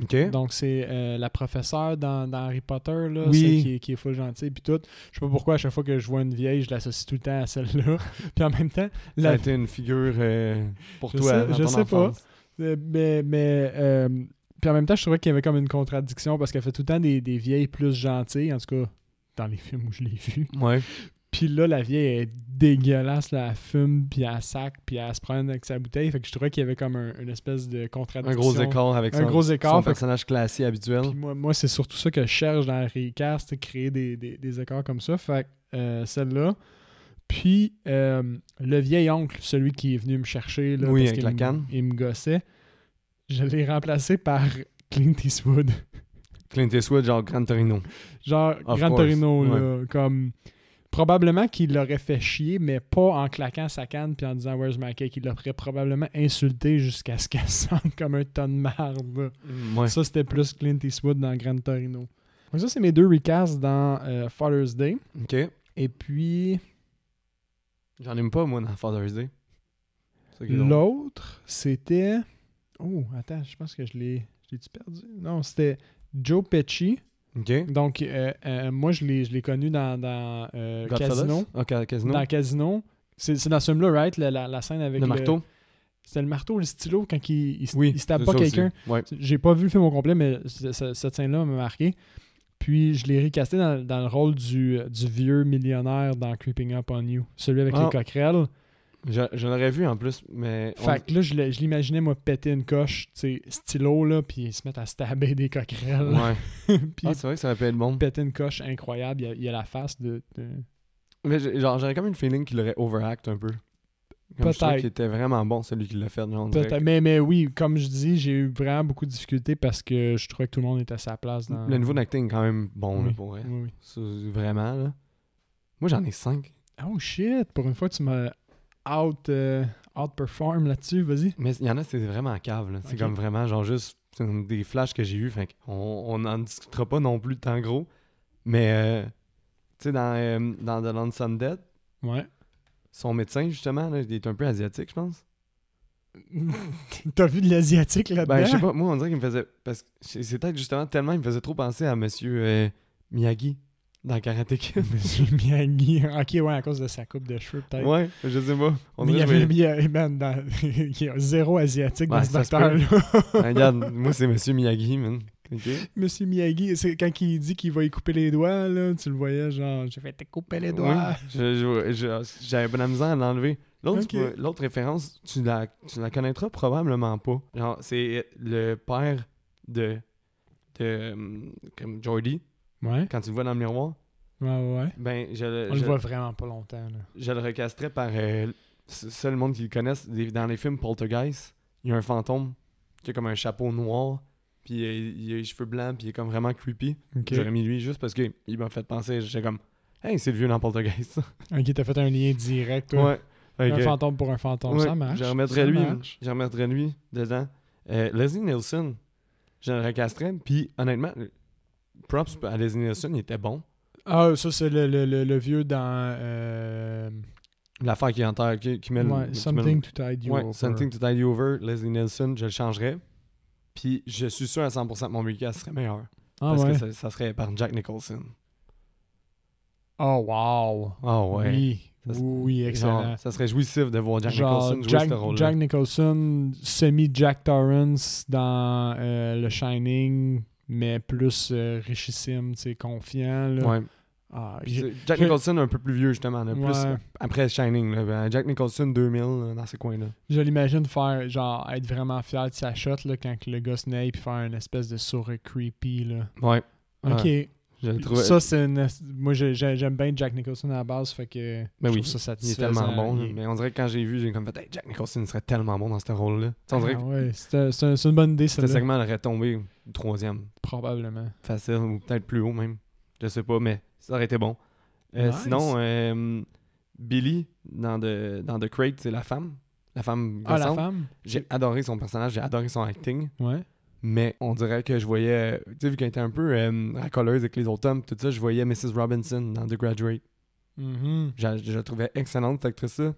[SPEAKER 1] OK.
[SPEAKER 2] Donc, c'est euh, la professeure dans, dans Harry Potter, là,
[SPEAKER 1] Oui.
[SPEAKER 2] celle qui, est- qui est full gentille, puis tout. Je sais pas pourquoi, à chaque fois que je vois une vieille, je l'associe tout le temps à celle-là. puis en même temps,
[SPEAKER 1] Ça a
[SPEAKER 2] la,
[SPEAKER 1] été une figure euh, pour
[SPEAKER 2] Je
[SPEAKER 1] toi.
[SPEAKER 2] sais-
[SPEAKER 1] dans
[SPEAKER 2] je
[SPEAKER 1] ton
[SPEAKER 2] sais pas.
[SPEAKER 1] enfance.
[SPEAKER 2] euh, mais, mais, euh, puis en même temps, je trouvais qu'il y avait comme une contradiction parce qu'elle fait tout le temps des, des vieilles plus gentilles, en tout cas, dans les films où je l'ai vu.
[SPEAKER 1] Ouais.
[SPEAKER 2] Puis là, la vieille est dégueulasse, là, elle fume, puis elle sac, puis elle se prend avec sa bouteille. Fait que je trouvais qu'il y avait comme un- une espèce de contradiction.
[SPEAKER 1] Un gros écart avec
[SPEAKER 2] Un
[SPEAKER 1] son,
[SPEAKER 2] gros écart,
[SPEAKER 1] son
[SPEAKER 2] fait que-
[SPEAKER 1] personnage classique habituel.
[SPEAKER 2] Puis moi, moi, c'est surtout ça que je cherche dans la recast, c'est créer des, des- des écarts comme ça. Fait que euh, celle-là. Puis euh, le vieil oncle, celui qui est venu me chercher, là,
[SPEAKER 1] Oui,
[SPEAKER 2] parce
[SPEAKER 1] avec
[SPEAKER 2] qu'il
[SPEAKER 1] la
[SPEAKER 2] me-
[SPEAKER 1] canne.
[SPEAKER 2] il me gossait, je l'ai remplacé par Clint Eastwood.
[SPEAKER 1] Clint Eastwood, genre Gran Torino.
[SPEAKER 2] Genre
[SPEAKER 1] Of
[SPEAKER 2] Gran
[SPEAKER 1] course,
[SPEAKER 2] Torino, là, comme probablement qu'il l'aurait fait chier, mais pas en claquant sa canne puis en disant Where's my cake? Il l'aurait probablement insulté jusqu'à ce qu'elle sente comme un ton de marde. là.
[SPEAKER 1] Ouais.
[SPEAKER 2] Ça, c'était plus Clint Eastwood dans Gran Torino. Donc, ça, c'est mes deux recasts dans euh, Father's Day.
[SPEAKER 1] OK.
[SPEAKER 2] Et puis,
[SPEAKER 1] J'en aime pas, moi, dans Father's Day. C'est ça qui est drôle.
[SPEAKER 2] l'autre, c'était. Oh, attends, je pense que je l'ai. Je l'ai-tu perdu? Non, c'était Joe Pesci.
[SPEAKER 1] OK.
[SPEAKER 2] Donc, euh, euh, moi, je l'ai je l'ai connu dans, dans euh,
[SPEAKER 1] Godfellas?
[SPEAKER 2] Casino.
[SPEAKER 1] OK, Casino.
[SPEAKER 2] Dans Casino. C'est c'est dans ce film-là, right? La, la- la scène avec
[SPEAKER 1] le marteau.
[SPEAKER 2] C'était le marteau, le stylo, quand il, il, se-
[SPEAKER 1] Oui.
[SPEAKER 2] il se tape
[SPEAKER 1] c'est
[SPEAKER 2] pas
[SPEAKER 1] ça aussi.
[SPEAKER 2] quelqu'un.
[SPEAKER 1] Ouais.
[SPEAKER 2] J'ai pas vu le film au complet, mais c- c- cette scène-là m'a marqué. Puis je l'ai recasté dans, dans le rôle du, du vieux millionnaire dans Creeping Up on You, celui avec
[SPEAKER 1] Ah.
[SPEAKER 2] les coquerelles.
[SPEAKER 1] Je, je l'aurais vu en plus, mais. on-
[SPEAKER 2] Fait que là, je l'ai- je l'imaginais, moi, péter une coche, tu sais, stylo, là, puis se mettre à stabber des coquerelles.
[SPEAKER 1] Ouais.
[SPEAKER 2] puis
[SPEAKER 1] Ah, c'est vrai que ça aurait pu être bon.
[SPEAKER 2] péter une coche incroyable. Il y a, il y a la face de. de-
[SPEAKER 1] Mais j'ai- genre, j'aurais comme une feeling qu'il aurait overact un peu. Comme je trouve
[SPEAKER 2] Peut-être.
[SPEAKER 1] qu'il était vraiment bon, celui qui l'a fait. Genre, on dirait
[SPEAKER 2] Peut-être. Mais, mais oui, comme je dis, j'ai eu vraiment beaucoup de difficultés parce que je trouvais que tout le monde était à sa place.
[SPEAKER 1] que-
[SPEAKER 2] Dans...
[SPEAKER 1] Le niveau d'acting est quand même bon, là,
[SPEAKER 2] Oui.
[SPEAKER 1] pour vrai.
[SPEAKER 2] Oui, oui.
[SPEAKER 1] Ça, c'est Vraiment, là. Moi, j'en ai 5.
[SPEAKER 2] Oh shit, pour une fois, tu m'as out, euh, outperform là-dessus, vas-y.
[SPEAKER 1] Mais il y en a, c'est vraiment cave, là. C'est
[SPEAKER 2] Ok.
[SPEAKER 1] comme vraiment, genre, juste c'est comme des flashs que j'ai eu. Fait qu'on n'en discutera pas non plus tant gros. Mais, euh, tu sais, dans, euh, dans The Lonesome Dead,
[SPEAKER 2] Ouais.
[SPEAKER 1] son médecin, justement, là, il est un peu asiatique, je pense.
[SPEAKER 2] T'as vu de l'asiatique là-dedans?
[SPEAKER 1] Ben, je sais pas, moi, on dirait qu'il me faisait. Parce que c'est c'est peut-être justement tellement, il me faisait trop penser à Monsieur euh, Miyagi dans Karate Kid.
[SPEAKER 2] Monsieur Miyagi. Ok, ouais, à cause de sa coupe de cheveux, peut-être.
[SPEAKER 1] ouais, je sais pas. On
[SPEAKER 2] Mais il y
[SPEAKER 1] dirait que
[SPEAKER 2] avait
[SPEAKER 1] je vais-
[SPEAKER 2] Miyagi, man, dans... il y a zéro asiatique
[SPEAKER 1] Ouais,
[SPEAKER 2] dans ce
[SPEAKER 1] ça se peut.
[SPEAKER 2] docteur-là.
[SPEAKER 1] Ben, regarde, moi, c'est Monsieur Miyagi, man. Ok.
[SPEAKER 2] Monsieur Miyagi, c'est quand il dit qu'il va y couper les doigts, là, tu le voyais genre, je vais te couper les doigts.
[SPEAKER 1] Oui, je- je- je- j'avais pas de la misère à l'enlever. L'autre
[SPEAKER 2] Ok.
[SPEAKER 1] tu peux- l'autre référence, tu la, tu la connaîtras probablement pas. Genre, c'est le père de, de hum, comme Jordy,
[SPEAKER 2] Ouais,
[SPEAKER 1] quand tu le vois dans le miroir.
[SPEAKER 2] ouais, ouais. ouais.
[SPEAKER 1] Ben, je,
[SPEAKER 2] On
[SPEAKER 1] je-
[SPEAKER 2] le voit vraiment pas longtemps, là.
[SPEAKER 1] je le recasterais par euh, c- seul le monde qui le connaisse. Des- Dans les films Poltergeist, il y a un fantôme qui a comme un chapeau noir, puis euh, il a les cheveux blancs, puis il est comme vraiment creepy.
[SPEAKER 2] Ok.
[SPEAKER 1] J'aurais mis lui juste parce qu'il m'a fait penser, j'étais comme, hey, c'est le vieux dans Poltergeist. ça.
[SPEAKER 2] Ok, t'as fait un lien direct, toi.
[SPEAKER 1] ouais. Fait
[SPEAKER 2] Un
[SPEAKER 1] que-
[SPEAKER 2] fantôme pour un fantôme,
[SPEAKER 1] Ouais,
[SPEAKER 2] ça marche.
[SPEAKER 1] Je remettrais
[SPEAKER 2] ça
[SPEAKER 1] lui, hein.
[SPEAKER 2] marche.
[SPEAKER 1] je remettrais lui dedans. Euh, Leslie Nielsen, je le recasterais. Puis honnêtement, le- props à Leslie Nielsen, il était bon.
[SPEAKER 2] Ah, ça, c'est le, le, le, le vieux dans. euh,
[SPEAKER 1] L'affaire qui enterre, qui, qui met le-
[SPEAKER 2] ouais,
[SPEAKER 1] qui met le-
[SPEAKER 2] Something to Tide You.
[SPEAKER 1] Ouais,
[SPEAKER 2] Over.
[SPEAKER 1] Something to Tide You Over, Leslie Nielsen, je le changerais. Puis je suis sûr à 100% que mon recast serait meilleur.
[SPEAKER 2] Ah,
[SPEAKER 1] parce
[SPEAKER 2] ouais.
[SPEAKER 1] que ça, ça serait par Jack Nicholson.
[SPEAKER 2] Oh, wow.
[SPEAKER 1] Ah ouais.
[SPEAKER 2] Oui.
[SPEAKER 1] Ça, c'est-
[SPEAKER 2] oui,
[SPEAKER 1] Genre,
[SPEAKER 2] excellent.
[SPEAKER 1] ça serait jouissif de voir Jack
[SPEAKER 2] Genre,
[SPEAKER 1] Nicholson jouer
[SPEAKER 2] Jack,
[SPEAKER 1] ce rôle-là.
[SPEAKER 2] Jack Nicholson, semi-Jack Torrance dans euh, Le Shining. mais plus euh, richissime, tu sais, confiant. Là.
[SPEAKER 1] Ouais.
[SPEAKER 2] Ah,
[SPEAKER 1] Puis
[SPEAKER 2] j'ai-
[SPEAKER 1] c'est- Jack
[SPEAKER 2] j'ai-
[SPEAKER 1] Nicholson un peu plus vieux, justement. là, plus
[SPEAKER 2] Ouais.
[SPEAKER 1] après Shining. là, ben, Jack Nicholson 2000, là, dans ces coins-là.
[SPEAKER 2] Je l'imagine faire, genre, être vraiment fier de sa shot là, quand que le gars snape puis faire une espèce de sourire creepy. Là.
[SPEAKER 1] Ouais.
[SPEAKER 2] Ok.
[SPEAKER 1] Je le trouvais-
[SPEAKER 2] Ça, c'est une es- Moi, j'ai- j'ai- j'aime bien Jack Nicholson à la base, fait que
[SPEAKER 1] Ben
[SPEAKER 2] je
[SPEAKER 1] oui,
[SPEAKER 2] trouve ça
[SPEAKER 1] Il est
[SPEAKER 2] satisfaisant.
[SPEAKER 1] tellement bon. là.
[SPEAKER 2] Il-
[SPEAKER 1] Mais on dirait que quand j'ai vu, j'ai comme fait Hey, Jack Nicholson serait tellement bon dans ce rôle-là. Tu sais, On dirait
[SPEAKER 2] Ah
[SPEAKER 1] que
[SPEAKER 2] ouais, c'est un- c'est un- c'est une bonne idée,
[SPEAKER 1] ce
[SPEAKER 2] celle-là.
[SPEAKER 1] segment aurait tombé au troisième.
[SPEAKER 2] Probablement.
[SPEAKER 1] Facile, ou peut-être plus haut même. Je sais pas, mais ça aurait été bon. Euh,
[SPEAKER 2] Nice.
[SPEAKER 1] Sinon, euh, Billy, dans The, dans The Crate, c'est la femme. La femme
[SPEAKER 2] Ah, la
[SPEAKER 1] gossante.
[SPEAKER 2] femme?
[SPEAKER 1] J'ai adoré son personnage, j'ai adoré son acting.
[SPEAKER 2] Ouais.
[SPEAKER 1] Mais on dirait que je voyais, tu sais, vu qu'elle était un peu euh, racoleuse avec les autres hommes, tout ça, je voyais Mrs. Robinson dans The Graduate.
[SPEAKER 2] Mhm.
[SPEAKER 1] Je, je la trouvais excellente, cette actrice-là.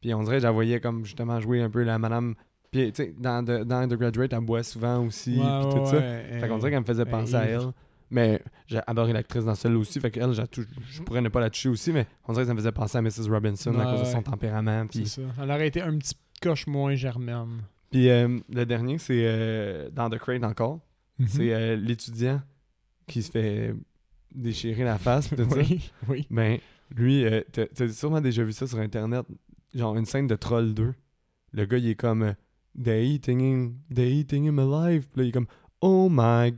[SPEAKER 1] Puis on dirait que je la voyais comme justement jouer un peu la madame. Puis tu sais, dans, The- dans The Graduate, elle boit souvent aussi,
[SPEAKER 2] Ouais,
[SPEAKER 1] puis tout
[SPEAKER 2] ouais,
[SPEAKER 1] ça.
[SPEAKER 2] ouais,
[SPEAKER 1] Fait qu'on
[SPEAKER 2] euh,
[SPEAKER 1] dirait qu'elle me faisait penser
[SPEAKER 2] euh,
[SPEAKER 1] à
[SPEAKER 2] ivre.
[SPEAKER 1] elle. Mais j'ai adoré l'actrice dans celle aussi. Fait qu'elle, j'ai tout- je pourrais ne pas la toucher aussi, mais on dirait que ça me faisait penser à Mrs. Robinson à
[SPEAKER 2] Ouais,
[SPEAKER 1] cause de son
[SPEAKER 2] ouais.
[SPEAKER 1] tempérament.
[SPEAKER 2] C'est
[SPEAKER 1] Puis,
[SPEAKER 2] ça. Elle aurait été un petit coche moins germaine.
[SPEAKER 1] puis euh, le dernier, c'est euh, dans The Crate encore.
[SPEAKER 2] Mhm.
[SPEAKER 1] c'est euh, l'étudiant qui se fait déchirer la face, pis tout ça.
[SPEAKER 2] oui, oui.
[SPEAKER 1] Ben, lui, euh, t'as- t'as sûrement déjà vu ça sur Internet, genre une scène de Troll 2. Le gars, il est comme euh, They eating him, they eating him alive. Puis là, il est comme Oh my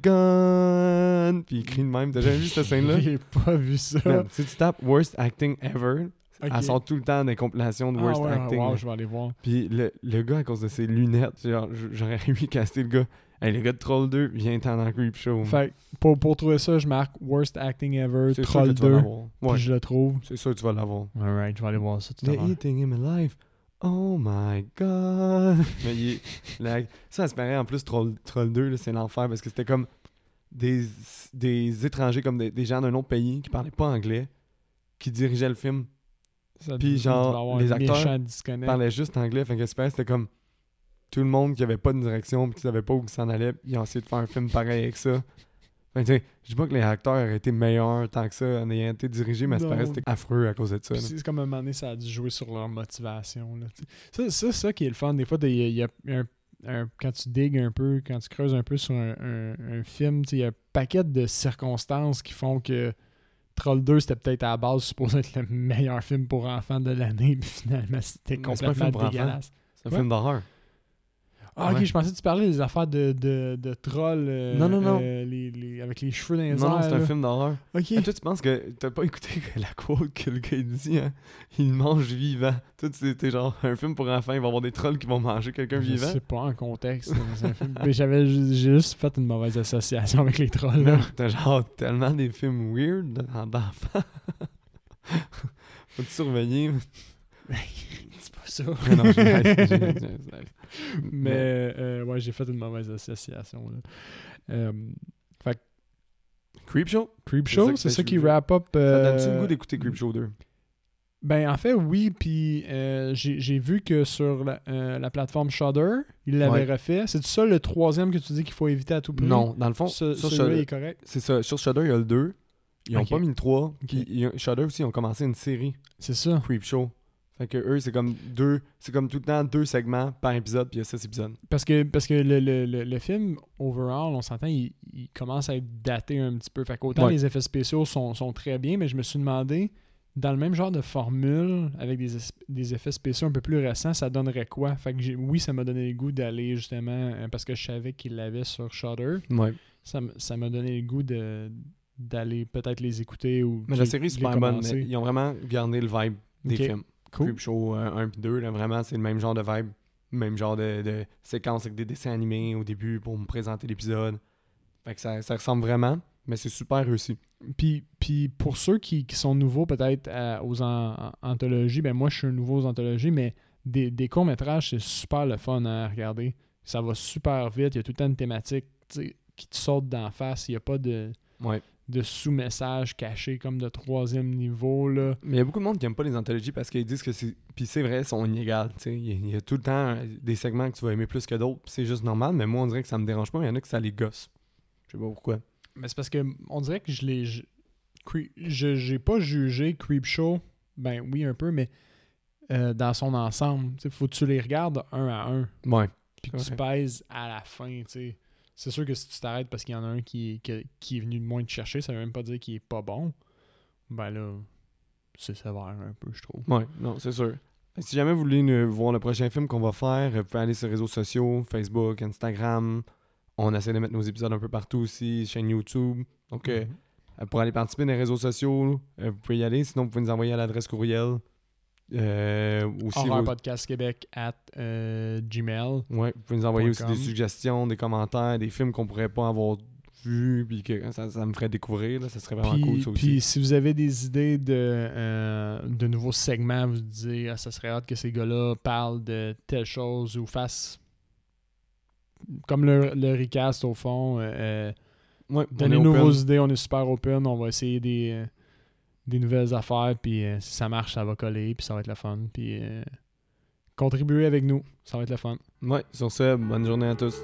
[SPEAKER 1] god! Puis il crie de même. T'as jamais vu cette scène-là?
[SPEAKER 2] J'ai pas vu ça.
[SPEAKER 1] Man, si tu tapes Worst Acting Ever,
[SPEAKER 2] Ok.
[SPEAKER 1] elle sort tout le temps des compilations de
[SPEAKER 2] Ah
[SPEAKER 1] Worst
[SPEAKER 2] ouais,
[SPEAKER 1] Acting.
[SPEAKER 2] wow,
[SPEAKER 1] là.
[SPEAKER 2] je vais aller voir.
[SPEAKER 1] Puis le, le gars, à cause de ses lunettes, genre, j- j'aurais aimé caster le gars. Hey, le gars de Troll 2, viens t'en dans Creep Show.
[SPEAKER 2] Fait que pour, pour trouver ça, je marque Worst Acting Ever,
[SPEAKER 1] C'est sûr
[SPEAKER 2] Troll
[SPEAKER 1] que tu vas
[SPEAKER 2] 2,
[SPEAKER 1] l'avoir.
[SPEAKER 2] puis
[SPEAKER 1] Ouais,
[SPEAKER 2] je le trouve.
[SPEAKER 1] c'est sûr que tu vas l'avoir.
[SPEAKER 2] Alright, je vais aller voir ça tout
[SPEAKER 1] They're eating him alive. Oh my god. Mais il est- la- ça, se paraît en plus Troll, Troll 2, là, c'est l'enfer parce que c'était comme des, des étrangers, comme des, des gens d'un autre pays qui parlaient pas anglais, qui dirigeaient le film,
[SPEAKER 2] Ça
[SPEAKER 1] Puis
[SPEAKER 2] doit-
[SPEAKER 1] genre,
[SPEAKER 2] doit avoir
[SPEAKER 1] les
[SPEAKER 2] un
[SPEAKER 1] acteurs
[SPEAKER 2] méchant disconnect.
[SPEAKER 1] parlaient juste anglais. Fait que c'est pareil, c'était comme tout le monde qui avait pas de direction puis qui savait pas où ils s'en allaient, ils ont essayé de faire un film pareil avec ça. Fait que, tu sais, je dis pas que les acteurs auraient été meilleurs tant que ça en ayant été dirigés, mais c'est
[SPEAKER 2] Non.
[SPEAKER 1] pareil, c'était affreux à cause de ça.
[SPEAKER 2] Puis
[SPEAKER 1] là.
[SPEAKER 2] C'est comme à un moment donné, ça a dû jouer sur leur motivation. Là. tu sais. Ça, ça, ça qui est le fun. Des fois, t'as- il y a- il y a un- un- quand tu digues un peu, quand tu creuses un peu sur un, un- un film, tu sais, il y a un paquet de circonstances qui font que Troll 2, c'était peut-être à la base supposé être le meilleur film pour enfants de l'année, puis finalement, c'était
[SPEAKER 1] Mais c'est pas un film
[SPEAKER 2] complètement
[SPEAKER 1] pour enfants.
[SPEAKER 2] dégueulasse.
[SPEAKER 1] C'est un
[SPEAKER 2] Ouais.
[SPEAKER 1] film d'horreur.
[SPEAKER 2] Ah, ok,
[SPEAKER 1] Ouais.
[SPEAKER 2] je pensais que tu parlais des affaires de, de, de troll. euh,
[SPEAKER 1] Non, non, non.
[SPEAKER 2] euh, les- les- avec les cheveux dans les
[SPEAKER 1] Non, non,
[SPEAKER 2] airs,
[SPEAKER 1] c'est un
[SPEAKER 2] là.
[SPEAKER 1] film d'horreur.
[SPEAKER 2] Ok.
[SPEAKER 1] Hey, toi, tu penses que t'as pas écouté la quote que le gars il dit, hein? Il mange vivant. Toi, tu sais, t'es genre un film pour enfants, il va y avoir des trolls qui vont manger quelqu'un
[SPEAKER 2] Je
[SPEAKER 1] vivant.
[SPEAKER 2] sais pas en contexte. mais c'est un film- Mais j'avais ju- j'ai juste fait une mauvaise association avec les trolls. Là.
[SPEAKER 1] Non, T'as genre tellement des films weird dans- d'enfants. Faut te surveiller.
[SPEAKER 2] C'est pas ça.
[SPEAKER 1] Ah non, j'ai- j'ai- j'ai- j'ai-
[SPEAKER 2] Mais euh, ouais, j'ai fait une mauvaise association. Là. Euh,
[SPEAKER 1] Creepshow?
[SPEAKER 2] Creepshow,
[SPEAKER 1] C'est ça que
[SPEAKER 2] c'est
[SPEAKER 1] je
[SPEAKER 2] ça qui
[SPEAKER 1] voulais dire.
[SPEAKER 2] wrap up.
[SPEAKER 1] Ça
[SPEAKER 2] euh,
[SPEAKER 1] donne-tu le goût d'écouter Creepshow 2?
[SPEAKER 2] Ben en fait, oui. Puis euh, j'ai j'ai vu que sur la, euh, la plateforme Shudder, il l'avait
[SPEAKER 1] Ouais.
[SPEAKER 2] refait. C'est ça le troisième que tu dis qu'il faut éviter à tout prix
[SPEAKER 1] Non, dans le fond,
[SPEAKER 2] Ce-
[SPEAKER 1] sur
[SPEAKER 2] celui-là
[SPEAKER 1] Shudder-
[SPEAKER 2] est correct.
[SPEAKER 1] c'est ça. Sur Shudder, il y a le 2. Ils ont
[SPEAKER 2] Ok.
[SPEAKER 1] pas mis le 3. Puis
[SPEAKER 2] Ok.
[SPEAKER 1] ils ont- Shudder aussi, ils ont commencé une série.
[SPEAKER 2] C'est ça.
[SPEAKER 1] Creepshow. Fait que eux, c'est comme deux, c'est comme tout le temps deux segments par épisode, puis il y a six épisodes.
[SPEAKER 2] Parce que, parce que le, le- le- le film, overall, on s'entend, il, il commence à être daté un petit peu. Fait qu'autant
[SPEAKER 1] Ouais.
[SPEAKER 2] les effets spéciaux sont, sont très bien, mais je me suis demandé, dans le même genre de formule, avec des, es- des effets spéciaux un peu plus récents, ça donnerait quoi? Fait que j'ai- oui, ça m'a donné le goût d'aller justement, euh, parce que je savais qu'il l'avait sur Shudder,
[SPEAKER 1] Ouais.
[SPEAKER 2] ça m- ça m'a donné le goût de d'aller peut-être les écouter ou
[SPEAKER 1] Mais
[SPEAKER 2] de-
[SPEAKER 1] la série est
[SPEAKER 2] de les
[SPEAKER 1] super bonne.
[SPEAKER 2] commencer.
[SPEAKER 1] mais Ils ont vraiment gardé le vibe des
[SPEAKER 2] Ok,
[SPEAKER 1] films.
[SPEAKER 2] Cool.
[SPEAKER 1] Creepshow 1 puis 2, là, vraiment, c'est le même genre de vibe, même genre de, de séquence avec des dessins animés au début pour me présenter l'épisode. Fait que ça, ça ressemble vraiment, mais c'est super réussi.
[SPEAKER 2] Puis, puis pour ceux qui, qui sont nouveaux peut-être à- aux an- anthologies, ben moi je suis un nouveau aux anthologies, mais des, des courts-métrages, c'est super le fun hein, à regarder. Ça va super vite, il y a tout le temps une thématique tu sais, qui te saute d'en face, il n'y a pas de,
[SPEAKER 1] Ouais.
[SPEAKER 2] de sous-message caché comme de troisième niveau. Là.
[SPEAKER 1] Mais il y a beaucoup de monde qui aime pas les anthologies parce qu'ils disent que c'est. Puis c'est vrai, ils sont inégales. tu sais. Il y, a- il y a tout le temps euh, des segments que tu vas aimer plus que d'autres, puis c'est juste normal, mais moi, on dirait que ça me dérange pas, mais il y en a que ça les gosse. Je sais pas pourquoi.
[SPEAKER 2] Mais c'est parce que on dirait que je l'ai. je- Cre- Je j'ai pas jugé Creepshow, ben oui un peu, mais euh, dans son ensemble. Tu sais, faut que tu les regardes un à un.
[SPEAKER 1] Ouais.
[SPEAKER 2] Puis que tu
[SPEAKER 1] Ouais.
[SPEAKER 2] pèses à la fin, tu sais. C'est sûr que si tu t'arrêtes parce qu'il y en a un qui, est- que- qui est venu de moins te chercher, ça veut même pas dire qu'il est pas bon. Ben là, c'est sévère un peu, je trouve.
[SPEAKER 1] Ouais, non, c'est sûr. Fait que Si jamais vous voulez nous- voir le prochain film qu'on va faire, vous pouvez aller sur les réseaux sociaux, Facebook, Instagram. On essaie de mettre nos épisodes un peu partout aussi, chaîne YouTube. Donc, euh,
[SPEAKER 2] Mhm.
[SPEAKER 1] euh, pour aller participer dans les réseaux sociaux, euh, vous pouvez y aller. Sinon, vous pouvez nous envoyer à l'adresse courriel. Euh, aussi,
[SPEAKER 2] Horreur
[SPEAKER 1] vos-
[SPEAKER 2] Podcast Québec at euh, Gmail.
[SPEAKER 1] Ouais, vous pouvez nous envoyer aussi
[SPEAKER 2] .com.
[SPEAKER 1] des suggestions, des commentaires, des films qu'on pourrait pas avoir vus, puis que ça, ça me ferait découvrir. là, ça serait vraiment
[SPEAKER 2] Puis,
[SPEAKER 1] cool, ça
[SPEAKER 2] puis
[SPEAKER 1] aussi.
[SPEAKER 2] si vous avez des idées de, euh, de nouveaux segments, vous disiez, ah, ça serait hâte que ces gars-là parlent de telle chose ou fassent comme le, le recast au fond. euh, euh,
[SPEAKER 1] Ouais, on est
[SPEAKER 2] Donnez-nous
[SPEAKER 1] open.
[SPEAKER 2] vos idées, on est super open, on va essayer des, euh, des nouvelles affaires, puis euh, si ça marche, ça va coller, puis ça va être le fun. Puis euh, contribuez avec nous, ça va être le fun.
[SPEAKER 1] Ouais, sur ce, bonne journée à tous.